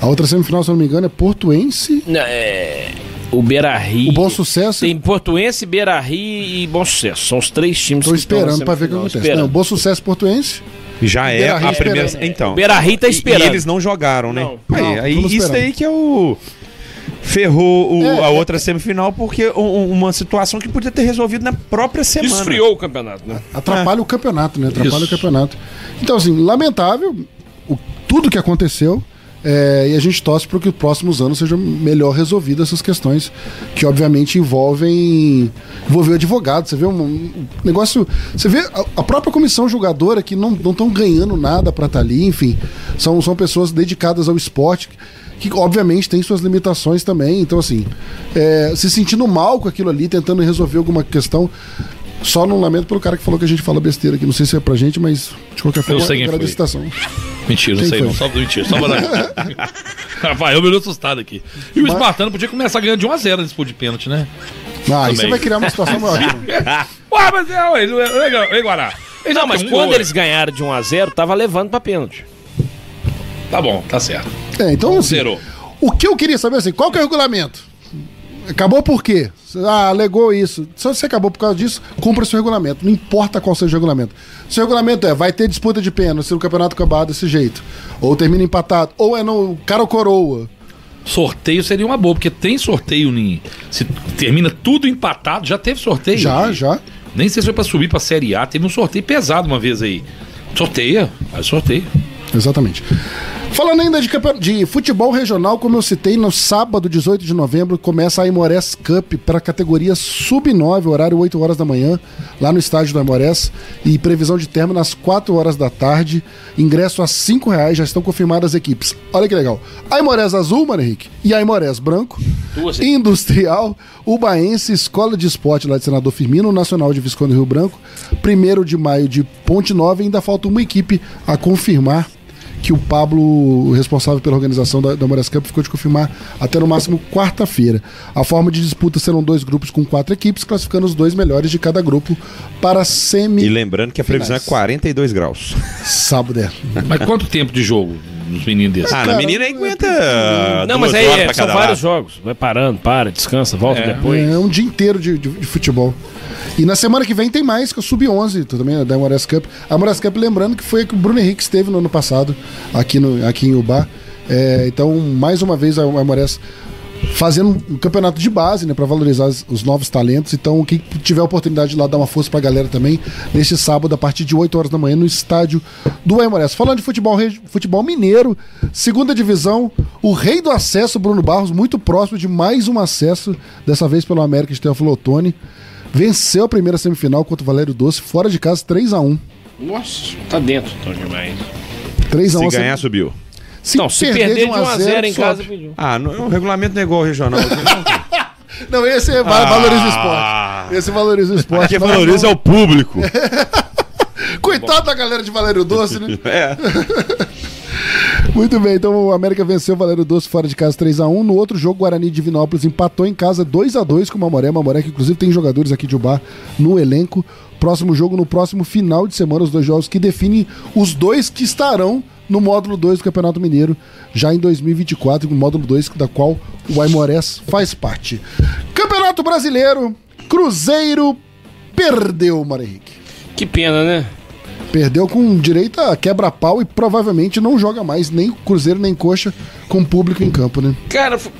[SPEAKER 3] A outra semifinal, se eu não me engano, é Portuense.
[SPEAKER 7] Não, é. O Beira Rio.
[SPEAKER 3] O Bom Sucesso.
[SPEAKER 7] Tem Portuense, Beira Rio e Bom Sucesso. São os três times
[SPEAKER 3] Estou
[SPEAKER 7] que estão na
[SPEAKER 3] esperando para ver o que
[SPEAKER 7] semifinal,
[SPEAKER 3] acontece.
[SPEAKER 7] esperando.
[SPEAKER 3] Não, bom sucesso portuense.
[SPEAKER 9] Já é
[SPEAKER 3] Beira Rio
[SPEAKER 9] a primeira.
[SPEAKER 3] esperando.
[SPEAKER 9] Então.
[SPEAKER 7] O Beira Rio tá
[SPEAKER 9] E-
[SPEAKER 7] esperando.
[SPEAKER 9] E, eles não jogaram, né?
[SPEAKER 7] Não.
[SPEAKER 9] aí,
[SPEAKER 7] Não,
[SPEAKER 9] aí
[SPEAKER 7] tudo
[SPEAKER 9] isso
[SPEAKER 7] esperando.
[SPEAKER 9] aí que é o. Ferrou o-
[SPEAKER 7] É,
[SPEAKER 9] a
[SPEAKER 7] é-
[SPEAKER 9] outra semifinal porque um- um- uma situação que podia ter resolvido na própria semana.
[SPEAKER 7] Esfriou o campeonato, né?
[SPEAKER 3] É. Atrapalha o campeonato, né?
[SPEAKER 9] Isso.
[SPEAKER 3] Atrapalha o campeonato. Então, assim, lamentável o- tudo que aconteceu. é, e a gente torce para que os próximos anos sejam melhor resolvidas essas questões, que obviamente envolvem. envolver o advogado. Você vê um, um negócio. Você vê a, a própria comissão julgadora que não estão ganhando nada para estar ali, enfim. São, são pessoas dedicadas ao esporte, que obviamente tem suas limitações também. Então, assim, é, se sentindo mal com aquilo ali, tentando resolver alguma questão. Só não lamento pelo cara que falou que a gente fala besteira aqui. Não sei se é pra gente, mas de qualquer forma,
[SPEAKER 13] Eu sei quem
[SPEAKER 3] agrade
[SPEAKER 13] foi.
[SPEAKER 3] a citação.
[SPEAKER 13] Mentira, não
[SPEAKER 3] Quem
[SPEAKER 13] sei
[SPEAKER 3] foi?
[SPEAKER 13] não. Só, mentira, só barato. Rapaz, eu me olhei assustado aqui. E o
[SPEAKER 3] Mas-
[SPEAKER 13] Espartano podia começar ganhando de 1x0 na disputa de pênalti, né?
[SPEAKER 3] Ah, aí
[SPEAKER 13] Também.
[SPEAKER 3] você vai criar uma situação maior. né?
[SPEAKER 13] Ué, mas é, ué, não é- não é- é Guará. Eles já
[SPEAKER 7] Não, mas
[SPEAKER 13] tem um
[SPEAKER 7] quando
[SPEAKER 13] gol,
[SPEAKER 7] eles ganharam de 1x0, tava levando pra pênalti.
[SPEAKER 13] Tá bom, tá certo.
[SPEAKER 3] É, então, assim, o que eu queria saber, assim, qual que é o regulamento? Acabou por quê? Ah, alegou isso. Se você acabou por causa disso, cumpra seu regulamento. Não importa qual seja o regulamento. Seu regulamento é, vai ter disputa de pênalti se o campeonato acabar desse jeito. Ou termina empatado. Ou é no cara ou coroa.
[SPEAKER 13] Sorteio seria uma boa, porque tem sorteio em. Se termina tudo empatado, já teve sorteio?
[SPEAKER 3] Já, já.
[SPEAKER 13] Nem sei se foi pra subir pra Série A, teve um sorteio pesado uma vez aí. Sorteia, aí sorteia.
[SPEAKER 3] Exatamente. Falando ainda de, campe- de futebol regional, como eu citei, no sábado, 18 de novembro, começa a Imores Cup para a categoria Sub-9, horário 8 horas da manhã, lá no estádio do Imores, e previsão de término às 4 horas da tarde, ingresso a 5 reais, já estão confirmadas as equipes. Olha que legal. A Imores Azul, Mano Henrique, e a Imores Branco, Industrial, Ubaense, Escola de Esporte lá de Senador Firmino, Nacional de Visconde Rio Branco, 1 de maio de Ponte Nova, e ainda falta uma equipe a confirmar que o Pablo, o responsável pela organização da, da Moraes Cup, ficou de confirmar até no máximo quarta-feira. A forma de disputa serão dois grupos com quatro equipes, classificando os dois melhores de cada grupo para a semi.
[SPEAKER 9] E lembrando que a previsão é 42 graus.
[SPEAKER 3] Sábado é.
[SPEAKER 13] Mas quanto tempo de jogo dos meninos desses?
[SPEAKER 9] Ah, na menina aí aguenta.
[SPEAKER 7] Não,
[SPEAKER 9] duas
[SPEAKER 7] mas aí
[SPEAKER 9] horas
[SPEAKER 7] é,
[SPEAKER 9] pra
[SPEAKER 7] são
[SPEAKER 9] cada
[SPEAKER 7] vários
[SPEAKER 9] lado.
[SPEAKER 7] jogos. Vai parando, para, descansa, volta depois.
[SPEAKER 3] É um dia inteiro de, de- de futebol. E na semana que vem tem mais, que é eu subi 11 também é da Moraes Cup. A Moraes Cup, lembrando que foi a que o Bruno Henrique esteve no ano passado, aqui, no, aqui em Ubá. É, então, mais uma vez, a Moraes fazendo um campeonato de base, né, para valorizar os, os novos talentos. Então, quem tiver a oportunidade de ir lá dar uma força pra galera também, neste sábado, a partir de 8 horas da manhã, no estádio do Aimorés. Falando de futebol, regi- futebol mineiro, segunda divisão, o rei do acesso, Bruno Barros, muito próximo de mais um acesso, dessa vez pelo América de Teófilo Otoni. Venceu a primeira semifinal contra o Valério Doce, fora de casa, 3 a 1
[SPEAKER 7] Nossa, tá dentro, então, demais.
[SPEAKER 3] 3 a 1
[SPEAKER 9] Se ganhar, subiu.
[SPEAKER 3] Se um
[SPEAKER 7] Não, se perder de 1 a 0 em
[SPEAKER 3] sobe.
[SPEAKER 7] casa, pediu.
[SPEAKER 9] Ah, não, o regulamento não é igual ao regional.
[SPEAKER 3] Não, esse é, va-
[SPEAKER 9] Ah.
[SPEAKER 3] valoriza o esporte. Esse valoriza o esporte.
[SPEAKER 9] Quem
[SPEAKER 3] Nós
[SPEAKER 9] valoriza é
[SPEAKER 3] não-
[SPEAKER 9] o público.
[SPEAKER 19] É.
[SPEAKER 3] Coitado da galera de Valério Doce, né?
[SPEAKER 9] É.
[SPEAKER 3] Muito bem, então o América venceu o Valério Doce fora de casa 3x1. No outro jogo, o Guarani de Divinópolis empatou em casa 2x2 com o Mamoré. Mamoré que inclusive tem jogadores aqui de Ubar no elenco. Próximo jogo no próximo final de semana, os dois jogos que definem os dois que estarão no módulo 2 do Campeonato Mineiro, já em 2024, no módulo 2 da qual o Aimorés faz parte. Campeonato Brasileiro, Cruzeiro perdeu, Mário Henrique.
[SPEAKER 7] Que pena, né?
[SPEAKER 3] Perdeu com direito a quebra-pau e provavelmente não joga mais nem Cruzeiro nem Coxa com público em campo, né?
[SPEAKER 7] Cara, f-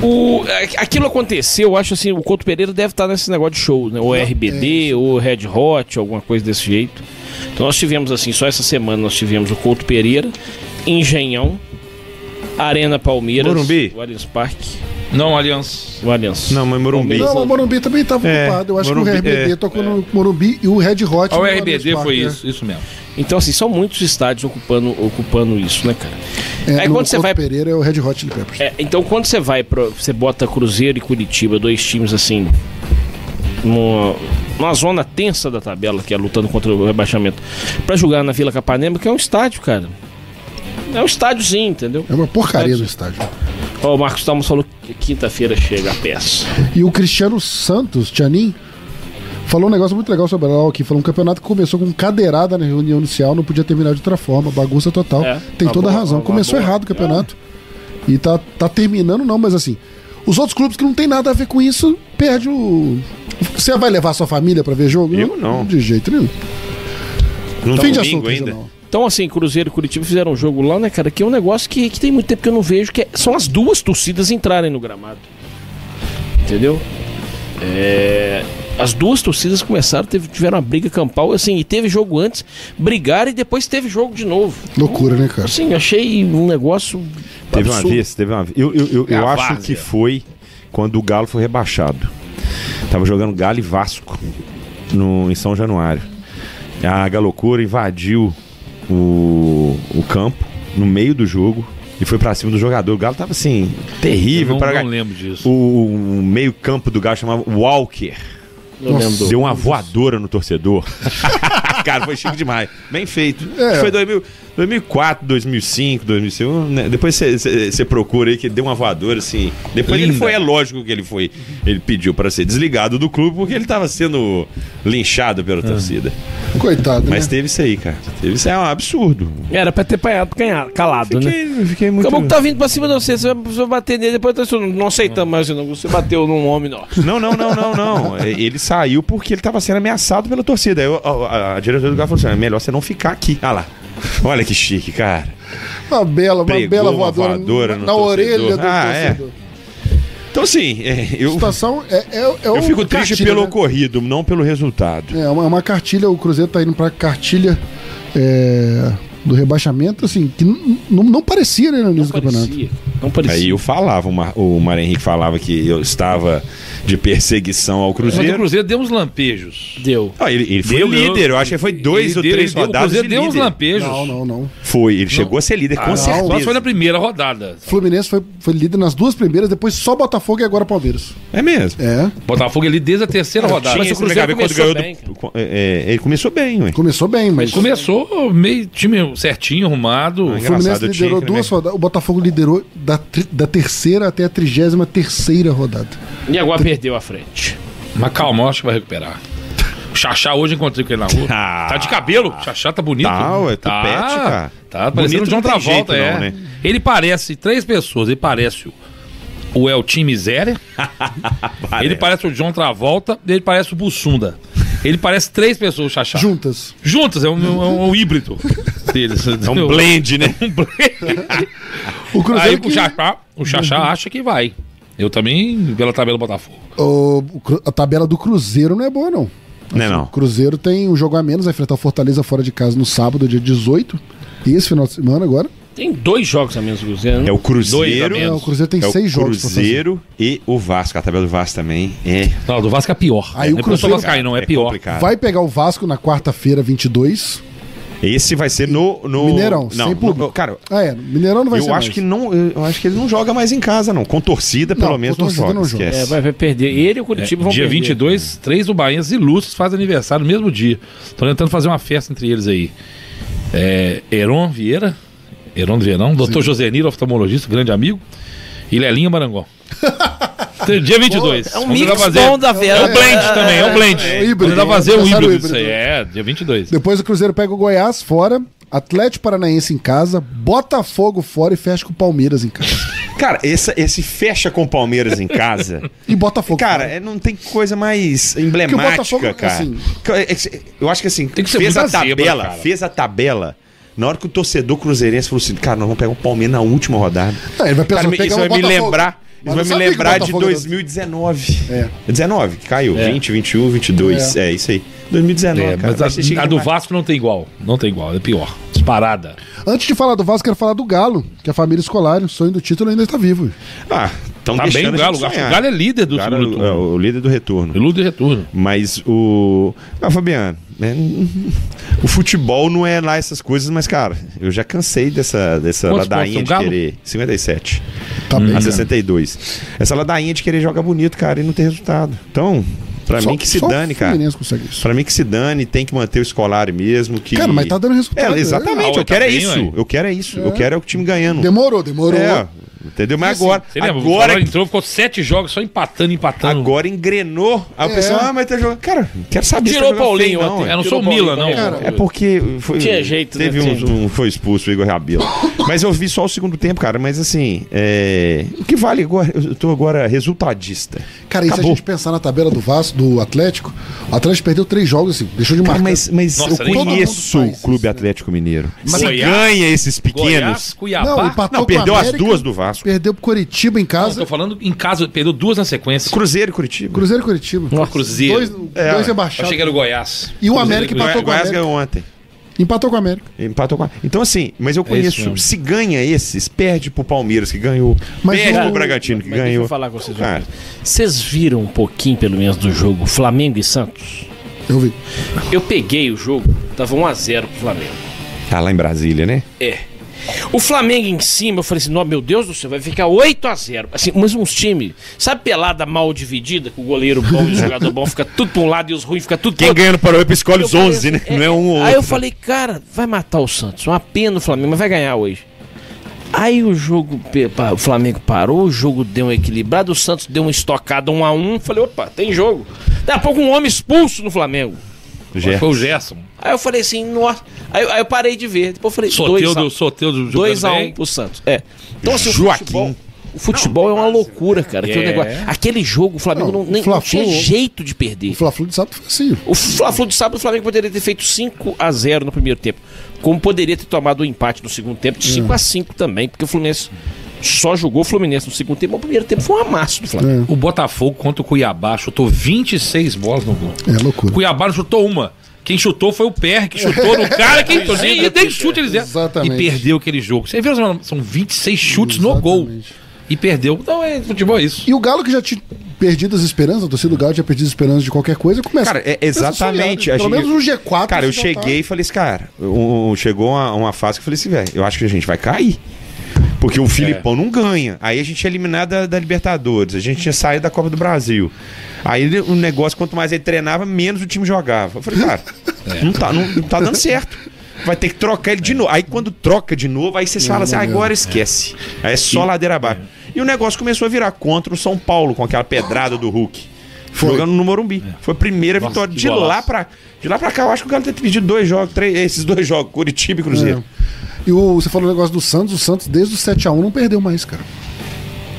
[SPEAKER 7] o, a- aquilo aconteceu, eu acho assim, o Couto Pereira deve estar nesse negócio de show, né? Ou
[SPEAKER 3] é
[SPEAKER 7] RBD, ou Red Hot, alguma coisa desse jeito. Então nós tivemos assim, só essa semana nós tivemos o Couto Pereira, Engenhão, Arena Palmeiras,
[SPEAKER 13] Morumbi.
[SPEAKER 7] o Allianz Parque.
[SPEAKER 13] Não, Aliança.
[SPEAKER 7] O Aliança.
[SPEAKER 9] Não, mas Morumbi.
[SPEAKER 3] Não, o Morumbi também estava
[SPEAKER 13] É,
[SPEAKER 3] ocupado. Eu acho
[SPEAKER 13] Morumbi,
[SPEAKER 3] que o RBD
[SPEAKER 13] é,
[SPEAKER 3] tocou no Morumbi e o Red Hot.
[SPEAKER 13] Ah,
[SPEAKER 3] no
[SPEAKER 13] O
[SPEAKER 3] Allianz
[SPEAKER 13] RBD
[SPEAKER 3] Parque,
[SPEAKER 13] foi
[SPEAKER 3] né?
[SPEAKER 13] isso, isso mesmo.
[SPEAKER 7] Então assim, são muitos estádios ocupando, ocupando isso, né, cara?
[SPEAKER 3] É,
[SPEAKER 7] Aí
[SPEAKER 3] no
[SPEAKER 7] quando você
[SPEAKER 3] Couto
[SPEAKER 7] vai
[SPEAKER 3] Pereira é o Red Hot Chili Peppers.
[SPEAKER 7] É, então quando você vai para você bota Cruzeiro e Curitiba, dois times assim, numa, numa zona tensa da tabela, que é lutando contra o rebaixamento, pra jogar na Vila Capanema, que é um estádio, cara. É um estádiozinho, entendeu?
[SPEAKER 3] É uma porcaria do estádio.
[SPEAKER 7] Ó, o Marcos Talmas falou que quinta-feira chega a peça.
[SPEAKER 3] E o Cristiano Santos, Tianin, falou um negócio muito legal sobre ela aqui. Falou um campeonato que começou com cadeirada na reunião inicial, não podia terminar de outra forma, bagunça total.
[SPEAKER 19] É,
[SPEAKER 3] Tem
[SPEAKER 9] tá
[SPEAKER 19] uma
[SPEAKER 3] toda a
[SPEAKER 19] boa,
[SPEAKER 3] razão.
[SPEAKER 19] uma
[SPEAKER 3] Começou
[SPEAKER 19] boa.
[SPEAKER 3] errado o
[SPEAKER 9] É.
[SPEAKER 3] campeonato. E tá, tá terminando, não, mas assim. Os outros clubes que não tem nada a ver com isso, perde o. Você vai levar sua família pra ver jogo? Eu não. De jeito nenhum. Fim de assunto, Regional.
[SPEAKER 7] Então, assim, Cruzeiro e Curitiba fizeram um jogo lá, né, cara? Que é um negócio que, que tem muito tempo que eu não vejo, que é- são as duas torcidas entrarem no gramado. Entendeu? É, as duas torcidas começaram, teve- tiveram uma briga campal, assim, e teve jogo antes, brigaram e depois teve jogo de novo.
[SPEAKER 3] Loucura, né, cara?
[SPEAKER 7] Sim, achei um negócio.
[SPEAKER 9] Teve uma
[SPEAKER 7] absurdo.
[SPEAKER 9] vez, teve uma vez. Eu, eu, eu,
[SPEAKER 7] É
[SPEAKER 9] eu
[SPEAKER 7] a
[SPEAKER 9] acho
[SPEAKER 7] várzea.
[SPEAKER 9] que foi quando o Galo foi rebaixado. Tava jogando Galo e Vasco no, em São Januário. A Galocura invadiu o, o campo no meio do jogo e foi pra cima do jogador. O Galo tava assim, terrível.
[SPEAKER 13] Eu não-
[SPEAKER 9] pra...
[SPEAKER 13] não lembro disso.
[SPEAKER 9] O, o meio-campo do Galo chamava Walker.
[SPEAKER 13] Eu lembro.
[SPEAKER 9] Deu uma voadora no torcedor. Cara, foi chique demais. Bem feito.
[SPEAKER 13] É.
[SPEAKER 9] Acho que Foi 2000, 2004, 2005, 2005. né? Depois você procura aí que deu uma voadora assim. Depois ele
[SPEAKER 13] Linda.
[SPEAKER 9] foi, é lógico que ele foi. Ele pediu para ser desligado do clube porque ele tava sendo linchado pela torcida.
[SPEAKER 3] Coitado,
[SPEAKER 9] Mas teve isso aí, cara. Teve isso aí, é um absurdo.
[SPEAKER 7] Era pra ter apanhado, ganhado, calado, né?
[SPEAKER 9] Fiquei
[SPEAKER 7] muito... Como que tá vindo pra cima de você? Você vai você vai bater nele, depois tá- não aceitamos mais, não. Você bateu num homem, não.
[SPEAKER 9] Não, não, não, não, não. É, Ele saiu porque ele tava sendo ameaçado pela torcida. Aí eu- a, a- a diretora do Galo falou assim: é melhor você não ficar aqui. Ah lá. Olha que chique, cara.
[SPEAKER 3] Uma bela, uma
[SPEAKER 9] Pegou
[SPEAKER 3] bela
[SPEAKER 9] uma
[SPEAKER 3] voadora,
[SPEAKER 9] voadora
[SPEAKER 3] na,
[SPEAKER 9] no
[SPEAKER 3] na
[SPEAKER 9] torcedor.
[SPEAKER 3] orelha do
[SPEAKER 9] Ah, é.
[SPEAKER 3] torcedor.
[SPEAKER 9] Então, assim, é, eu,
[SPEAKER 3] Situação é, é, é
[SPEAKER 9] eu
[SPEAKER 3] um
[SPEAKER 9] fico triste
[SPEAKER 3] cartilho,
[SPEAKER 9] pelo
[SPEAKER 3] né?
[SPEAKER 9] ocorrido, não pelo resultado.
[SPEAKER 3] É uma, uma cartilha, o Cruzeiro tá indo pra cartilha é, do rebaixamento, assim, que n- n- não parecia, né, no início do campeonato.
[SPEAKER 7] Não parecia.
[SPEAKER 9] Aí eu falava, o, Mar, o Mário Henrique falava que eu estava de perseguição
[SPEAKER 13] Mas
[SPEAKER 9] ao
[SPEAKER 13] o
[SPEAKER 9] Cruzeiro.
[SPEAKER 13] Cruzeiro deu uns lampejos.
[SPEAKER 7] Deu.
[SPEAKER 9] Ah, ele, ele foi
[SPEAKER 13] Deu,
[SPEAKER 9] líder,
[SPEAKER 13] deu.
[SPEAKER 9] eu acho que foi dois
[SPEAKER 13] Ele
[SPEAKER 9] ou
[SPEAKER 13] deu,
[SPEAKER 9] três
[SPEAKER 13] ele deu. O
[SPEAKER 9] rodadas.
[SPEAKER 13] Cruzeiro
[SPEAKER 9] de
[SPEAKER 13] deu uns
[SPEAKER 9] líder.
[SPEAKER 13] lampejos.
[SPEAKER 3] Não, não, não.
[SPEAKER 9] Foi, ele chegou a ser líder, com
[SPEAKER 13] Ah,
[SPEAKER 9] certeza.
[SPEAKER 13] Só foi na primeira rodada.
[SPEAKER 3] Fluminense foi, foi líder nas duas primeiras, depois só Botafogo e agora Palmeiras.
[SPEAKER 9] É mesmo.
[SPEAKER 3] É.
[SPEAKER 13] Botafogo ele desde a terceira rodada.
[SPEAKER 9] Mas o Cruzeiro quando ganhou do, co- é, é, Ele começou bem, ué.
[SPEAKER 3] Começou bem, mas.
[SPEAKER 13] Começou meio time certinho, arrumado.
[SPEAKER 3] O Fluminense liderou duas rodadas, o Botafogo liderou da, tri- da terceira até a trigésima terceira rodada.
[SPEAKER 7] E agora perdeu a frente.
[SPEAKER 13] Mas calma, eu acho que vai recuperar. O Xaxá hoje eu encontrei com ele na rua.
[SPEAKER 7] Ah.
[SPEAKER 13] Tá de cabelo. O Xaxá tá bonito.
[SPEAKER 9] Tá, ué, topete, cara.
[SPEAKER 13] Tá,
[SPEAKER 9] Bonito
[SPEAKER 13] parecendo o John
[SPEAKER 9] não tem
[SPEAKER 13] Travolta,
[SPEAKER 9] jeito
[SPEAKER 13] é.
[SPEAKER 9] não, né?
[SPEAKER 13] Ele parece três pessoas. Ele parece o, o Eltim Miséria. ele parece o John Travolta. Ele parece o Bussunda. Ele parece três pessoas, o Xaxá.
[SPEAKER 3] Juntas.
[SPEAKER 13] Juntas, é um, é um- é um híbrido. deles.
[SPEAKER 9] É um blend, né?
[SPEAKER 13] Um blend.
[SPEAKER 3] o Cruzeiro
[SPEAKER 13] Aí o
[SPEAKER 3] que- Uhum.
[SPEAKER 13] Xaxá, o Xaxá acha que vai. Eu também, pela tabela do Botafogo.
[SPEAKER 3] O- o Cru- a tabela do Cruzeiro não é boa, não.
[SPEAKER 9] Não é não.
[SPEAKER 3] O Cruzeiro tem um jogo a menos, vai enfrentar o Fortaleza fora de casa no sábado, dia 18. E esse final de semana agora.
[SPEAKER 7] Tem dois jogos a menos do Cruzeiro. né?
[SPEAKER 9] É o Cruzeiro.
[SPEAKER 3] menos. É, o Cruzeiro tem
[SPEAKER 9] é o
[SPEAKER 3] seis jogos pra fazer.
[SPEAKER 9] Cruzeiro e o Vasco. A tabela do Vasco também é.
[SPEAKER 13] Não, do Vasco é pior.
[SPEAKER 3] Aí o Cruzeiro-
[SPEAKER 13] não, é, pior.
[SPEAKER 3] Vai pegar o Vasco na quarta-feira, 22.
[SPEAKER 9] Esse vai ser no. no...
[SPEAKER 3] Mineirão,
[SPEAKER 9] não,
[SPEAKER 3] sem público.
[SPEAKER 9] no- cara,
[SPEAKER 3] Ah, é. Mineirão não vai
[SPEAKER 9] eu
[SPEAKER 3] ser
[SPEAKER 9] acho
[SPEAKER 3] mais.
[SPEAKER 9] que não. Eu acho que ele não joga mais em casa, não. Com torcida, pelo menos, não joga. esquece. Hum.
[SPEAKER 7] É, vai, vai perder. Ele e o Curitiba
[SPEAKER 13] É,
[SPEAKER 7] vão
[SPEAKER 13] dia
[SPEAKER 7] perder.
[SPEAKER 13] 22, três do Bahias ilustres fazem aniversário no mesmo dia. Tô tentando fazer uma festa entre eles aí. É, Heron Vieira, Heraldo Verão, doutor Josenir, oftalmologista, grande amigo, e Lelinha Marangon. Tem Dia 22.
[SPEAKER 17] É um
[SPEAKER 13] Vamos
[SPEAKER 17] mix
[SPEAKER 13] lá fazer.
[SPEAKER 17] bom da Vera.
[SPEAKER 13] É um blend também, é um blend.
[SPEAKER 3] É, é, é, híbrido.
[SPEAKER 13] Vamos lá fazer um
[SPEAKER 3] Lançar o
[SPEAKER 13] híbrido
[SPEAKER 3] híbrido.
[SPEAKER 13] disso aí. É, dia 22.
[SPEAKER 3] Depois o Cruzeiro pega o Goiás fora, Atlético Paranaense em casa, Botafogo fora e fecha com o Palmeiras em casa.
[SPEAKER 9] Cara, esse, esse fecha com o Palmeiras em casa.
[SPEAKER 3] E Botafogo.
[SPEAKER 9] Cara, é, não tem coisa mais
[SPEAKER 3] É, Porque o
[SPEAKER 9] emblemática,
[SPEAKER 3] Botafogo,
[SPEAKER 9] cara.
[SPEAKER 3] assim-
[SPEAKER 9] Eu acho que é, assim,
[SPEAKER 13] que ser
[SPEAKER 9] fez a
[SPEAKER 13] muita
[SPEAKER 9] tabela,
[SPEAKER 13] zebra, cara.
[SPEAKER 9] fez a tabela. Na hora que o torcedor cruzeirense falou assim, cara, nós vamos pegar o Palmeiras na última rodada.
[SPEAKER 3] Não, Tá, ele vai pensar,
[SPEAKER 9] cara, me-
[SPEAKER 3] pegamos
[SPEAKER 9] isso vai
[SPEAKER 3] o
[SPEAKER 9] me
[SPEAKER 3] Botafogo.
[SPEAKER 9] lembrar,
[SPEAKER 3] Mas
[SPEAKER 9] isso vai
[SPEAKER 3] não
[SPEAKER 9] me
[SPEAKER 3] sabia que o
[SPEAKER 9] lembrar de
[SPEAKER 3] Botafogo É. era-
[SPEAKER 9] 2019. 19, que caiu. 20, 21, 22. É, isso aí. 2019,
[SPEAKER 13] É,
[SPEAKER 9] cara.
[SPEAKER 13] mas
[SPEAKER 9] Vai ser chique
[SPEAKER 13] a, a do
[SPEAKER 9] demais.
[SPEAKER 13] Vasco não tem igual. Não tem igual, é pior. Disparada.
[SPEAKER 3] Antes de falar do Vasco, quero falar do Galo, que a família escolar, o sonho do título ainda está vivo.
[SPEAKER 9] Ah, então
[SPEAKER 13] Tá bem o Galo, o Galo- o Galo é líder do segundo
[SPEAKER 9] É,
[SPEAKER 13] turno.
[SPEAKER 9] o líder do retorno. O
[SPEAKER 13] líder do retorno.
[SPEAKER 9] Mas o. Ah, Fabiano, né, o futebol não é lá essas coisas, mas, cara, eu já cansei dessa, dessa
[SPEAKER 13] Quantos
[SPEAKER 9] ladainha
[SPEAKER 13] pontos
[SPEAKER 9] de
[SPEAKER 13] tem o Galo?
[SPEAKER 9] querer. 57.
[SPEAKER 3] Tá bem,
[SPEAKER 9] a
[SPEAKER 3] cara.
[SPEAKER 9] 62. Essa ladainha de querer jogar bonito, cara, e não ter resultado. Então, pra
[SPEAKER 3] Só-
[SPEAKER 9] mim que se
[SPEAKER 3] só o
[SPEAKER 9] dane, cara.
[SPEAKER 3] Fluminense consegue
[SPEAKER 9] Pra mim que se dane, tem que manter o escolar mesmo. Que...
[SPEAKER 3] Cara, mas tá dando resultado,
[SPEAKER 9] É, exatamente,
[SPEAKER 13] Ah,
[SPEAKER 3] né?
[SPEAKER 9] eu quero é
[SPEAKER 3] Tá bem,
[SPEAKER 9] isso.
[SPEAKER 3] ué.
[SPEAKER 9] Eu quero é isso. Eu
[SPEAKER 3] É.
[SPEAKER 9] quero é o time ganhando.
[SPEAKER 3] Demorou, demorou.
[SPEAKER 9] É, entendeu? Mas
[SPEAKER 13] Assim,
[SPEAKER 9] agora.
[SPEAKER 13] Você lembra?
[SPEAKER 9] agora
[SPEAKER 13] O Flamengo entrou, ficou sete jogos só empatando, empatando. É.
[SPEAKER 9] Agora engrenou. Aí o
[SPEAKER 3] É.
[SPEAKER 9] pessoal, ah, mas tá jogando. Cara, quero saber
[SPEAKER 13] Tirou
[SPEAKER 9] tá jogando
[SPEAKER 13] o Paulinho
[SPEAKER 9] feio,
[SPEAKER 13] ontem.
[SPEAKER 9] é.
[SPEAKER 13] Eu não sou Tirou o Mila, Paulinho, não. cara.
[SPEAKER 9] É porque. Foi,
[SPEAKER 13] Tinha jeito, né?
[SPEAKER 9] Teve
[SPEAKER 13] Tinha
[SPEAKER 9] um,
[SPEAKER 13] jeito.
[SPEAKER 9] um- Foi expulso o Igor Rabelo. mas eu vi só o segundo tempo, cara. Mas assim. é, O que vale agora? Eu tô agora resultadista.
[SPEAKER 3] Cara, e se a gente pensar na tabela do Vasco, do Atlético, o Atlético perdeu três jogos, assim, deixou de marcar.
[SPEAKER 9] mas mas
[SPEAKER 3] Todo
[SPEAKER 9] eu
[SPEAKER 3] mundo né?
[SPEAKER 9] conheço o Clube Atlético Mineiro.
[SPEAKER 3] Mas
[SPEAKER 9] Se
[SPEAKER 3] Goiás-
[SPEAKER 9] ganha esses pequenos.
[SPEAKER 13] Goiás, Cuiabá.
[SPEAKER 3] Não,
[SPEAKER 9] Não,
[SPEAKER 3] empatou com
[SPEAKER 9] perdeu
[SPEAKER 3] a
[SPEAKER 9] as
[SPEAKER 3] América.
[SPEAKER 9] duas do Vasco.
[SPEAKER 3] Perdeu pro Curitiba em
[SPEAKER 13] Não,
[SPEAKER 3] casa.
[SPEAKER 13] tô falando em casa, perdeu duas na sequência.
[SPEAKER 9] Cruzeiro e Curitiba.
[SPEAKER 3] Cruzeiro e Curitiba.
[SPEAKER 13] Cruzeiro.
[SPEAKER 3] Dois,
[SPEAKER 13] É,
[SPEAKER 3] dois
[SPEAKER 13] eu
[SPEAKER 3] rebaixados.
[SPEAKER 13] Achei que era o Goiás.
[SPEAKER 3] E o
[SPEAKER 13] Cruzeiro
[SPEAKER 3] América
[SPEAKER 13] Goiás.
[SPEAKER 3] empatou com o
[SPEAKER 9] Goiás
[SPEAKER 3] América.
[SPEAKER 9] ganhou ontem.
[SPEAKER 3] Empatou com a América.
[SPEAKER 9] Empatou com a... Então, assim, mas
[SPEAKER 7] É
[SPEAKER 9] eu
[SPEAKER 13] isso
[SPEAKER 9] conheço.
[SPEAKER 13] mesmo.
[SPEAKER 9] se ganha esses, perde pro Palmeiras, que ganhou.
[SPEAKER 7] Mas
[SPEAKER 9] perde
[SPEAKER 7] o-
[SPEAKER 9] pro Bragantino, que
[SPEAKER 7] Mas deixa
[SPEAKER 9] ganhou.
[SPEAKER 7] eu falar com vocês.
[SPEAKER 9] Cara,
[SPEAKER 7] uma coisa. Vocês viram um pouquinho, pelo menos, do jogo Flamengo e Santos?
[SPEAKER 3] Eu vi.
[SPEAKER 7] Eu peguei o jogo, tava 1x0 pro Flamengo.
[SPEAKER 9] tá lá em Brasília, né?
[SPEAKER 7] É. O Flamengo em cima, eu falei assim, "Nó, meu Deus do céu, vai ficar 8x0. Assim, mas uns times, sabe pelada mal dividida, que o goleiro bom e o jogador bom fica tudo pra um lado e os ruins fica tudo pro
[SPEAKER 9] Quem
[SPEAKER 7] outro?
[SPEAKER 9] ganha no Paroíba escolhe
[SPEAKER 7] Eu
[SPEAKER 9] os
[SPEAKER 7] falei
[SPEAKER 9] 11, né?
[SPEAKER 7] assim,
[SPEAKER 9] Não é um ou outro.
[SPEAKER 7] Aí eu falei, cara, vai matar o Santos. Uma pena o Flamengo, mas vai ganhar hoje. Aí o jogo, pe- pa- o Flamengo parou, o jogo deu um equilibrado, o Santos deu uma estocada um a um. Falei, opa, tem jogo. Daqui a pouco um homem expulso no Flamengo.
[SPEAKER 9] Gerson.
[SPEAKER 13] Foi o Gerson.
[SPEAKER 7] Aí eu falei assim, nossa. Aí, aí eu parei de ver. Depois eu falei,
[SPEAKER 13] Soteudo,
[SPEAKER 7] dois a um.
[SPEAKER 13] Soteudo jogando
[SPEAKER 7] 2 a 1
[SPEAKER 13] bem.
[SPEAKER 7] pro Santos. É. Então assim,
[SPEAKER 13] Joaquim.
[SPEAKER 7] o futebol, o futebol é uma loucura, cara. Aquele,
[SPEAKER 13] É.
[SPEAKER 7] negócio, aquele jogo, o Flamengo não,
[SPEAKER 3] Não,
[SPEAKER 7] nem,
[SPEAKER 3] o Fla-Flu-
[SPEAKER 7] não tinha jeito de perder. O
[SPEAKER 3] Fla-Flu de sábado foi assim.
[SPEAKER 7] O Fla-Flu de sábado, o Flamengo poderia ter feito 5 a 0 no primeiro tempo. Como poderia ter tomado o empate no segundo tempo de
[SPEAKER 3] É.
[SPEAKER 7] 5 a 5 também, porque o Fluminense só jogou o Fluminense no segundo tempo, mas o primeiro tempo foi um amasso do Flamengo.
[SPEAKER 13] É. O Botafogo contra o Cuiabá chutou 26 bolas no gol.
[SPEAKER 3] É loucura.
[SPEAKER 13] O Cuiabá não chutou uma. Quem chutou foi o PR, que chutou no cara que
[SPEAKER 7] Pois é,
[SPEAKER 13] nem,
[SPEAKER 7] né,
[SPEAKER 13] nem
[SPEAKER 7] pois
[SPEAKER 13] chute eles deram.
[SPEAKER 3] Exatamente.
[SPEAKER 13] E perdeu aquele jogo. Você viu, são 26 chutes no gol. E perdeu. Então é futebol é isso.
[SPEAKER 3] E o Galo que já tinha perdido as esperanças, a torcida do Galo já perdido as esperanças de qualquer coisa, começa.
[SPEAKER 9] Cara, é
[SPEAKER 3] começa a sonhar, né?
[SPEAKER 9] exatamente. a
[SPEAKER 3] Pelo
[SPEAKER 9] gente-
[SPEAKER 3] menos no G4.
[SPEAKER 9] Cara, eu
[SPEAKER 3] você já tá-
[SPEAKER 9] cheguei e falei assim, cara, um- um- chegou uma, uma fase que eu falei assim, velho, eu acho que a gente vai cair. Porque
[SPEAKER 3] É.
[SPEAKER 9] o Filipão não ganha. Aí a gente é eliminado da, da Libertadores. A gente tinha saído da Copa do Brasil. Aí ele- o negócio, quanto mais ele treinava, menos o time jogava. Eu falei, cara,
[SPEAKER 3] É.
[SPEAKER 9] não, tá, não, não tá dando certo. Vai ter que trocar ele de novo. Aí quando troca de novo, aí você fala assim,
[SPEAKER 3] não
[SPEAKER 9] "Ah,
[SPEAKER 3] mesmo."
[SPEAKER 9] agora esquece. Aí é só ladeira abaixo. E o negócio começou a virar contra o São Paulo com aquela pedrada do Hulk. Jogando no Morumbi. Foi a primeira
[SPEAKER 13] Nossa,
[SPEAKER 9] vitória.
[SPEAKER 13] que
[SPEAKER 9] De lá
[SPEAKER 13] golaço.
[SPEAKER 9] pra, de lá pra cá, eu acho que o Galo deve ter pedido dois jogos, três, esses dois jogos, Curitiba e Cruzeiro.
[SPEAKER 3] E o, você falou o negócio do Santos, o Santos desde o 7x1 não perdeu mais, cara.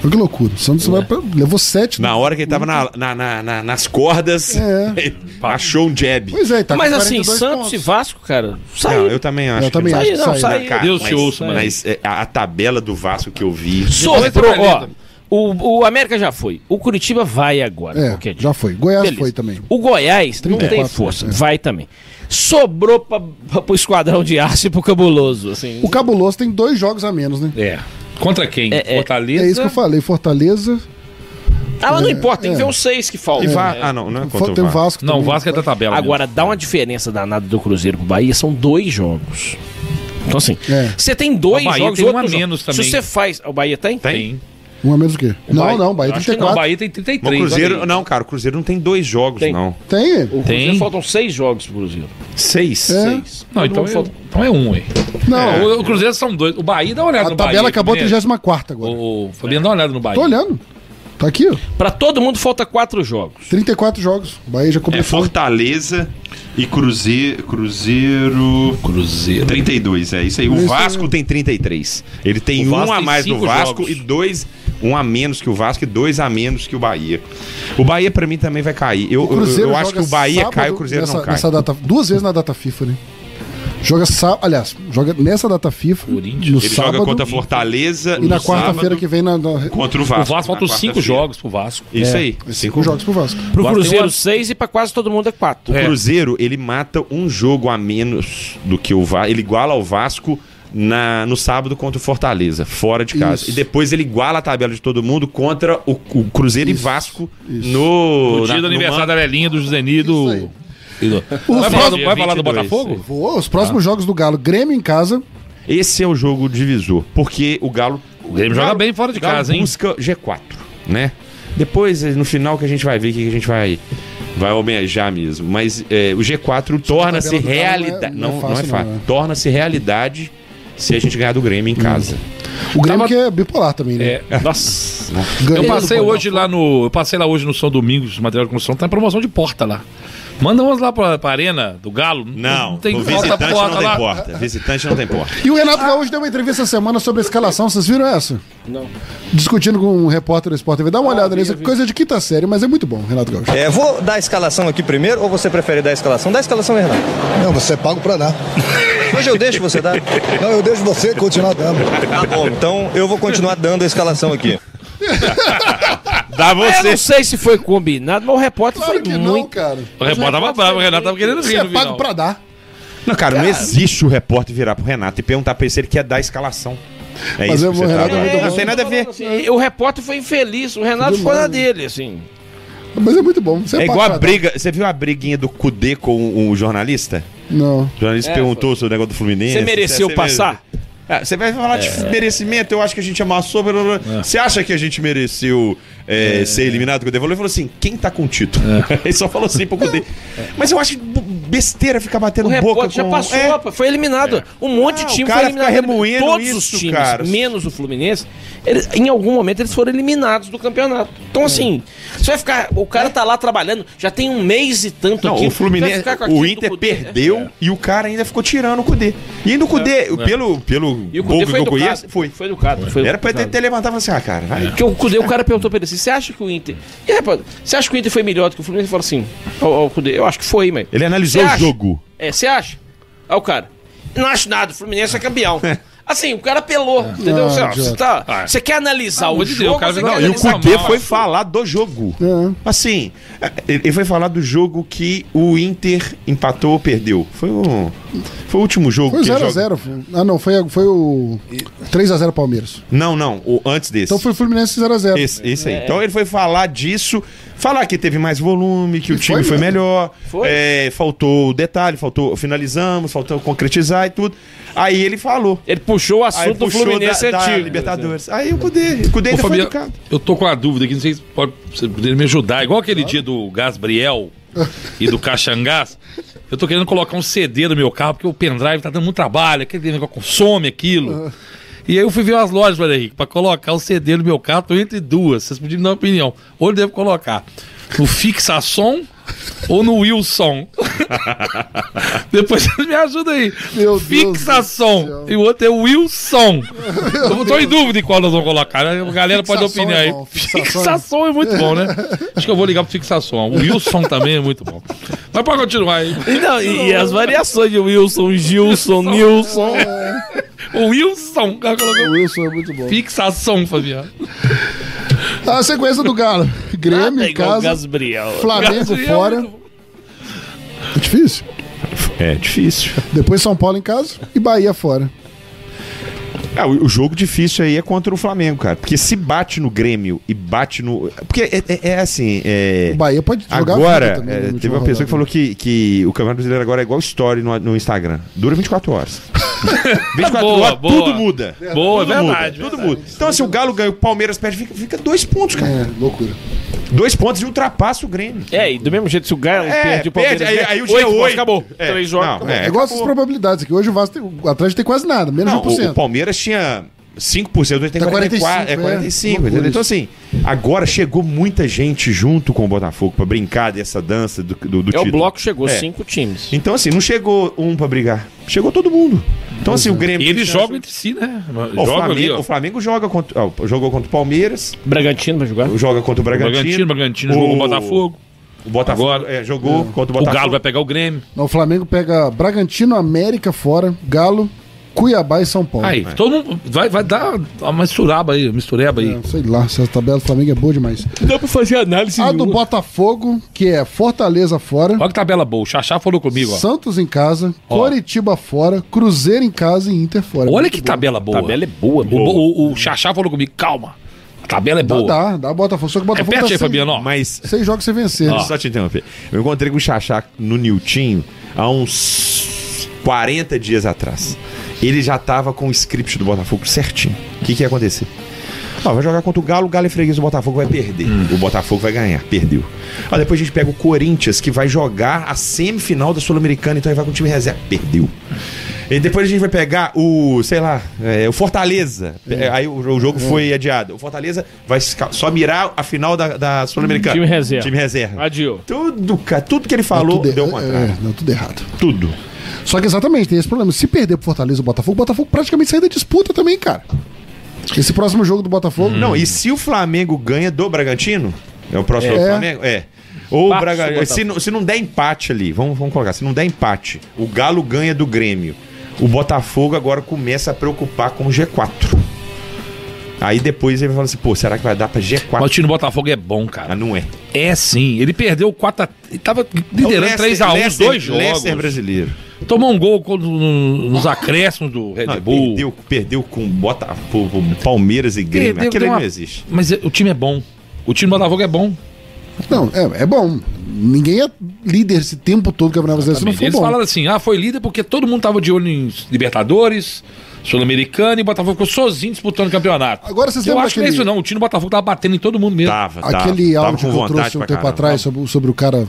[SPEAKER 3] Olha que loucura. O Santos
[SPEAKER 13] É.
[SPEAKER 3] vai pra- levou né? 7.
[SPEAKER 9] Na hora que ele tava na- na- na- na- nas cordas, achou um jab.
[SPEAKER 3] Pois é, tá
[SPEAKER 7] Mas assim, Santos e Vasco, cara, saiu.
[SPEAKER 9] Não, eu também acho.
[SPEAKER 7] Eu também acho que Saiu, não, saiu. saiu. Deus
[SPEAKER 9] mas,
[SPEAKER 7] te ouça, mano.
[SPEAKER 9] Mas é, a, a tabela do Vasco que eu vi.
[SPEAKER 7] Soprou, ó. O, o América já foi. O Curitiba vai agora.
[SPEAKER 3] É,
[SPEAKER 7] qualquer dia.
[SPEAKER 3] já foi. Goiás
[SPEAKER 7] Beleza.
[SPEAKER 3] foi também.
[SPEAKER 7] O Goiás não
[SPEAKER 3] 34,
[SPEAKER 7] tem força.
[SPEAKER 3] né?
[SPEAKER 7] Vai também. Sobrou pra, pra, pro esquadrão de aço e pro cabuloso. Assim.
[SPEAKER 3] O Cabuloso tem dois jogos a menos, né?
[SPEAKER 13] É. Contra quem? Fortaleza.
[SPEAKER 3] É isso que eu falei. Fortaleza.
[SPEAKER 7] Ah, mas não
[SPEAKER 3] É,
[SPEAKER 7] importa, tem que
[SPEAKER 3] é.
[SPEAKER 7] ver os seis que faltam. né?
[SPEAKER 3] E Va-
[SPEAKER 13] ah, não, tá não é
[SPEAKER 3] contra o Tem o Vasco. Vasco Não, o também. Vasco é da tabela
[SPEAKER 7] Agora, dá uma diferença danada do Cruzeiro pro Bahia, são dois jogos.
[SPEAKER 3] É.
[SPEAKER 7] Então, assim, você tem dois
[SPEAKER 13] O Bahia
[SPEAKER 7] jogos.
[SPEAKER 13] tem um
[SPEAKER 7] outro
[SPEAKER 13] a
[SPEAKER 7] jogo.
[SPEAKER 13] menos também.
[SPEAKER 7] Se você faz. O Bahia tem?
[SPEAKER 13] Tem.
[SPEAKER 3] Um a menos o quê? não,
[SPEAKER 9] Bahia-
[SPEAKER 3] não, Bahia
[SPEAKER 9] acho
[SPEAKER 3] 34.
[SPEAKER 9] que não,
[SPEAKER 7] Bahia tem 33,
[SPEAKER 9] Mas o
[SPEAKER 7] olha
[SPEAKER 9] Cruzeiro,
[SPEAKER 7] aí.
[SPEAKER 9] não, cara, o Cruzeiro não tem dois jogos, não.
[SPEAKER 3] Tem?
[SPEAKER 7] O Cruzeiro faltam seis jogos pro Cruzeiro.
[SPEAKER 9] Seis?
[SPEAKER 3] É.
[SPEAKER 7] Seis.
[SPEAKER 13] Não, então
[SPEAKER 7] Todo
[SPEAKER 13] é,
[SPEAKER 7] mundo falta-
[SPEAKER 13] então é um, hein?
[SPEAKER 3] Não.
[SPEAKER 13] É, o, o Cruzeiro são dois. O Bahia dá uma olhada
[SPEAKER 3] A
[SPEAKER 13] no
[SPEAKER 3] tabela
[SPEAKER 13] Bahia.
[SPEAKER 3] acabou a
[SPEAKER 13] Fabiano.
[SPEAKER 3] 34 agora.
[SPEAKER 13] Ô, ô, Fabiano, dá uma olhada no Bahia.
[SPEAKER 3] Tô olhando. Tá aqui, ó.
[SPEAKER 7] Pra todo mundo falta quatro jogos.
[SPEAKER 3] 34 jogos. Bahia já
[SPEAKER 17] É
[SPEAKER 3] começou.
[SPEAKER 17] Fortaleza e Cruzeiro. Cruzeiro.
[SPEAKER 13] Cruzeiro.
[SPEAKER 17] 32, é isso aí.
[SPEAKER 9] Isso
[SPEAKER 17] O Vasco tem 33. Ele tem
[SPEAKER 9] O
[SPEAKER 17] um
[SPEAKER 9] Vasco
[SPEAKER 17] a
[SPEAKER 9] tem
[SPEAKER 17] mais do
[SPEAKER 9] cinco
[SPEAKER 17] Vasco
[SPEAKER 9] jogos.
[SPEAKER 17] e dois. Um a menos que o Vasco e dois a menos que o Bahia. O Bahia, pra mim, também vai cair. Eu, eu, eu acho que
[SPEAKER 3] joga
[SPEAKER 17] o Bahia
[SPEAKER 3] sábado
[SPEAKER 17] cai, o Cruzeiro
[SPEAKER 3] nessa-
[SPEAKER 17] não cai.
[SPEAKER 3] nessa data- duas vezes na data FIFA, né? Joga sábado. Aliás, joga nessa data FIFA. No
[SPEAKER 17] Ele
[SPEAKER 3] sábado,
[SPEAKER 17] joga contra Fortaleza
[SPEAKER 3] E na
[SPEAKER 17] no sábado.
[SPEAKER 3] quarta-feira que vem na, na-
[SPEAKER 17] Contra o Vasco.
[SPEAKER 7] O Vasco faltam
[SPEAKER 17] Na
[SPEAKER 7] cinco
[SPEAKER 17] quarta-feira.
[SPEAKER 7] jogos pro Vasco.
[SPEAKER 17] Isso
[SPEAKER 7] É.
[SPEAKER 17] aí.
[SPEAKER 3] Cinco jogos pro Vasco.
[SPEAKER 17] Vasco
[SPEAKER 7] Pro
[SPEAKER 17] tem
[SPEAKER 7] Cruzeiro
[SPEAKER 17] uma-
[SPEAKER 7] seis e pra quase todo mundo é quatro.
[SPEAKER 17] O Cruzeiro, ele mata um jogo a menos do que o Vasco. Ele iguala ao Vasco na, no sábado contra o Fortaleza, fora de casa.
[SPEAKER 9] Isso.
[SPEAKER 17] E depois ele iguala a tabela de todo mundo contra o, o Cruzeiro e Vasco no.
[SPEAKER 13] No dia
[SPEAKER 17] na-
[SPEAKER 13] do aniversário
[SPEAKER 17] man-
[SPEAKER 13] da Lelinha, do Joseni, do... e do-
[SPEAKER 3] O
[SPEAKER 13] Vai, falar do,
[SPEAKER 3] Vasco-
[SPEAKER 13] vai falar do
[SPEAKER 17] 22,
[SPEAKER 13] Botafogo?
[SPEAKER 3] Vou, os próximos jogos do Galo, Grêmio em casa.
[SPEAKER 17] Tá. Esse é o jogo divisor, porque o Galo. O
[SPEAKER 13] Grêmio joga bem fora de casa, hein?
[SPEAKER 17] busca G4, né? Depois, no final, que a gente vai ver o que a gente vai, vai almejar mesmo. Mas é, o G4 torna-se
[SPEAKER 9] tabela do Galo
[SPEAKER 17] realidade.
[SPEAKER 9] não é-
[SPEAKER 17] Não,
[SPEAKER 9] não é
[SPEAKER 17] não é
[SPEAKER 9] fácil,
[SPEAKER 17] fácil.
[SPEAKER 9] não, né?
[SPEAKER 17] Torna-se realidade se a gente ganhar do Grêmio em casa.
[SPEAKER 3] O Grêmio que é bipolar também, né?
[SPEAKER 13] Hum. Nossa.
[SPEAKER 3] Ganhou
[SPEAKER 13] Eu passei
[SPEAKER 3] do
[SPEAKER 13] hoje lá no. Eu passei lá hoje no São Domingos, material de construção, tá em promoção de porta lá. Manda umas lá pra, pra Arena do Galo. Não,
[SPEAKER 17] no visitante não tem porta. Visitante não tem porta.
[SPEAKER 3] E o Renato Gaúcho deu uma entrevista essa semana sobre a escalação, vocês viram essa?
[SPEAKER 7] Não.
[SPEAKER 3] Discutindo com um repórter do Sport TV. Dá uma olhada nisso, coisa de quinta série, mas é muito bom, Renato Gaúcho.
[SPEAKER 20] É, vou dar a escalação aqui primeiro ou você prefere dar a escalação? Dá a escalação, Renato.
[SPEAKER 21] Não, você é pago pra dar.
[SPEAKER 20] Hoje eu deixo você dar.
[SPEAKER 21] Não, eu deixo você continuar dando.
[SPEAKER 20] Tá bom, então eu vou continuar dando a escalação aqui.
[SPEAKER 17] Dá
[SPEAKER 7] você. Eu não sei se foi combinado, mas o repórter foi muito.
[SPEAKER 3] cara.
[SPEAKER 13] O repórter tava bravo, o Renato tava querendo
[SPEAKER 3] Você
[SPEAKER 13] rir
[SPEAKER 3] é
[SPEAKER 13] no
[SPEAKER 3] pago
[SPEAKER 13] final.
[SPEAKER 3] pra dar.
[SPEAKER 9] Não, cara, não existe o repórter virar pro Renato e perguntar pra ele se ele quer dar a escalação. É
[SPEAKER 3] Mas
[SPEAKER 9] isso
[SPEAKER 3] eu
[SPEAKER 9] que
[SPEAKER 3] vou-
[SPEAKER 9] você tá
[SPEAKER 3] Renato,
[SPEAKER 9] agora.
[SPEAKER 3] eu
[SPEAKER 9] Não tem nada a ver.
[SPEAKER 7] o repórter foi infeliz, o Renato ficou na dele, assim.
[SPEAKER 3] Mas é muito bom. Você
[SPEAKER 9] É
[SPEAKER 3] pago
[SPEAKER 9] igual a
[SPEAKER 3] pra dar.
[SPEAKER 9] briga. Você viu a briguinha do Cudê com o jornalista?
[SPEAKER 3] Não.
[SPEAKER 9] O jornalista
[SPEAKER 3] É,
[SPEAKER 9] perguntou sobre o negócio do Fluminense.
[SPEAKER 3] Você mereceu passar?
[SPEAKER 9] Ah, você vai falar de
[SPEAKER 17] É.
[SPEAKER 9] merecimento, eu acho que a gente amassou. blá, blá, blá. Você acha que a gente mereceu é, ser eliminado com o Devolver? Ele falou assim: quem tá com o título? Ele só falou assim pro Cudê. Mas eu acho b- besteira ficar batendo
[SPEAKER 7] O
[SPEAKER 9] boca
[SPEAKER 7] repórter
[SPEAKER 9] com...
[SPEAKER 7] já passou,
[SPEAKER 9] É.
[SPEAKER 7] pá, foi eliminado. Um monte
[SPEAKER 9] Ah,
[SPEAKER 7] de time
[SPEAKER 9] o cara
[SPEAKER 7] foi eliminado.
[SPEAKER 9] fica remoendo
[SPEAKER 7] Todos
[SPEAKER 9] isso,
[SPEAKER 7] os times,
[SPEAKER 9] cara.
[SPEAKER 7] menos o Fluminense, eles- em algum momento eles foram eliminados do campeonato. Então, assim,
[SPEAKER 9] É.
[SPEAKER 7] você vai ficar. O cara tá lá trabalhando, já tem um mês e tanto
[SPEAKER 9] Não,
[SPEAKER 7] aqui.
[SPEAKER 9] o Fluminense, o Inter perdeu
[SPEAKER 7] É.
[SPEAKER 9] e o cara ainda ficou tirando o Cudê. E ainda o Cudê,
[SPEAKER 7] É, é.
[SPEAKER 9] pelo, pelo
[SPEAKER 7] E o Cudê
[SPEAKER 9] povo que
[SPEAKER 7] foi
[SPEAKER 9] eu
[SPEAKER 7] educado.
[SPEAKER 9] conheço,
[SPEAKER 7] foi. Foi educado. Foi
[SPEAKER 9] era pra ele
[SPEAKER 7] educado.
[SPEAKER 9] ter levantado e falar assim, ah, cara, vai.
[SPEAKER 7] Porque o, Cudê, o cara perguntou pra ele assim: você acha que o Inter. E, rapaz, você acha que o Inter foi melhor do que o Fluminense? Ele falou assim: ó, ó, o Cudê, eu acho que foi, mas.
[SPEAKER 9] Ele analisou
[SPEAKER 7] Você
[SPEAKER 9] o
[SPEAKER 7] acha?
[SPEAKER 9] jogo.
[SPEAKER 7] É, você acha? Olha o cara. Não acho nada, o Fluminense é campeão. Assim, o cara apelou, entendeu? Você, ó, você tá- você quer analisar o é jogo, você tá
[SPEAKER 9] não,
[SPEAKER 7] quer
[SPEAKER 9] e o
[SPEAKER 7] analisar
[SPEAKER 9] Cudê
[SPEAKER 7] mal.
[SPEAKER 9] foi falar do jogo.
[SPEAKER 3] É.
[SPEAKER 9] Assim, ele ele foi falar do jogo que o Inter empatou ou perdeu. Foi o, foi o último jogo
[SPEAKER 3] Foi
[SPEAKER 9] que ele
[SPEAKER 3] 0x0. Ah, não, foi, foi o 3x0 Palmeiras.
[SPEAKER 9] Não, não, o, antes desse.
[SPEAKER 3] Então foi o Fluminense 0x0.
[SPEAKER 9] Esse, esse aí. Então ele foi falar disso, falar que teve mais volume, que o time foi,
[SPEAKER 3] foi né? mesmo.
[SPEAKER 9] melhor, é, faltou o detalhe, faltou finalizamos, faltou concretizar e tudo. Aí ele falou.
[SPEAKER 7] Ele puxou o
[SPEAKER 13] assunto do Fluminense
[SPEAKER 9] da, da
[SPEAKER 13] antigo.
[SPEAKER 9] Libertadores. Aí o Cudê, o Cudê
[SPEAKER 13] Ô,
[SPEAKER 9] ainda foi
[SPEAKER 13] Fabiano,
[SPEAKER 9] educado.
[SPEAKER 13] eu tô com uma dúvida aqui, não sei se pode se poderia me ajudar. Igual aquele dia do Gasbriel e do Caxangás, eu tô querendo colocar um CD no meu carro, porque o pendrive tá dando muito trabalho, aquele negócio consome aquilo. E aí eu fui ver as lojas, Maria Henrique, pra colocar o CD no meu carro, tô entre duas, vocês podiam me dar uma opinião. Onde devo colocar? No Fixação ou no Wilson? Depois vocês me ajudam aí. Fixação. E o outro é Wilson. Eu tô em dúvida em qual nós vamos colocar. né? A galera pode
[SPEAKER 7] Fixação
[SPEAKER 13] opinar
[SPEAKER 7] é
[SPEAKER 13] aí.
[SPEAKER 7] bom, fixação é-
[SPEAKER 13] Fixação é muito bom, né? Acho que eu vou ligar pro fixação. O Wilson também é muito bom. Mas pode continuar aí.
[SPEAKER 7] E, não, e- e as variações de Wilson, Gilson, Nilson.
[SPEAKER 13] O Wilson, o cara colocou.
[SPEAKER 3] O Wilson é muito bom.
[SPEAKER 13] Fixação, Fabiano.
[SPEAKER 3] A sequência do Galo. Grêmio em
[SPEAKER 13] igual o
[SPEAKER 3] casa.
[SPEAKER 13] Gasbriel.
[SPEAKER 3] Flamengo
[SPEAKER 13] Gasbriel,
[SPEAKER 3] fora. É difícil.
[SPEAKER 9] É difícil.
[SPEAKER 3] Depois São Paulo em casa e Bahia fora.
[SPEAKER 9] Ah, o, o jogo difícil aí é contra o Flamengo, cara. Porque se bate no Grêmio e bate no. Porque é, é- é assim. É...
[SPEAKER 3] O Bahia pode jogar
[SPEAKER 9] Agora,
[SPEAKER 3] vida também,
[SPEAKER 9] é,
[SPEAKER 3] né, na
[SPEAKER 9] teve
[SPEAKER 3] última
[SPEAKER 9] uma pessoa
[SPEAKER 3] rodada.
[SPEAKER 9] que falou que, que o Campeonato Brasileiro agora é igual story no, no Instagram. Dura 24 horas. 24
[SPEAKER 13] Boa,
[SPEAKER 9] horas,
[SPEAKER 13] boa.
[SPEAKER 9] tudo muda.
[SPEAKER 13] Boa, é
[SPEAKER 9] tudo muda,
[SPEAKER 13] verdade,
[SPEAKER 9] Tudo muda. Então, assim, o Galo ganha, o Palmeiras perde, fica, fica dois pontos, cara. É,
[SPEAKER 3] loucura.
[SPEAKER 9] Dois pontos e ultrapassa o Grêmio.
[SPEAKER 7] É, e do mesmo jeito, se o Galo
[SPEAKER 9] É,
[SPEAKER 7] perde o
[SPEAKER 9] perde,
[SPEAKER 7] Palmeiras...
[SPEAKER 9] aí-
[SPEAKER 7] ganha
[SPEAKER 9] aí o dia é
[SPEAKER 7] pontos,
[SPEAKER 9] oito.
[SPEAKER 7] Acabou.
[SPEAKER 9] É,
[SPEAKER 7] Três jogos.
[SPEAKER 9] não,
[SPEAKER 7] acabou.
[SPEAKER 9] é,
[SPEAKER 3] É igual essas probabilidades aqui. Hoje o Vasco tem, o Atlético tem quase nada, menos
[SPEAKER 9] Não,
[SPEAKER 3] 1%.
[SPEAKER 9] o, o Palmeiras tinha 5%, hoje tem
[SPEAKER 3] Tá
[SPEAKER 9] 44,
[SPEAKER 3] 45,
[SPEAKER 9] é 45,
[SPEAKER 3] é.
[SPEAKER 9] entendeu?
[SPEAKER 3] Loucura
[SPEAKER 9] Então,
[SPEAKER 3] isso.
[SPEAKER 9] assim, agora chegou muita gente junto com o Botafogo pra brincar dessa dança do, do, do
[SPEAKER 7] É, o
[SPEAKER 9] título.
[SPEAKER 7] bloco chegou,
[SPEAKER 9] É.
[SPEAKER 7] cinco times.
[SPEAKER 9] Então, assim, não chegou um pra brigar. Chegou todo mundo. Então, assim, o Grêmio.
[SPEAKER 13] é. E eles jogam entre si, né?
[SPEAKER 9] Ó, o,
[SPEAKER 13] Jogam
[SPEAKER 9] Flamengo,
[SPEAKER 13] ali, ó.
[SPEAKER 9] o Flamengo joga contra, ó, jogou contra o Palmeiras.
[SPEAKER 7] Bragantino vai jogar?
[SPEAKER 9] Joga contra o Bragantino.
[SPEAKER 13] Bragantino, Bragantino jogou com o Botafogo.
[SPEAKER 9] O Botafogo
[SPEAKER 13] Agora.
[SPEAKER 9] é, jogou contra o
[SPEAKER 13] O
[SPEAKER 9] Botafogo.
[SPEAKER 13] Galo vai pegar o Grêmio.
[SPEAKER 3] Não, O Flamengo pega Bragantino, América fora, Galo, Cuiabá e São Paulo.
[SPEAKER 13] Aí,
[SPEAKER 3] É.
[SPEAKER 13] todo mundo vai, vai dar uma misturaba aí, mistureba aí.
[SPEAKER 3] Sei lá, essa tabela do Flamengo é boa demais.
[SPEAKER 13] Não dá pra fazer análise
[SPEAKER 3] A do Botafogo, que é Fortaleza fora,
[SPEAKER 13] Olha que tabela boa. O Xaxá falou comigo, ó.
[SPEAKER 3] Santos em casa,
[SPEAKER 13] Ó.
[SPEAKER 3] Coritiba fora, Cruzeiro em casa e Inter fora.
[SPEAKER 13] Olha
[SPEAKER 3] Muito
[SPEAKER 13] que
[SPEAKER 3] boa.
[SPEAKER 13] tabela boa.
[SPEAKER 7] Tabela é boa,
[SPEAKER 13] O, o, o Xaxá falou comigo, calma. A tabela é
[SPEAKER 3] Dá,
[SPEAKER 13] boa.
[SPEAKER 3] dá, dá Botafogo. Só que o Botafogo
[SPEAKER 13] Repete
[SPEAKER 3] tá
[SPEAKER 13] aí,
[SPEAKER 3] seis-
[SPEAKER 13] Fabiano, ó.
[SPEAKER 9] Mas
[SPEAKER 3] Seis jogos você vencer.
[SPEAKER 9] Só te interromper. Eu encontrei com o Xaxá no Niltinho há uns 40 dias atrás. Ele já tava com o script do Botafogo certinho. O que, que ia acontecer? Ó, vai jogar contra o Galo, o Galo é freguês do Botafogo, vai perder.
[SPEAKER 3] Hum.
[SPEAKER 9] O Botafogo vai ganhar, perdeu. Ó, depois a gente pega o Corinthians, que vai jogar a semifinal da Sul-Americana, então ele vai com o time reserva, perdeu. E depois a gente vai pegar o, sei lá, é, o Fortaleza.
[SPEAKER 3] Hum.
[SPEAKER 9] É, aí o, o jogo foi adiado. O Fortaleza vai esca- só mirar a final da, da Sul-Americana.
[SPEAKER 7] Time reserva.
[SPEAKER 9] Time reserva.
[SPEAKER 7] Adiou.
[SPEAKER 9] Tudo, cara, tudo que ele falou
[SPEAKER 3] tá- tudo
[SPEAKER 9] deu
[SPEAKER 3] erra-
[SPEAKER 9] contra.
[SPEAKER 3] é, não, tudo errado.
[SPEAKER 9] Tudo.
[SPEAKER 3] Só que exatamente, tem esse problema. Se perder pro Fortaleza e o Botafogo, o Botafogo praticamente sai da disputa também, cara. Esse próximo jogo do Botafogo.
[SPEAKER 13] Hum.
[SPEAKER 9] Não, e se o Flamengo ganha do Bragantino? É o próximo
[SPEAKER 3] É.
[SPEAKER 9] do Flamengo? É. Ou o
[SPEAKER 3] Passa o
[SPEAKER 9] Bragantino.
[SPEAKER 3] Botafogo.
[SPEAKER 9] Se, não- se não der empate ali, vamos, vamos colocar, se não der empate, o Galo ganha do Grêmio. O Botafogo agora começa a preocupar com o G4. Aí depois ele fala assim, pô, será que vai dar pra G4?
[SPEAKER 13] Mas o time do Botafogo é bom, cara.
[SPEAKER 9] não é.
[SPEAKER 13] É sim. Ele perdeu 4 a... Ele tava liderando
[SPEAKER 9] Leicester-
[SPEAKER 13] 3x1 os
[SPEAKER 9] Leicester-
[SPEAKER 13] dois jogos.
[SPEAKER 9] Leicester brasileiro.
[SPEAKER 13] Tomou um gol quando- no- nos acréscimos do Red
[SPEAKER 9] Não,
[SPEAKER 13] Bull.
[SPEAKER 9] perdeu, perdeu com Botafogo, Palmeiras e Grêmio.
[SPEAKER 13] Perdeu,
[SPEAKER 9] Aquele
[SPEAKER 13] deu uma-
[SPEAKER 9] não existe.
[SPEAKER 13] Mas é- o time é bom. O time do Botafogo é bom.
[SPEAKER 3] Não, é, é bom. Ninguém é líder esse tempo todo do Campeonato Brasileiro se não
[SPEAKER 13] Exatamente.
[SPEAKER 3] for
[SPEAKER 13] Eles
[SPEAKER 3] é bom.
[SPEAKER 13] falaram assim: ah, foi líder porque todo mundo tava de olho em Libertadores, Sul-Americano e o Botafogo ficou sozinho disputando o campeonato.
[SPEAKER 3] Agora, vocês
[SPEAKER 13] Eu
[SPEAKER 3] lembram
[SPEAKER 13] acho que não é
[SPEAKER 3] daquele-
[SPEAKER 13] isso, não. O time do Botafogo tava batendo em todo mundo mesmo.
[SPEAKER 9] Tava,
[SPEAKER 3] Aquele áudio que eu trouxe um tempo atrás sobre, sobre o cara,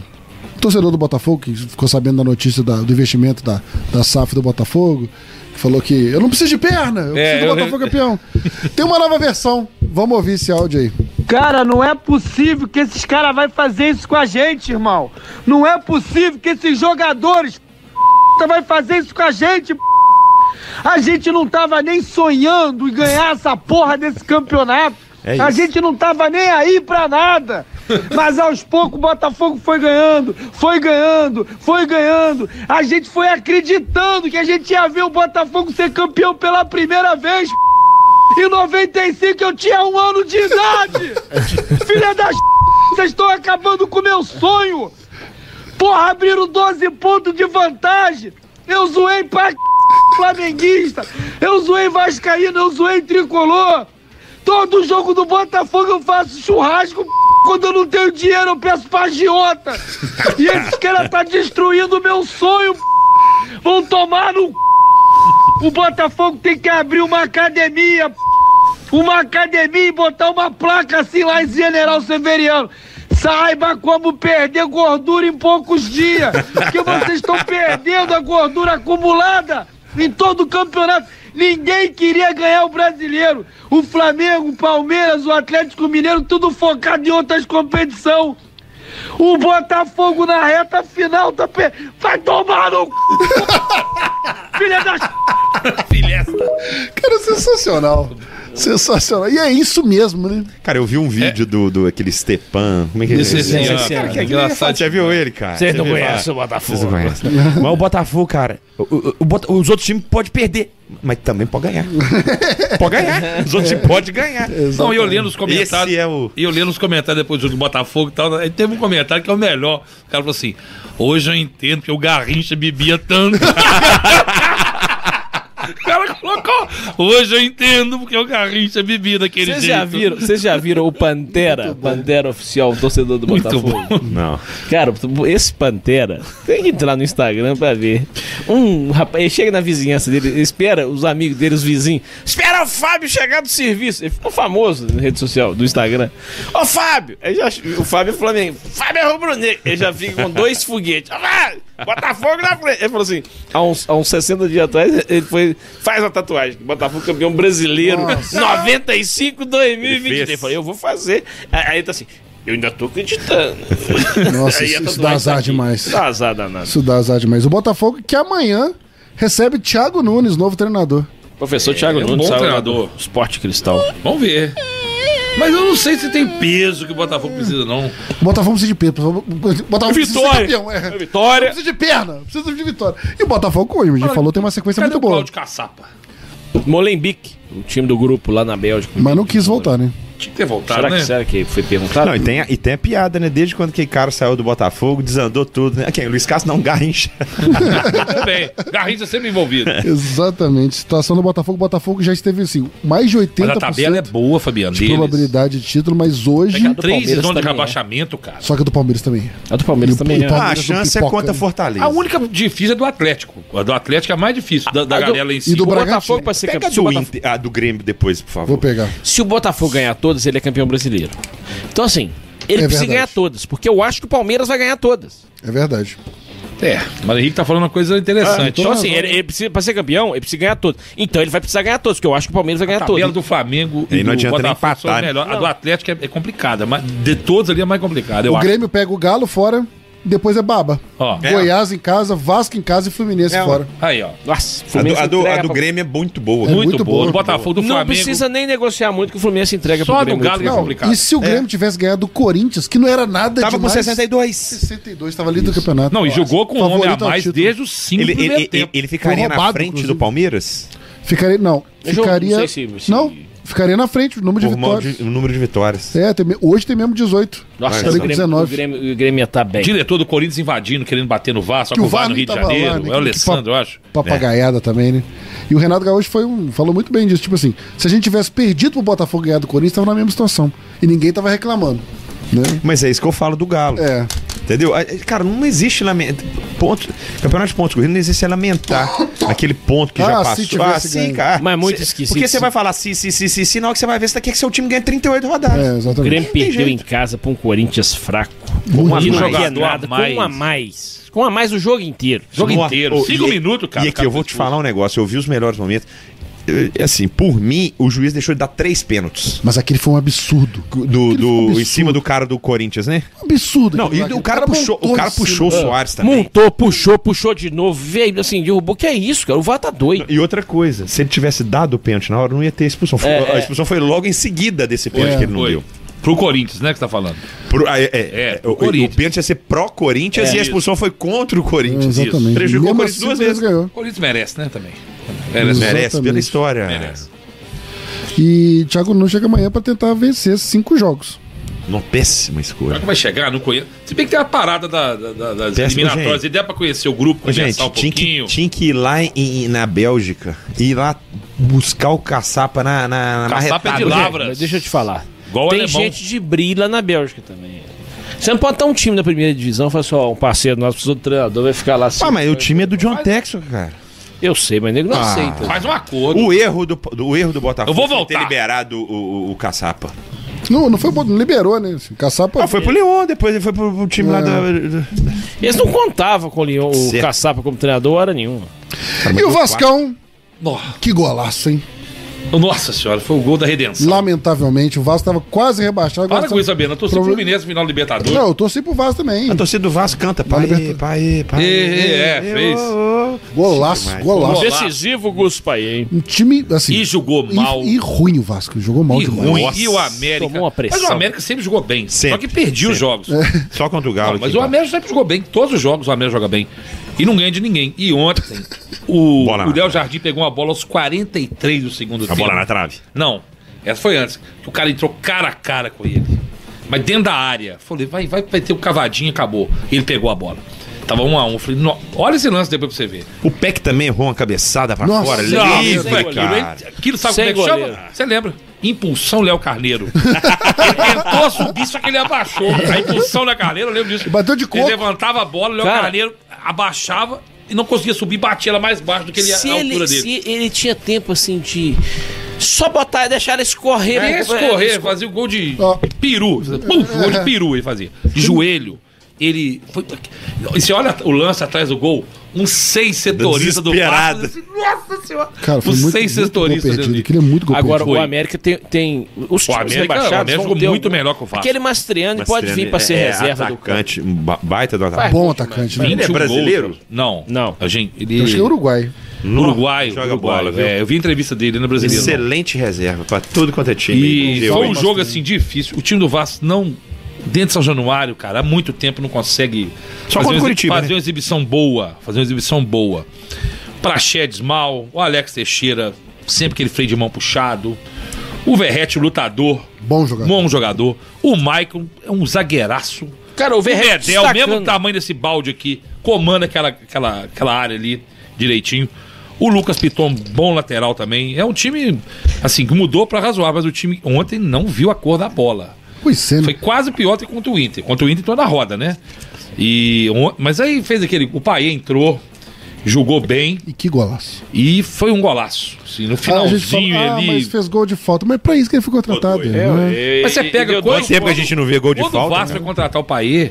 [SPEAKER 3] o torcedor do Botafogo, que ficou sabendo da notícia da- do investimento da, da SAF do Botafogo, que falou que eu não preciso de perna, eu
[SPEAKER 13] É,
[SPEAKER 3] preciso
[SPEAKER 13] eu-
[SPEAKER 3] do Botafogo campeão. Tem uma nova versão, vamos ouvir esse áudio aí.
[SPEAKER 4] Cara, não é possível que esses caras vai fazer isso com a gente, irmão. Não é possível que esses jogadores p****, vai fazer isso com a gente. p****. A gente não tava nem sonhando em ganhar essa porra desse campeonato.
[SPEAKER 22] É
[SPEAKER 4] a
[SPEAKER 22] isso.
[SPEAKER 4] gente não tava nem aí pra nada. Mas aos poucos o Botafogo foi ganhando, foi ganhando, foi ganhando. A gente foi acreditando que a gente ia ver o Botafogo ser campeão pela primeira vez. p****. Em 95 eu tinha um ano de idade!
[SPEAKER 22] É
[SPEAKER 4] Filha das vocês estão acabando com o meu sonho! Porra, abriram 12 pontos de vantagem! Eu zoei pra c... flamenguista! Eu zoei vascaíno, eu zoei tricolor! Todo jogo do Botafogo eu faço churrasco, p****. quando eu não tenho dinheiro eu peço pra agiota! E esses caras tá destruindo o meu sonho, p****. Vão tomar no c... O Botafogo tem que abrir uma academia, p****. uma academia e botar uma placa assim lá em General Severiano. Saiba como perder gordura em poucos dias, porque vocês estão perdendo a gordura acumulada em todo o campeonato. Ninguém queria ganhar o brasileiro. O Flamengo, o Palmeiras, o Atlético Mineiro, tudo focado em outras competições. O Botafogo na reta final tá pe... Vai tomar no c... Filha da
[SPEAKER 3] Cara, é sensacional. Sensacional. E é isso mesmo, né?
[SPEAKER 9] Cara, eu vi um vídeo do, do aquele Stepan. Como é que é?
[SPEAKER 3] Esse
[SPEAKER 9] Esse-
[SPEAKER 3] senhor,
[SPEAKER 9] esse- cara,
[SPEAKER 3] cara,
[SPEAKER 9] que-
[SPEAKER 3] engraçado.
[SPEAKER 9] Você viu ele, cara?
[SPEAKER 3] Vocês não
[SPEAKER 9] viu?
[SPEAKER 3] conhecem
[SPEAKER 9] Ah,
[SPEAKER 3] o Botafogo.
[SPEAKER 9] Vocês não conhecem. Mas o Botafogo, cara, o- o- o Bota- os outros times podem perder, mas também pode ganhar. pode ganhar. Os outros times podem ganhar.
[SPEAKER 13] Não, e eu lendo os comentários.
[SPEAKER 3] é
[SPEAKER 13] E eu lendo os comentários depois do jogo do Botafogo e tal. Aí teve um comentário que é o melhor. O cara falou assim: hoje eu entendo que o Garrincha bebia tanto. O cara colocou. Hoje eu entendo porque o Garrincha bebia daquele
[SPEAKER 7] Vocês
[SPEAKER 13] jeito.
[SPEAKER 7] já, viram, vocês já viram o Pantera? Pantera oficial, torcedor do
[SPEAKER 13] Muito
[SPEAKER 7] Botafogo? Não. Cara, esse Pantera, tem que entrar no Instagram pra ver. Um rapaz, ele chega na vizinhança dele, ele espera os amigos dele, os vizinhos. Espera o Fábio chegar do serviço. Ele ficou famoso na rede social, do Instagram. Ô Fábio! Aí já- o Fábio é Flamengo. Fábio é rubro-negro. Ele já fica com dois foguetes. Ô, Fábio, Botafogo na frente. Ele falou assim: há uns, há uns 60 dias atrás, ele foi. Faz uma tatuagem. Botafogo campeão brasileiro.
[SPEAKER 13] Nossa.
[SPEAKER 7] 95, 2023.
[SPEAKER 13] Ele
[SPEAKER 7] Ele
[SPEAKER 13] fez.
[SPEAKER 7] falou: eu vou fazer. Aí ele tá assim. Eu ainda tô acreditando.
[SPEAKER 3] Nossa,
[SPEAKER 7] Aí a
[SPEAKER 3] isso,
[SPEAKER 7] tatuagem
[SPEAKER 3] isso dá
[SPEAKER 7] tá
[SPEAKER 3] azar
[SPEAKER 7] aqui.
[SPEAKER 3] demais.
[SPEAKER 7] Dá azar danado.
[SPEAKER 3] Isso dá azar demais. O Botafogo que amanhã recebe Thiago Nunes, novo treinador.
[SPEAKER 7] Professor Thiago
[SPEAKER 13] é um
[SPEAKER 7] Nunes,
[SPEAKER 13] bom
[SPEAKER 7] saiu lá
[SPEAKER 13] treinador.
[SPEAKER 7] do Esporte Cristal.
[SPEAKER 13] Vamos ver. Mas eu não sei se tem peso que o Botafogo precisa, não.
[SPEAKER 3] O Botafogo precisa de perna. O Botafogo precisa ser
[SPEAKER 13] Vitória.
[SPEAKER 3] campeão. É.
[SPEAKER 13] Vitória.
[SPEAKER 3] Precisa de perna. Precisa de vitória. E o Botafogo, como a gente falou, tem uma sequência muito boa.
[SPEAKER 13] Cláudio Caçapa.
[SPEAKER 7] Molenbeek, o time do grupo lá na Bélgica.
[SPEAKER 3] Mas não quis voltar, né?
[SPEAKER 13] Tinha que ter voltado,
[SPEAKER 7] Será que,
[SPEAKER 13] né?
[SPEAKER 7] será que foi perguntado?
[SPEAKER 9] Não, e tem, a- e tem a piada, né? Desde quando que cara saiu do Botafogo, desandou tudo, né? Quem? Luiz Castro não, Garrincha.
[SPEAKER 13] Também. Garrincha sempre envolvido.
[SPEAKER 3] Exatamente. Situação do Botafogo. O Botafogo já esteve, assim, mais de 80%
[SPEAKER 13] Mas a tabela é boa, Fabiano.
[SPEAKER 3] de
[SPEAKER 13] Deles.
[SPEAKER 3] probabilidade de título, mas
[SPEAKER 13] É
[SPEAKER 3] hoje...
[SPEAKER 13] que há três zonas de rebaixamento, cara.
[SPEAKER 3] Só que a do Palmeiras também.
[SPEAKER 7] A do
[SPEAKER 3] Palmeiras também é. Tá
[SPEAKER 13] A única difícil é do Atlético. A do Atlético é a mais difícil, da, da galera lá em cima.
[SPEAKER 7] Pega
[SPEAKER 9] do Inter- ah, do Grêmio depois, por favor.
[SPEAKER 3] Vou pegar.
[SPEAKER 7] Se o Botafogo ganhar todas, ele é campeão brasileiro. Então, assim, ele
[SPEAKER 3] É
[SPEAKER 7] precisa
[SPEAKER 3] verdade.
[SPEAKER 7] ganhar todas, porque eu acho que o Palmeiras vai ganhar todas.
[SPEAKER 3] É verdade.
[SPEAKER 13] É, mas o Henrique tá falando uma coisa interessante.
[SPEAKER 7] então, assim, ele, ele precisa, pra ser campeão, ele precisa ganhar todas. Então, ele vai precisar ganhar todas, porque eu acho que o Palmeiras vai ganhar
[SPEAKER 13] A
[SPEAKER 7] todas.
[SPEAKER 13] tabela do Flamengo
[SPEAKER 7] E não adianta nem
[SPEAKER 13] Botafogo são
[SPEAKER 7] empatar, né?
[SPEAKER 13] melhor. A
[SPEAKER 7] Não.
[SPEAKER 13] do Atlético é, é complicada, mas de todos ali é mais complicada, eu
[SPEAKER 3] o
[SPEAKER 13] acho.
[SPEAKER 3] Grêmio pega o Galo fora, depois é baba.
[SPEAKER 13] Ó.
[SPEAKER 3] Goiás em casa, Vasco em casa e Fluminense fora.
[SPEAKER 13] Aí, ó.
[SPEAKER 7] Nossa,
[SPEAKER 9] A do,
[SPEAKER 7] Fluminense
[SPEAKER 9] a do-
[SPEAKER 7] entrega
[SPEAKER 9] a do
[SPEAKER 7] pra-
[SPEAKER 9] Grêmio é muito boa.
[SPEAKER 3] É muito boa.
[SPEAKER 9] muito
[SPEAKER 13] Botafogo do
[SPEAKER 7] Não
[SPEAKER 13] Flamengo.
[SPEAKER 7] precisa nem negociar muito que o Fluminense entrega
[SPEAKER 13] Só
[SPEAKER 7] pro
[SPEAKER 13] do
[SPEAKER 7] Grêmio.
[SPEAKER 13] Galo que é
[SPEAKER 7] Não,
[SPEAKER 3] E se o Grêmio tivesse ganhado do Corinthians, que não era nada
[SPEAKER 9] Tava com
[SPEAKER 3] demais...
[SPEAKER 9] 62.
[SPEAKER 3] 62, tava tá ali do campeonato.
[SPEAKER 13] Não, e jogou com um homem a
[SPEAKER 3] Favorito ao
[SPEAKER 13] mais
[SPEAKER 3] título.
[SPEAKER 13] desde os cinco
[SPEAKER 9] Ele,
[SPEAKER 13] primeiros
[SPEAKER 9] ele, ele,
[SPEAKER 13] tempos.
[SPEAKER 9] ele ficaria
[SPEAKER 3] Foi
[SPEAKER 9] na
[SPEAKER 3] roubado,
[SPEAKER 9] frente
[SPEAKER 3] inclusive.
[SPEAKER 9] do Palmeiras?
[SPEAKER 3] Ficaria... Não,
[SPEAKER 9] Eu jogo-
[SPEAKER 3] ficaria...
[SPEAKER 9] não sei se- se-
[SPEAKER 3] Não, ficaria na frente, o número de
[SPEAKER 9] Por mal
[SPEAKER 3] vitórias.
[SPEAKER 9] de- o número de vitórias.
[SPEAKER 3] É, tem me- hoje tem mesmo 18.
[SPEAKER 13] Nossa,
[SPEAKER 3] Falei
[SPEAKER 13] o
[SPEAKER 3] com
[SPEAKER 13] Grêmio-
[SPEAKER 3] 19.
[SPEAKER 13] o Grêmio-
[SPEAKER 7] O Grêmio ia tá bem.
[SPEAKER 13] Diretor do Corinthians invadindo, querendo bater no VAR, só
[SPEAKER 3] Que
[SPEAKER 13] que
[SPEAKER 3] o
[SPEAKER 13] o VAR
[SPEAKER 3] VAR
[SPEAKER 13] no
[SPEAKER 3] nem
[SPEAKER 13] Rio de
[SPEAKER 3] tava lá,
[SPEAKER 13] Janeiro.
[SPEAKER 3] né?
[SPEAKER 13] É o Alessandro, eu acho.
[SPEAKER 3] Papagaiada também, né? E o Renato Gaúcho foi um, falou muito bem disso. Tipo assim, se a gente tivesse perdido pro Botafogo e ganhado do Corinthians, tava na mesma situação. E ninguém tava reclamando. né?
[SPEAKER 9] Mas é isso que eu falo do Galo.
[SPEAKER 3] É.
[SPEAKER 9] Entendeu? Ah, Cara, não existe lamentar. Ponto... Campeonato de pontos corridos não existe é lamentar
[SPEAKER 3] Tá.
[SPEAKER 9] aquele ponto que
[SPEAKER 7] Ah,
[SPEAKER 9] já
[SPEAKER 7] se
[SPEAKER 9] passou.
[SPEAKER 7] tivesse ganho. Mas é muito
[SPEAKER 9] Cê-
[SPEAKER 7] esquisito.
[SPEAKER 9] Porque você vai falar se, se, se, se, se, na hora que você vai ver, você quer que seu time ganhe 38 rodadas.
[SPEAKER 3] É,
[SPEAKER 7] O
[SPEAKER 3] exatamente.
[SPEAKER 7] Grêmio
[SPEAKER 9] tem
[SPEAKER 7] perdeu em
[SPEAKER 9] jeito.
[SPEAKER 7] casa pra um Corinthians fraco.
[SPEAKER 9] Com um a
[SPEAKER 7] que não
[SPEAKER 9] mais.
[SPEAKER 7] quer
[SPEAKER 3] é
[SPEAKER 9] Jogador a
[SPEAKER 7] nada,
[SPEAKER 9] mais.
[SPEAKER 7] com um a mais. Com um a mais o jogo inteiro.
[SPEAKER 9] Nossa, é. ô,
[SPEAKER 7] Cinco
[SPEAKER 9] e-
[SPEAKER 7] minutos, cara. tá
[SPEAKER 9] E aqui, eu vou te falar um negócio. Eu vi os melhores momentos. Eh, Assim, por mim, o juiz deixou de dar três pênaltis.
[SPEAKER 3] Mas aquele foi um absurdo.
[SPEAKER 9] Do, do, em cima do cara do Corinthians, né?
[SPEAKER 3] Absurdo.
[SPEAKER 9] Não, e
[SPEAKER 3] aquilo lá,
[SPEAKER 9] o cara puxou- o
[SPEAKER 3] montou
[SPEAKER 9] cara
[SPEAKER 3] em cima.
[SPEAKER 9] puxou o
[SPEAKER 7] Ah.
[SPEAKER 3] É.
[SPEAKER 9] Soares também.
[SPEAKER 7] Montou, puxou, puxou de novo, veio assim, derrubou. Que é isso, cara? O VAR tá doido.
[SPEAKER 9] E outra coisa, se ele tivesse dado o pênalti na hora, não ia ter expulsão. Foi-
[SPEAKER 13] É,
[SPEAKER 9] a
[SPEAKER 13] é.
[SPEAKER 9] expulsão foi logo em seguida desse pênalti
[SPEAKER 13] É.
[SPEAKER 9] que ele não
[SPEAKER 13] Foi.
[SPEAKER 9] deu.
[SPEAKER 13] Pro Corinthians, né, que você tá falando.
[SPEAKER 9] Pro- ah, é, é, é, o, o pênalti ia ser pró-Corinthians
[SPEAKER 13] É.
[SPEAKER 9] e a expulsão foi contra o Corinthians.
[SPEAKER 13] É, exatamente.
[SPEAKER 9] Isso. Prejudicou o
[SPEAKER 13] Mesmo
[SPEAKER 9] Corinthians
[SPEAKER 13] assim,
[SPEAKER 9] duas
[SPEAKER 13] o
[SPEAKER 9] vezes.
[SPEAKER 3] Ganhou.
[SPEAKER 13] Corinthians merece, né, também.
[SPEAKER 9] Merece,
[SPEAKER 3] Exatamente.
[SPEAKER 9] pela história.
[SPEAKER 3] E Thiago Nunes chega amanhã pra tentar vencer cinco jogos.
[SPEAKER 9] Uma péssima escolha.
[SPEAKER 13] Será é que vai chegar? Não conheço. Se bem que tem uma parada da- da- da- das
[SPEAKER 9] Péssimo,
[SPEAKER 13] eliminatórias.
[SPEAKER 9] gente.
[SPEAKER 13] E der pra conhecer o grupo,
[SPEAKER 9] Ô,
[SPEAKER 13] conversar
[SPEAKER 9] Gente,
[SPEAKER 13] um
[SPEAKER 9] tinha
[SPEAKER 13] pouquinho.
[SPEAKER 9] que, tinha que ir lá em- em- na Bélgica, ir lá buscar o caçapa na, na, na
[SPEAKER 13] é
[SPEAKER 9] marretada.
[SPEAKER 7] Lavras. Mas deixa eu te falar.
[SPEAKER 9] Igual o
[SPEAKER 7] Tem
[SPEAKER 9] alemão.
[SPEAKER 7] gente de brilha na Bélgica também. Você não pode estar um time da primeira divisão e falar só, um parceiro nosso precisa do treinador, vai ficar lá assim.
[SPEAKER 9] Ah, mas o time é do John Texo, cara.
[SPEAKER 7] Eu sei, mas nego não
[SPEAKER 9] Ah.
[SPEAKER 7] aceita.
[SPEAKER 9] Faz
[SPEAKER 13] um acordo.
[SPEAKER 9] O erro do, do- o erro do Botafogo
[SPEAKER 7] Eu vou
[SPEAKER 9] foi
[SPEAKER 7] voltar.
[SPEAKER 9] ter liberado o, o- o caçapa.
[SPEAKER 3] Não, não foi bom, não liberou, né? É. Assim, Caçapa.
[SPEAKER 9] Ah, foi pro Leon, depois ele foi pro, pro time lá da.
[SPEAKER 7] Eles não contavam com o, Leon, o
[SPEAKER 9] Certo.
[SPEAKER 7] Caçapa como treinador, hora nenhuma.
[SPEAKER 3] E o Vascão? Que golaço, hein?
[SPEAKER 13] Nossa senhora, foi o gol da redenção.
[SPEAKER 3] Lamentavelmente, o Vasco tava quase rebaixado.
[SPEAKER 13] Para
[SPEAKER 3] agora
[SPEAKER 13] com isso,
[SPEAKER 3] tá-
[SPEAKER 13] Fabiano. Eu torci pro
[SPEAKER 3] Problema-
[SPEAKER 13] Fluminense final do Libertadores.
[SPEAKER 3] Não, eu torci pro Vasco também.
[SPEAKER 9] A torcida do Vasco canta, pai, pai,
[SPEAKER 13] É, é, é, fez.
[SPEAKER 3] tá Golaço, golaço.
[SPEAKER 7] Decisivo, Gus Paê, hein?
[SPEAKER 3] Um time, assim...
[SPEAKER 13] E jogou mal.
[SPEAKER 3] E, ruim o Vasco, jogou mal
[SPEAKER 13] E
[SPEAKER 3] demais. Ah,
[SPEAKER 13] ruim. E o América.
[SPEAKER 7] tomou uma pressão.
[SPEAKER 13] Mas o América sempre jogou bem. Só que perdia os jogos.
[SPEAKER 9] Só contra o Galo. tá.
[SPEAKER 13] Não, mas o América sempre jogou bem. Todos os jogos o América joga bem. E não ganha de ninguém. E ontem, o,
[SPEAKER 9] Bola na
[SPEAKER 13] o Léo Jardim pegou uma bola aos 43 do segundo tempo.
[SPEAKER 9] bola na trave.
[SPEAKER 13] Não. Essa foi antes. O cara entrou cara a cara com ele. Mas dentro da área. Falei, vai, vai, vai ter o cavadinho, acabou. Ele pegou a bola. Tava um a um. Eu Falei, "Nó, olha esse lance depois pra você ver.
[SPEAKER 17] O Peck também errou uma cabeçada pra
[SPEAKER 13] Nossa,
[SPEAKER 17] fora.
[SPEAKER 13] não,
[SPEAKER 17] Livre,
[SPEAKER 13] sem goleiro,
[SPEAKER 17] cara.
[SPEAKER 13] hein? Aquilo sabe
[SPEAKER 17] Sem
[SPEAKER 13] como é que
[SPEAKER 17] goleiro.
[SPEAKER 13] chama? Você lembra? Impulsão Léo Carneiro. ele tentou subir, só que ele abaixou. A impulsão Léo Carneiro, eu lembro disso.
[SPEAKER 3] Bateu de
[SPEAKER 13] Ele
[SPEAKER 3] coco.
[SPEAKER 13] levantava a bola, o Léo
[SPEAKER 3] Cara.
[SPEAKER 13] Carneiro abaixava e não conseguia subir, batia ela mais baixo do que ele, é
[SPEAKER 5] se
[SPEAKER 13] a altura
[SPEAKER 5] ele,
[SPEAKER 13] dele.
[SPEAKER 5] se ele tinha tempo assim de só botar e deixar ele escorrer.
[SPEAKER 13] Ele ia
[SPEAKER 5] pô, é,
[SPEAKER 13] escorrer,
[SPEAKER 5] esco-
[SPEAKER 13] fazia o gol de peru. Puf, gol de peru ele fazia. De joelho. Ele. Foi... E você olha o lance atrás do gol, um seis setorista do
[SPEAKER 7] Desesperado.
[SPEAKER 13] Vasco, assim, Nossa senhora!
[SPEAKER 3] Cara, foi
[SPEAKER 13] Os
[SPEAKER 3] muito
[SPEAKER 13] seis
[SPEAKER 3] gol
[SPEAKER 13] setoristas
[SPEAKER 3] perdido.
[SPEAKER 13] dele.
[SPEAKER 3] Aquele é muito gol
[SPEAKER 7] Agora,
[SPEAKER 3] perdido.
[SPEAKER 7] o América tem. tem os
[SPEAKER 13] O
[SPEAKER 7] times
[SPEAKER 13] América-
[SPEAKER 7] rebaixados
[SPEAKER 13] o América
[SPEAKER 7] vão
[SPEAKER 13] jogou
[SPEAKER 7] ter
[SPEAKER 13] muito
[SPEAKER 7] algum-
[SPEAKER 13] melhor que o Vasco.
[SPEAKER 7] Aquele Mastriani pode vir pra ser
[SPEAKER 13] é,
[SPEAKER 7] reserva do
[SPEAKER 17] atacante, um ba- baita do atacante.
[SPEAKER 3] Tá Bom atacante, né?
[SPEAKER 17] Ele é brasileiro?
[SPEAKER 13] Não. Não. A gente, ele...
[SPEAKER 3] Eu acho que é uruguai.
[SPEAKER 13] Uruguai,
[SPEAKER 17] Joga
[SPEAKER 13] Uruguai,
[SPEAKER 17] bola, viu?
[SPEAKER 13] é, eu vi entrevista dele na brasileira.
[SPEAKER 17] Excelente reserva pra tudo quanto é time.
[SPEAKER 13] E
[SPEAKER 17] Eu,
[SPEAKER 13] foi um
[SPEAKER 17] hein?
[SPEAKER 13] jogo assim difícil. O time do Vasco não. Dentro de São Januário, cara, há muito tempo não consegue
[SPEAKER 17] Só
[SPEAKER 13] fazer,
[SPEAKER 17] contra
[SPEAKER 13] uma,
[SPEAKER 17] o Curitiba,
[SPEAKER 13] fazer
[SPEAKER 17] né?
[SPEAKER 13] uma exibição boa. Fazer uma exibição boa. Praxedes mal, o Alex Teixeira, sempre aquele freio de mão puxado. O Verrete, o lutador.
[SPEAKER 3] Bom jogador.
[SPEAKER 13] Bom jogador. O Maicon é um zagueiraço.
[SPEAKER 7] Cara, o Verrete
[SPEAKER 13] Bedel, o mesmo
[SPEAKER 7] destacando.
[SPEAKER 13] tamanho desse balde aqui, comanda aquela, aquela, aquela área ali direitinho. O Lucas Piton, bom lateral também. É um time, assim, que mudou pra razoável, mas o time ontem não viu a cor da bola.
[SPEAKER 3] Pois é,
[SPEAKER 13] Foi quase pior do que contra o Inter. Contra o Inter entrou na roda, né? E, on- mas aí fez aquele. O Paê entrou, jogou bem
[SPEAKER 3] E que golaço.
[SPEAKER 13] e foi um golaço. Assim, no
[SPEAKER 3] Ah, a gente
[SPEAKER 13] finalzinho
[SPEAKER 3] fala, ah,
[SPEAKER 13] ele.
[SPEAKER 3] mas fez gol de falta. Mas é pra isso que ele foi contratado. né?
[SPEAKER 13] Mas você pega quando-
[SPEAKER 17] Faz tempo que a gente não vê gol de
[SPEAKER 13] quando
[SPEAKER 17] falta,
[SPEAKER 13] o Vasco
[SPEAKER 17] né?
[SPEAKER 13] vai contratar o Paê,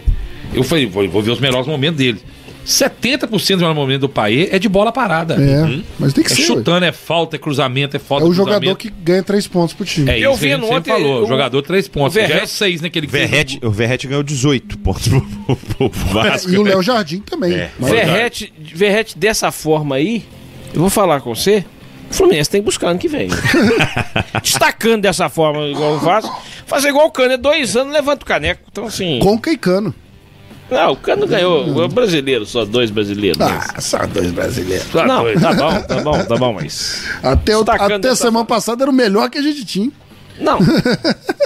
[SPEAKER 13] eu falei, vou, vou ver os melhores momentos dele. 70% dos melhores momentos do Paê é de bola parada.
[SPEAKER 3] É, mas tem que
[SPEAKER 13] é
[SPEAKER 3] ser,
[SPEAKER 13] chutando, é falta, é cruzamento, é
[SPEAKER 3] É
[SPEAKER 13] falta,
[SPEAKER 3] o
[SPEAKER 13] cruzamento.
[SPEAKER 3] jogador que ganha três pontos pro time.
[SPEAKER 13] É isso, eu vi ontem. Sempre falou, jogador três pontos.
[SPEAKER 3] o
[SPEAKER 13] já é
[SPEAKER 3] Verrete-
[SPEAKER 13] seis naquele que fez
[SPEAKER 17] Verrete, o Verrete ganhou 18 pontos pro, pro- pro Vasco.
[SPEAKER 3] É, E o Léo Jardim também. É,
[SPEAKER 13] É.
[SPEAKER 3] Mas-
[SPEAKER 7] Verrete, Verrete dessa forma aí, eu vou falar com você. O Fluminense tem que buscar ano que vem. Destacando dessa forma, igual o Vasco. Fazer igual o Cano, é dois anos, levanta o caneco. Então, assim.
[SPEAKER 3] Conca e Cano.
[SPEAKER 7] Não, o Cano ganhou. O brasileiro, só dois brasileiros.
[SPEAKER 3] Ah, só dois brasileiros.
[SPEAKER 7] Só
[SPEAKER 3] Não.
[SPEAKER 7] dois. Tá bom, tá bom, tá bom, mas.
[SPEAKER 3] Até, o,
[SPEAKER 7] Destacando
[SPEAKER 3] até
[SPEAKER 7] dessa
[SPEAKER 3] semana passada era o melhor que a gente tinha.
[SPEAKER 7] Não.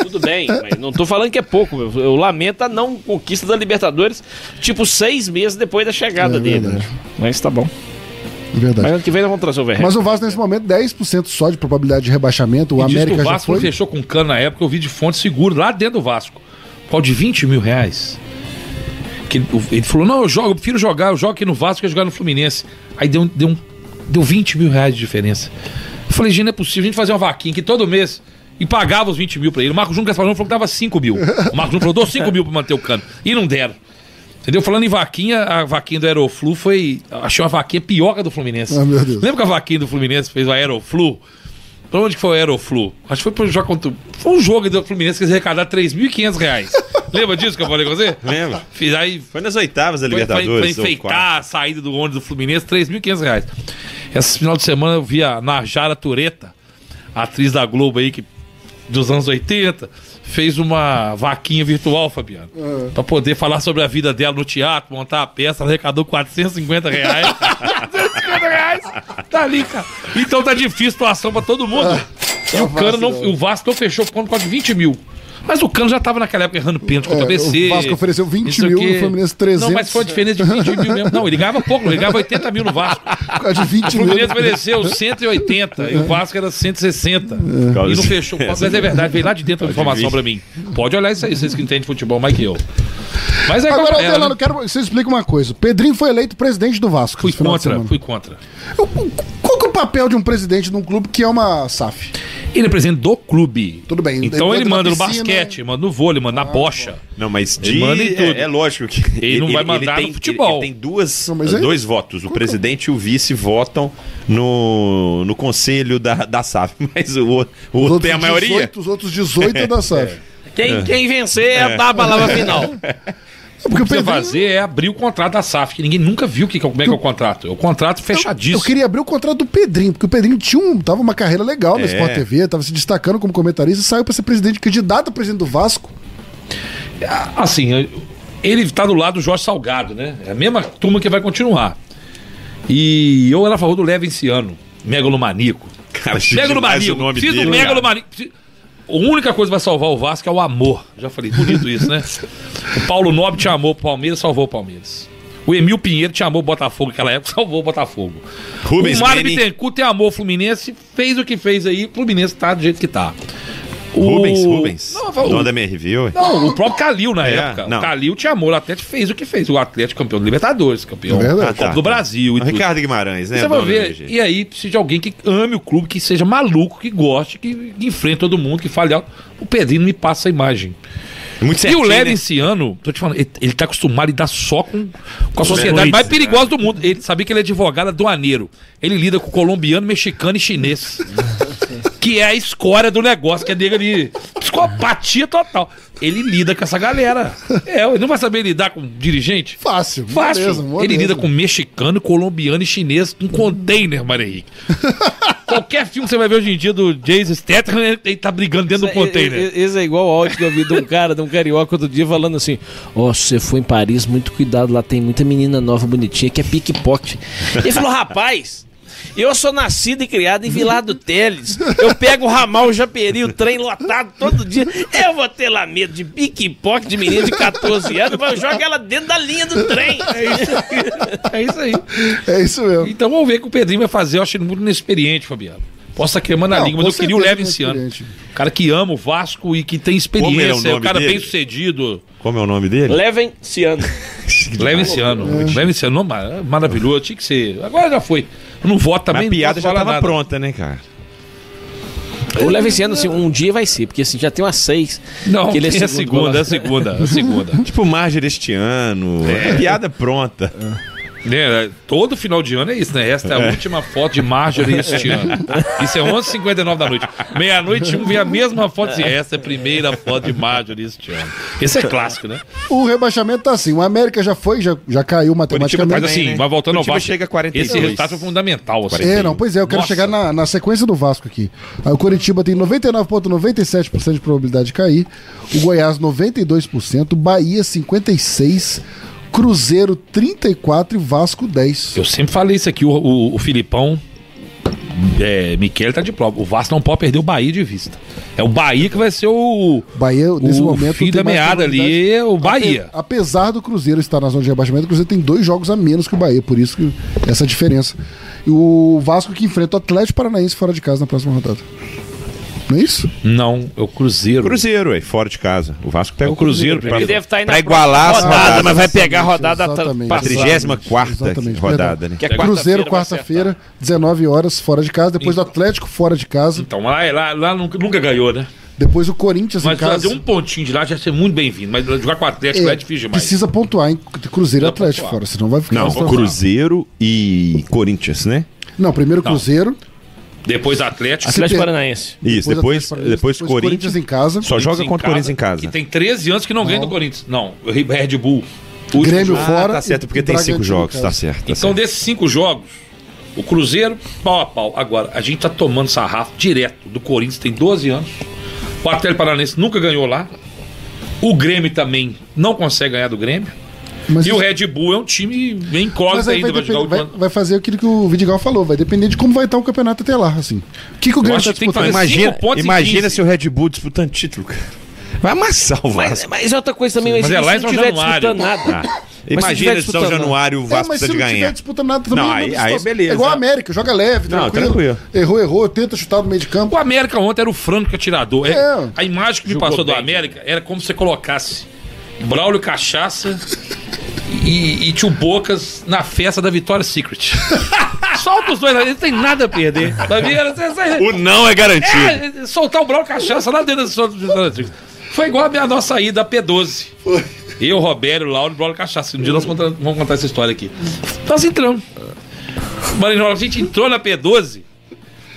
[SPEAKER 7] Tudo bem, mas não tô falando que é pouco. meu. Eu lamento a não conquista da Libertadores, tipo, seis meses depois da chegada
[SPEAKER 3] É
[SPEAKER 7] dele.
[SPEAKER 3] verdade.
[SPEAKER 7] Mas tá bom.
[SPEAKER 3] Verdade.
[SPEAKER 7] Mas é. ano que vem nós vamos trazer o Verrete.
[SPEAKER 3] Mas o Vasco, nesse momento, 10% só de probabilidade de rebaixamento. O
[SPEAKER 13] E diz que
[SPEAKER 3] América
[SPEAKER 13] o
[SPEAKER 3] já
[SPEAKER 13] Vasco
[SPEAKER 3] foi.
[SPEAKER 13] fechou com cano na época, eu vi de fonte seguro, lá dentro do Vasco. Qual de 20 mil reais? Que ele, o- ele falou: não, eu jogo, eu prefiro jogar, eu jogo aqui no Vasco que é jogar no Fluminense. Aí deu, um- deu, um- deu 20 mil reais de diferença. Eu falei, gente, não é possível a gente fazer uma vaquinha que todo mês. E pagava os 20 mil pra ele. O Marco Júnior falou que dava 5 mil. O Marco Júnior falou: dou 5 mil pra manter o cano. E não deram. Entendeu? Falando em vaquinha, a vaquinha do Aeroflu foi. Achei uma vaquinha pior que a do Fluminense.
[SPEAKER 3] Ah, meu Deus.
[SPEAKER 13] Lembra que a vaquinha do Fluminense fez o Aeroflu? Pra onde que foi o Aeroflu? Acho que foi pro jogo contra. Foi um jogo do Fluminense que eles arrecadaram 3.500 reais. Lembra disso que eu falei com você?
[SPEAKER 17] Lembra?
[SPEAKER 13] Fiz aí.
[SPEAKER 17] Foi nas oitavas da Libertadores.
[SPEAKER 13] Pra, pra enfeitar a saída do ônibus do Fluminense, 3.500 reais. Esse final de semana eu vi a Narjara Tureta, atriz da Globo aí, que, dos anos 80, fez uma vaquinha virtual, Fabiano.
[SPEAKER 2] Ah.
[SPEAKER 13] Pra poder falar sobre a vida dela no teatro, montar a peça, ela arrecadou 450 reais.
[SPEAKER 9] Ah.
[SPEAKER 13] 450 reais, tá ali, cara. Então tá difícil a situação pra todo mundo.
[SPEAKER 3] Ah,
[SPEAKER 13] e
[SPEAKER 3] tá
[SPEAKER 13] o, cano não, o Vasco não fechou o conto por causa de 20 mil. Mas o Cano já tava naquela época errando pênalti contra o ABC.
[SPEAKER 3] É, o Vasco ofereceu 20
[SPEAKER 13] isso
[SPEAKER 3] mil,
[SPEAKER 13] aqui.
[SPEAKER 3] o Fluminense
[SPEAKER 13] Não, mas
[SPEAKER 3] 300.
[SPEAKER 13] foi a diferença de 20 mil mesmo. Não, ele ganhava pouco, ele ganhava 80 mil no Vasco.
[SPEAKER 3] causa de 20
[SPEAKER 13] o Fluminense
[SPEAKER 3] mil.
[SPEAKER 13] ofereceu 180
[SPEAKER 3] É.
[SPEAKER 13] e o Vasco era 160.
[SPEAKER 17] causa
[SPEAKER 13] E não
[SPEAKER 17] de-
[SPEAKER 13] fechou. Mas é verdade, veio lá de dentro a informação pra mim. Pode olhar isso aí, vocês que entendem de futebol mais que eu. Mas é
[SPEAKER 3] Agora,
[SPEAKER 13] ela,
[SPEAKER 7] né?
[SPEAKER 3] Adelano, quero que você explique uma coisa. O Pedrinho foi eleito presidente do Vasco. Fui
[SPEAKER 13] contra, fui contra.
[SPEAKER 3] Qual que é o papel de um presidente de um clube que é uma SAF?
[SPEAKER 13] Ele é presidente do clube.
[SPEAKER 3] Tudo bem.
[SPEAKER 13] Então ele
[SPEAKER 3] entra na
[SPEAKER 13] manda no
[SPEAKER 3] piscina,
[SPEAKER 13] basquete, manda no vôlei, manda na bocha.
[SPEAKER 17] Não, mas
[SPEAKER 13] Ele
[SPEAKER 17] de,
[SPEAKER 13] manda em tudo.
[SPEAKER 17] É, é lógico que
[SPEAKER 13] Ele não vai mandar
[SPEAKER 17] tem,
[SPEAKER 13] no
[SPEAKER 17] Ele,
[SPEAKER 13] futebol.
[SPEAKER 17] ele tem duas,
[SPEAKER 13] mas aí-
[SPEAKER 17] dois votos. O presidente e o vice votam no, no conselho da, da SAF, mas o, outro- o
[SPEAKER 3] Os
[SPEAKER 17] outro
[SPEAKER 3] outros
[SPEAKER 17] tem a maioria.
[SPEAKER 3] 18, os outros 18 é da SAF.
[SPEAKER 13] Quem-
[SPEAKER 5] Quem vencer é dar a palavra final.
[SPEAKER 13] o que precisa fazer é abrir o contrato da SAF, que ninguém nunca viu que, como é que é o contrato. É o contrato fechadíssimo.
[SPEAKER 3] Eu queria abrir o contrato do Pedrinho, porque o Pedrinho tinha um, tava uma carreira legal
[SPEAKER 13] É.
[SPEAKER 3] na Sport TV, tava se destacando como comentarista, e saiu pra ser presidente, candidato a presidente do Vasco.
[SPEAKER 13] Assim, eu- ele tá do lado do Jorge Salgado, né? É a mesma turma que vai continuar. E eu era a favor do Leve esse ano. Megalomaníaco.
[SPEAKER 17] Cara, achei demais o
[SPEAKER 13] megalomaníaco.
[SPEAKER 17] nome
[SPEAKER 13] Preciso do
[SPEAKER 17] dele, cara.
[SPEAKER 13] megalomaníaco. Preciso- A única coisa que vai salvar o Vasco é o amor. Já falei, bonito isso, né? O Paulo Nobre te amou pro Palmeiras, salvou o Palmeiras. O Emil Pinheiro te amou o Botafogo naquela época, salvou o Botafogo.
[SPEAKER 17] Rubens
[SPEAKER 13] o Mário
[SPEAKER 17] Menin.
[SPEAKER 13] Bittencourt tem amor o Fluminense, fez o que fez aí, o Fluminense tá do jeito que tá.
[SPEAKER 17] Rubens, Rubens.
[SPEAKER 13] Não,
[SPEAKER 17] dono
[SPEAKER 13] o-
[SPEAKER 17] da MRV, ué.
[SPEAKER 13] Não, o próprio Calil na
[SPEAKER 17] É,
[SPEAKER 13] época.
[SPEAKER 17] não.
[SPEAKER 13] O Calil te amou, o Atlético fez o que fez. O Atlético campeão do Libertadores, campeão
[SPEAKER 17] É verdade.
[SPEAKER 13] da Copa
[SPEAKER 17] Ah, tá.
[SPEAKER 13] do Brasil.
[SPEAKER 17] O
[SPEAKER 13] e tudo.
[SPEAKER 17] Ricardo Guimarães, né,
[SPEAKER 13] Você vai
[SPEAKER 17] dono do
[SPEAKER 13] ver.
[SPEAKER 17] MRV.
[SPEAKER 13] E aí precisa de alguém que ame o clube, que seja maluco, que goste, que, que enfrente todo mundo, que fale alto. O Pedrinho me passa a imagem.
[SPEAKER 17] Muito certinho,
[SPEAKER 13] e o Leve
[SPEAKER 17] né?
[SPEAKER 13] esse ano, tô te falando, ele, ele tá acostumado a lidar só com, com a
[SPEAKER 17] Os
[SPEAKER 13] sociedade
[SPEAKER 17] Leves,
[SPEAKER 13] mais
[SPEAKER 17] né?
[SPEAKER 13] perigosa do mundo. Ele sabia que ele é advogado aduaneiro. Ele lida com colombiano, mexicano e chinês. que é a escória do negócio, que é dele ali. Psicopatia total. Ele lida com essa galera. É, ele não vai saber lidar com dirigente?
[SPEAKER 3] Fácil,
[SPEAKER 13] Fácil.
[SPEAKER 3] moleza, moleza.
[SPEAKER 13] Ele lida com mexicano, colombiano e chinês um container, Maria Henrique. Qualquer filme que você vai ver hoje em dia do Jason Statham, ele ele tá brigando dentro do container.
[SPEAKER 7] Esse é igual ao áudio que eu vi de um cara, de um carioca outro dia, falando assim: Ó, se você for em Paris, muito cuidado, lá tem muita menina nova bonitinha que é pickpocket. Ele falou: rapaz. Eu sou nascido e criado em Vilado Teles. Eu pego o ramal Japeri, o trem lotado todo dia. Eu vou ter lá medo de pickpocket de menina de 14 anos, mas eu jogo ela dentro da linha do trem.
[SPEAKER 13] É isso aí.
[SPEAKER 3] É isso mesmo.
[SPEAKER 13] Então vamos ver o que o Pedrinho vai fazer. Eu acho ele muito inexperiente, Fabiano. Posso estar queimando a
[SPEAKER 3] Não,
[SPEAKER 13] língua, mas eu
[SPEAKER 3] com
[SPEAKER 13] queria o
[SPEAKER 3] certeza
[SPEAKER 13] Leve
[SPEAKER 3] ele é
[SPEAKER 13] esse ano.
[SPEAKER 3] experiente.
[SPEAKER 13] O cara que ama o Vasco e que
[SPEAKER 17] Como é o
[SPEAKER 13] tem experiência, é o
[SPEAKER 17] nome
[SPEAKER 13] cara
[SPEAKER 17] dele?
[SPEAKER 13] bem sucedido.
[SPEAKER 17] Como é o nome dele?
[SPEAKER 7] Levem esse ano.
[SPEAKER 13] Leve esse ano.
[SPEAKER 3] É.
[SPEAKER 13] Leve esse ano. Mar- Maravilhoso. Tinha que ser. Agora já foi. Não vota
[SPEAKER 17] Mas
[SPEAKER 13] também.
[SPEAKER 17] a
[SPEAKER 13] não
[SPEAKER 17] piada
[SPEAKER 13] posso
[SPEAKER 17] já
[SPEAKER 13] falar
[SPEAKER 17] tava
[SPEAKER 13] nada.
[SPEAKER 17] pronta, né, cara?
[SPEAKER 7] Ou leva esse ano, assim, um dia vai ser, porque assim, já tem umas seis.
[SPEAKER 13] Não,
[SPEAKER 7] que ele é,
[SPEAKER 13] tem a
[SPEAKER 7] segundo,
[SPEAKER 13] segunda, é a segunda, é a segunda.
[SPEAKER 17] tipo Marger este ano.
[SPEAKER 13] É.
[SPEAKER 17] É. piada pronta.
[SPEAKER 3] É.
[SPEAKER 13] Né, todo final de ano é isso, né? Esta é a
[SPEAKER 17] É.
[SPEAKER 13] última foto de Marjorie este ano. Isso é 11h59 da noite. Meia-noite, um vem a mesma foto e assim, essa é a primeira foto de Marjorie este ano. Esse é clássico, né?
[SPEAKER 3] O rebaixamento tá assim. O América já foi, já, já caiu matematicamente.
[SPEAKER 13] Mas assim, vai voltando ao
[SPEAKER 17] né? Curitiba
[SPEAKER 13] Vasco.
[SPEAKER 17] chega a 42.
[SPEAKER 13] Esse resultado foi fundamental. Assim.
[SPEAKER 3] É, não, pois é, eu quero chegar na, na sequência do Vasco aqui. Aí O Curitiba tem 99,97% de probabilidade de cair, o Goiás 92%, Bahia 56%, Cruzeiro 34% e Vasco 10%.
[SPEAKER 13] Eu sempre falei isso aqui, o, o, o Filipão. É, Miquel tá de prova. O Vasco não pode perder o Bahia de vista. É o Bahia que vai ser o.
[SPEAKER 3] Bahia, nesse
[SPEAKER 13] o
[SPEAKER 3] momento,
[SPEAKER 13] fim
[SPEAKER 3] tem
[SPEAKER 13] da
[SPEAKER 3] mais
[SPEAKER 13] meada ali, é o Bahia.
[SPEAKER 3] Ape- Apesar do Cruzeiro estar na zona de rebaixamento, o Cruzeiro tem dois jogos a menos que o Bahia, por isso que essa diferença. E o Vasco que enfrenta o Atlético Paranaense fora de casa na próxima rodada. Não é isso?
[SPEAKER 13] Não, é o Cruzeiro. É
[SPEAKER 17] Cruzeiro, ué, fora de casa. O Vasco pega o Cruzeiro.
[SPEAKER 13] Cruzeiro primeiro. Ele deve tá aí na
[SPEAKER 17] pra igualar
[SPEAKER 13] próxima
[SPEAKER 17] as
[SPEAKER 13] rodada,
[SPEAKER 17] rodadas.
[SPEAKER 13] mas vai pegar a rodada
[SPEAKER 3] Exatamente.
[SPEAKER 17] A 34 rodada, né?
[SPEAKER 3] Que é Cruzeiro, quarta-feira, 19 horas, fora de casa. Depois do Atlético, fora de casa.
[SPEAKER 13] Então, lá, lá, lá nunca, nunca ganhou, né?
[SPEAKER 3] Depois o Corinthians em
[SPEAKER 13] Mas
[SPEAKER 3] casa.
[SPEAKER 13] fazer um pontinho de lá já ia ser muito bem-vindo. Mas jogar com o Atlético é, difícil demais.
[SPEAKER 3] Precisa pontuar em Cruzeiro e Atlético fora, senão vai ficar.
[SPEAKER 17] Não,
[SPEAKER 3] nessa-
[SPEAKER 17] Cruzeiro e Corinthians, né?
[SPEAKER 3] Não, primeiro
[SPEAKER 13] Não.
[SPEAKER 3] Cruzeiro.
[SPEAKER 13] Depois Atlético.
[SPEAKER 3] Atlético
[SPEAKER 7] Paranaense.
[SPEAKER 17] Isso, depois, depois, Corinthians.
[SPEAKER 3] Corinthians em casa.
[SPEAKER 17] Só joga contra o Corinthians em casa.
[SPEAKER 13] Que tem 13 anos que não, ganha do Corinthians. Não, o Red Bull. último
[SPEAKER 17] Grêmio
[SPEAKER 13] jogo.
[SPEAKER 17] fora. Ah, tá certo, porque tem cinco jogos, tá certo. tá
[SPEAKER 13] Então, desses cinco jogos, o Cruzeiro, pau a pau. Agora, a gente tá tomando sarrafo direto do Corinthians, tem 12 anos. O Atlético Paranaense nunca ganhou lá. O Grêmio também não consegue ganhar do Grêmio.
[SPEAKER 3] Mas
[SPEAKER 13] e o Red Bull é um time bem
[SPEAKER 3] Mas
[SPEAKER 13] incógnito
[SPEAKER 3] aí
[SPEAKER 13] ainda.
[SPEAKER 3] vai,
[SPEAKER 13] Vai jogar o
[SPEAKER 3] depender, vai,
[SPEAKER 13] último ano.
[SPEAKER 3] vai fazer aquilo que o Vidigal falou, vai depender de como vai estar o campeonato até lá, assim. O que, que o Grêmio
[SPEAKER 13] acho
[SPEAKER 3] está
[SPEAKER 13] que tem que
[SPEAKER 3] disputando?
[SPEAKER 13] fazer
[SPEAKER 17] Imagina,
[SPEAKER 13] cinco pontos em
[SPEAKER 17] imagina
[SPEAKER 13] 15.
[SPEAKER 17] se o Red Bull disputando título, cara. Vai amassar o
[SPEAKER 7] Mas,
[SPEAKER 17] Vasco.
[SPEAKER 7] mas outra coisa também,
[SPEAKER 17] Mas
[SPEAKER 7] mas,
[SPEAKER 17] é lá em
[SPEAKER 7] se não
[SPEAKER 17] São
[SPEAKER 7] tiver
[SPEAKER 17] Januário.
[SPEAKER 7] disputando nada.
[SPEAKER 17] Ah,
[SPEAKER 7] Mas
[SPEAKER 17] imagina
[SPEAKER 7] tiver
[SPEAKER 17] se São
[SPEAKER 7] disputando
[SPEAKER 17] Januário o
[SPEAKER 3] É,
[SPEAKER 17] Vasco precisa
[SPEAKER 3] se
[SPEAKER 17] de
[SPEAKER 3] não tiver
[SPEAKER 17] ganhar.
[SPEAKER 3] disputando nada também.
[SPEAKER 17] Não,
[SPEAKER 3] é uma
[SPEAKER 17] aí-
[SPEAKER 3] situação.
[SPEAKER 17] aí beleza.
[SPEAKER 3] É igual a América, joga leve,
[SPEAKER 17] Não,
[SPEAKER 3] tranquilo.
[SPEAKER 17] tranquilo.
[SPEAKER 3] Errou, errou, tenta chutar do meio de campo.
[SPEAKER 13] O América ontem era o Franco atirador. É,
[SPEAKER 3] É.
[SPEAKER 13] A imagem que me
[SPEAKER 3] Jogou
[SPEAKER 13] passou do
[SPEAKER 3] bem.
[SPEAKER 13] América era como se você colocasse Braulio Cachaça e, e Tio Bocas na festa da Vitória Secret. Solta os dois ali, não tem nada a perder. Tá vendo? Você- você-
[SPEAKER 17] O não é garantido.
[SPEAKER 13] É, soltar o Braulio Cachaça lá dentro da Vitória Secret. Foi igual a minha nossa ida a P12. Eu, Robério, Lauro e Braulio Cachaça. Um dia nós conta- vamos contar essa história aqui. Nós entramos. Marinho, a gente entrou na P12.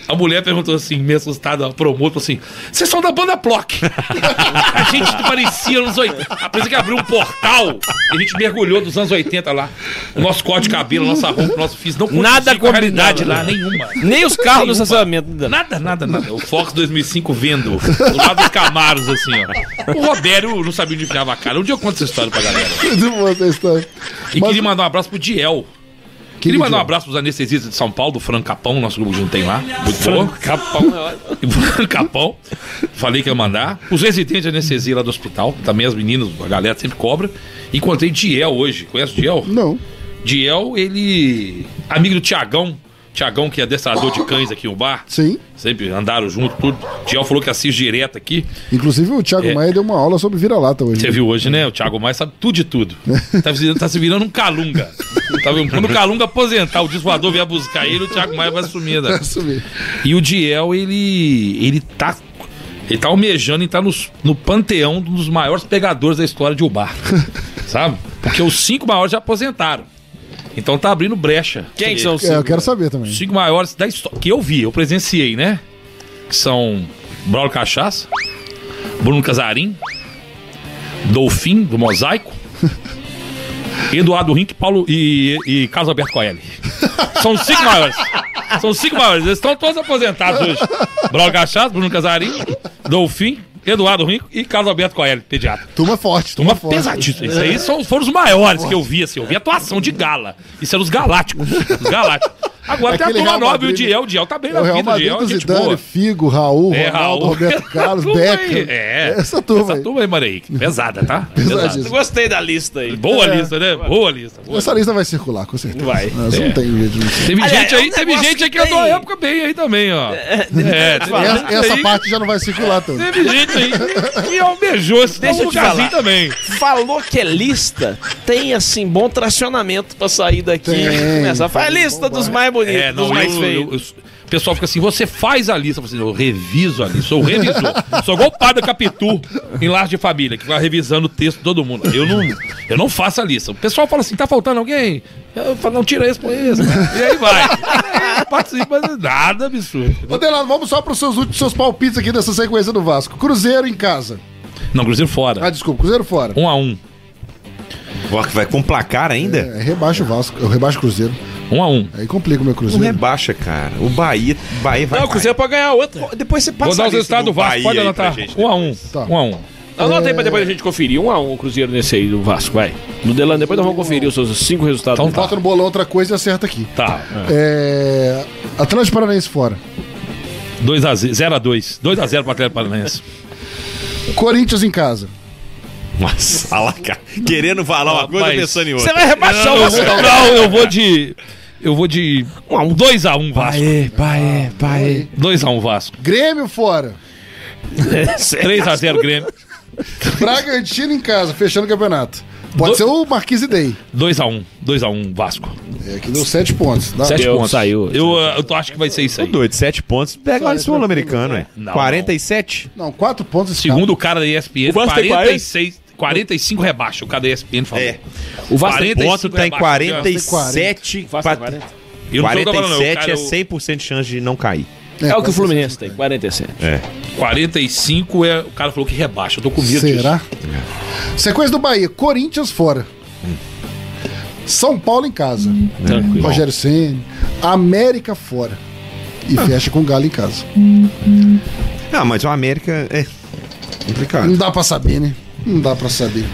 [SPEAKER 13] A mulher perguntou assim, meio assustada, a promotor assim: Vocês são da banda Plock? a gente parecia nos 80. A pessoa que abriu um portal e a gente mergulhou dos anos 80 lá. O nosso corte de cabelo, nossa roupa, nosso físico, não condizia
[SPEAKER 7] Nada
[SPEAKER 13] com a realidade lá,
[SPEAKER 7] combinava.
[SPEAKER 18] né?
[SPEAKER 13] nenhuma.
[SPEAKER 7] Nem os carros no
[SPEAKER 13] Nenhuma.
[SPEAKER 7] estacionamento. né?
[SPEAKER 13] Nada, nada, nada. O Fox 2005 vendo. Do lado dos Camaros, assim, ó. O Robério não sabia onde enfiava a cara. Um dia eu conto essa história pra galera.
[SPEAKER 3] Muito boa essa história.
[SPEAKER 13] E queria mandar um abraço pro Diel. Queria mandar um abraço pros anestesistas de São Paulo, do Franco Capão, nosso grupo que não tem lá. Muito bom.
[SPEAKER 3] é
[SPEAKER 13] Capão. Franco Capão. Falei que ia mandar. Os residentes de anestesia lá do hospital, também as meninas, a galera sempre cobra. Encontrei Diel hoje. Conhece o Diel?
[SPEAKER 3] Não.
[SPEAKER 13] Diel, ele. Amigo do Tiagão. Tiagão, que é adestrador de cães aqui no bar.
[SPEAKER 3] Sim.
[SPEAKER 13] Sempre andaram junto, tudo. Diel falou que assiste direto aqui.
[SPEAKER 3] Inclusive o Thiago
[SPEAKER 13] É.
[SPEAKER 3] Maia deu uma aula sobre vira-lata hoje.
[SPEAKER 13] Você viu hoje, né? O Thiago Maia sabe tudo de tudo. Tá, se- tá se virando um calunga. Tá vendo? Quando o calunga aposentar, o desvoador vier buscar ele, o Thiago Maia vai sumir. né?
[SPEAKER 3] Vai sumir.
[SPEAKER 13] E o Diel, ele. ele tá. Ele tá almejando e tá nos- no panteão dos maiores pegadores da história de Ubar. sabe? Porque os cinco maiores já aposentaram. Então tá abrindo brecha.
[SPEAKER 3] Quem são os É, eu cinco? quero saber também.
[SPEAKER 13] Os cinco maiores da história. Que eu vi, eu presenciei, né? Que são Braulio Cachaça, Bruno Casarim, Dolfim, do Mosaico, Eduardo Rink Paulo e, e Carlos Alberto Coelho. São os cinco maiores. São os cinco maiores. Eles estão todos aposentados hoje. Braulio Cachaça, Bruno Casarim, Dolfim, Eduardo Rinco e Carlos Alberto Coelho, pediatra.
[SPEAKER 3] Turma forte.
[SPEAKER 13] Turma
[SPEAKER 3] forte.
[SPEAKER 13] pesadíssima. Isso aí são, foram os maiores que eu vi, assim. Eu vi atuação de gala. Isso era os galácticos. Os galácticos. Agora
[SPEAKER 3] É Aquele
[SPEAKER 13] tem a turma
[SPEAKER 3] Real
[SPEAKER 13] nova e o
[SPEAKER 3] Madrid.
[SPEAKER 13] Diel. O Diel tá bem
[SPEAKER 3] É
[SPEAKER 13] na
[SPEAKER 3] o Real
[SPEAKER 13] vida. O
[SPEAKER 3] Madrid
[SPEAKER 13] Diel é
[SPEAKER 3] com
[SPEAKER 13] gente
[SPEAKER 3] Zidane,
[SPEAKER 13] boa.
[SPEAKER 3] Figo, Raul,
[SPEAKER 13] É,
[SPEAKER 3] Ronaldo,
[SPEAKER 13] Raul.
[SPEAKER 3] Roberto Carlos,
[SPEAKER 13] Turma aí.
[SPEAKER 3] Beckham.
[SPEAKER 13] É.
[SPEAKER 3] Essa turma
[SPEAKER 13] Essa
[SPEAKER 3] aí.
[SPEAKER 13] turma aí, Mareik. Pesada, tá? Pesada.
[SPEAKER 5] Gostei da lista aí.
[SPEAKER 13] Boa
[SPEAKER 5] É.
[SPEAKER 13] lista, né? Boa lista. Boa
[SPEAKER 3] Essa lista vai circular, com certeza.
[SPEAKER 13] Vai.
[SPEAKER 3] Mas
[SPEAKER 13] É.
[SPEAKER 3] não tem jeito.
[SPEAKER 13] Teve
[SPEAKER 3] Aliás,
[SPEAKER 13] gente
[SPEAKER 3] é um
[SPEAKER 13] aí, teve
[SPEAKER 3] negócio
[SPEAKER 13] gente aí
[SPEAKER 3] que
[SPEAKER 13] que andou a
[SPEAKER 3] tem-
[SPEAKER 13] época bem aí também, ó. É, teve
[SPEAKER 3] essa,
[SPEAKER 13] gente
[SPEAKER 3] essa
[SPEAKER 13] aí-
[SPEAKER 3] parte já não vai circular tanto.
[SPEAKER 13] Teve gente aí que almejou esse
[SPEAKER 5] Deixa eu te
[SPEAKER 13] lugarzinho
[SPEAKER 5] falar.
[SPEAKER 13] também.
[SPEAKER 5] Falou que é lista, tem assim, bom tracionamento pra sair daqui e
[SPEAKER 13] Tem.
[SPEAKER 5] começar.
[SPEAKER 7] É
[SPEAKER 5] Faz a lista dos mais bonitos,
[SPEAKER 13] É, não,
[SPEAKER 5] dos mais
[SPEAKER 13] eu-
[SPEAKER 5] feios.
[SPEAKER 13] eu- eu- o pessoal fica assim, você faz a lista. Eu, falo assim, eu reviso a lista, sou o revisor. sou igual o padre Capitu em Lar de Família, que vai revisando o texto de todo mundo. Eu não, eu não faço a lista. O pessoal fala assim, tá faltando alguém? Eu falo, não, tira esse, põe esse. E aí vai. Eu participo, mas nada absurdo.
[SPEAKER 3] Ô, Delano, vamos só para os seus últimos seus palpites aqui dessa sequência do Vasco. Cruzeiro em casa.
[SPEAKER 13] Não, Cruzeiro fora.
[SPEAKER 3] Ah, desculpa, Cruzeiro fora.
[SPEAKER 13] Um a um.
[SPEAKER 9] Vai com placar ainda?
[SPEAKER 3] É, rebaixa o Vasco, eu rebaixo o Cruzeiro.
[SPEAKER 13] Um a um.
[SPEAKER 3] Aí complica o meu
[SPEAKER 9] Não
[SPEAKER 3] Cruzeiro.
[SPEAKER 9] rebaixa, cara. O Bahia, Bahia vai.
[SPEAKER 5] Não, o Cruzeiro pode ganhar outra.
[SPEAKER 9] Depois você
[SPEAKER 13] Vou dar os resultados do Vasco, pode anotar. Um a um.
[SPEAKER 3] Tá.
[SPEAKER 13] Um a um.
[SPEAKER 7] Anota aí pra depois a gente conferir. Um a um o Cruzeiro nesse aí do Vasco, vai. No Delano, depois nós vamos conferir os seus cinco resultados.
[SPEAKER 3] Então bota no bolão outra coisa e acerta aqui.
[SPEAKER 13] Tá.
[SPEAKER 3] É, Atlético Paranaense fora.
[SPEAKER 13] 2x0, 0x2. 2x0 pro Atlético Paranaense.
[SPEAKER 3] Corinthians em casa.
[SPEAKER 9] Nossa, olha lá, cara. Querendo falar uma coisa
[SPEAKER 13] Rapaz,
[SPEAKER 9] pensando em outra.
[SPEAKER 13] Você vai rebaixar o Vasco. Não, eu vou de. Eu vou de. 2x1 um, Vasco. Paê, paê, paê. 2x1 um, Vasco.
[SPEAKER 3] Grêmio fora.
[SPEAKER 13] É, 3x0 Grêmio.
[SPEAKER 3] Bragantino em casa, fechando o campeonato. Pode ser o Marquise Day.
[SPEAKER 13] 2x1. 2x1 Vasco.
[SPEAKER 3] É, que deu 7 pontos. Dá-
[SPEAKER 13] 7 um. pontos.
[SPEAKER 7] Saiu.
[SPEAKER 13] Eu, eh, eu tô- acho que vai ser isso aí.
[SPEAKER 9] Doido, 7 pontos. Pega o Sul-Americano, é.
[SPEAKER 13] Não,
[SPEAKER 9] 47?
[SPEAKER 3] Não, 4 pontos esse
[SPEAKER 13] Segundo o cara da ESPN,
[SPEAKER 9] O Vasco tem
[SPEAKER 13] 46. 45 rebaixa, o cara da ESPN falou. É.
[SPEAKER 9] O Vasco tem ponto, tá em 47.
[SPEAKER 7] Vasco
[SPEAKER 9] pat-
[SPEAKER 7] tem 40.
[SPEAKER 13] Eu não tô falando, não,
[SPEAKER 9] 47
[SPEAKER 13] cara,
[SPEAKER 9] é
[SPEAKER 13] eu-
[SPEAKER 9] 100% de chance de não cair.
[SPEAKER 7] É, o que o Fluminense tem, 47.
[SPEAKER 9] É.
[SPEAKER 13] 45 é. O cara falou que rebaixa, eu tô com medo
[SPEAKER 3] Será?
[SPEAKER 13] disso.
[SPEAKER 3] Sequência do Bahia, Corinthians fora. São Paulo em casa.
[SPEAKER 13] Tranquilo.
[SPEAKER 3] Rogério Ceni, América fora. E fecha com o Galo em casa.
[SPEAKER 9] Ah, mas o América é complicado.
[SPEAKER 3] Não dá pra saber, né? Não dá pra saber.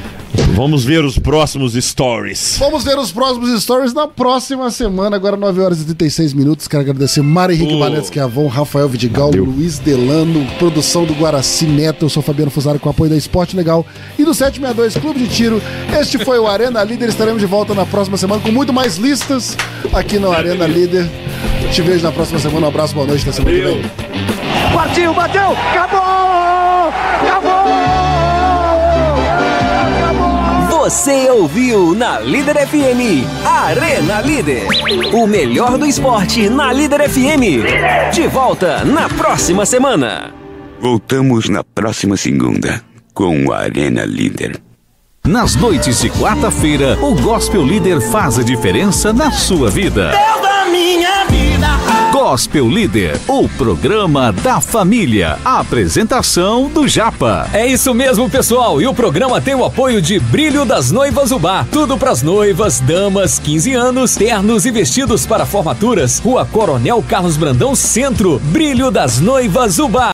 [SPEAKER 9] Vamos ver os próximos stories.
[SPEAKER 3] Vamos ver os próximos stories na próxima semana, agora 9 horas e 36 minutos. Quero agradecer Mário Henrique
[SPEAKER 9] Oh.
[SPEAKER 3] Valentes Chiavon, Rafael Vidigal, Luiz Delano, produção do Guaraci Neto. Eu sou Fabiano Fusaro com o apoio da Esporte Legal e do 762 Clube de Tiro. Este foi o Arena Líder. Estaremos de volta na próxima semana com muito mais listas aqui no Arena Líder. Te vejo na próxima semana. Um abraço, boa noite, até semana que vem.
[SPEAKER 2] Partiu, bateu, acabou!
[SPEAKER 6] Você ouviu na Líder FM, Arena Líder. O melhor do esporte na Líder FM. De volta na próxima semana.
[SPEAKER 10] Voltamos na próxima segunda com o Arena Líder.
[SPEAKER 14] Nas noites de quarta-feira, o Gospel Líder faz a diferença na sua vida.
[SPEAKER 2] da minha vida!
[SPEAKER 14] Gospel Líder, o programa da família. Apresentação do Japa.
[SPEAKER 23] É isso mesmo, pessoal. E o programa tem o apoio de Brilho das Noivas Ubar. Tudo pras noivas, damas, 15 anos, ternos e vestidos para formaturas. Rua Coronel Carlos Brandão, Centro. Brilho das Noivas Ubar.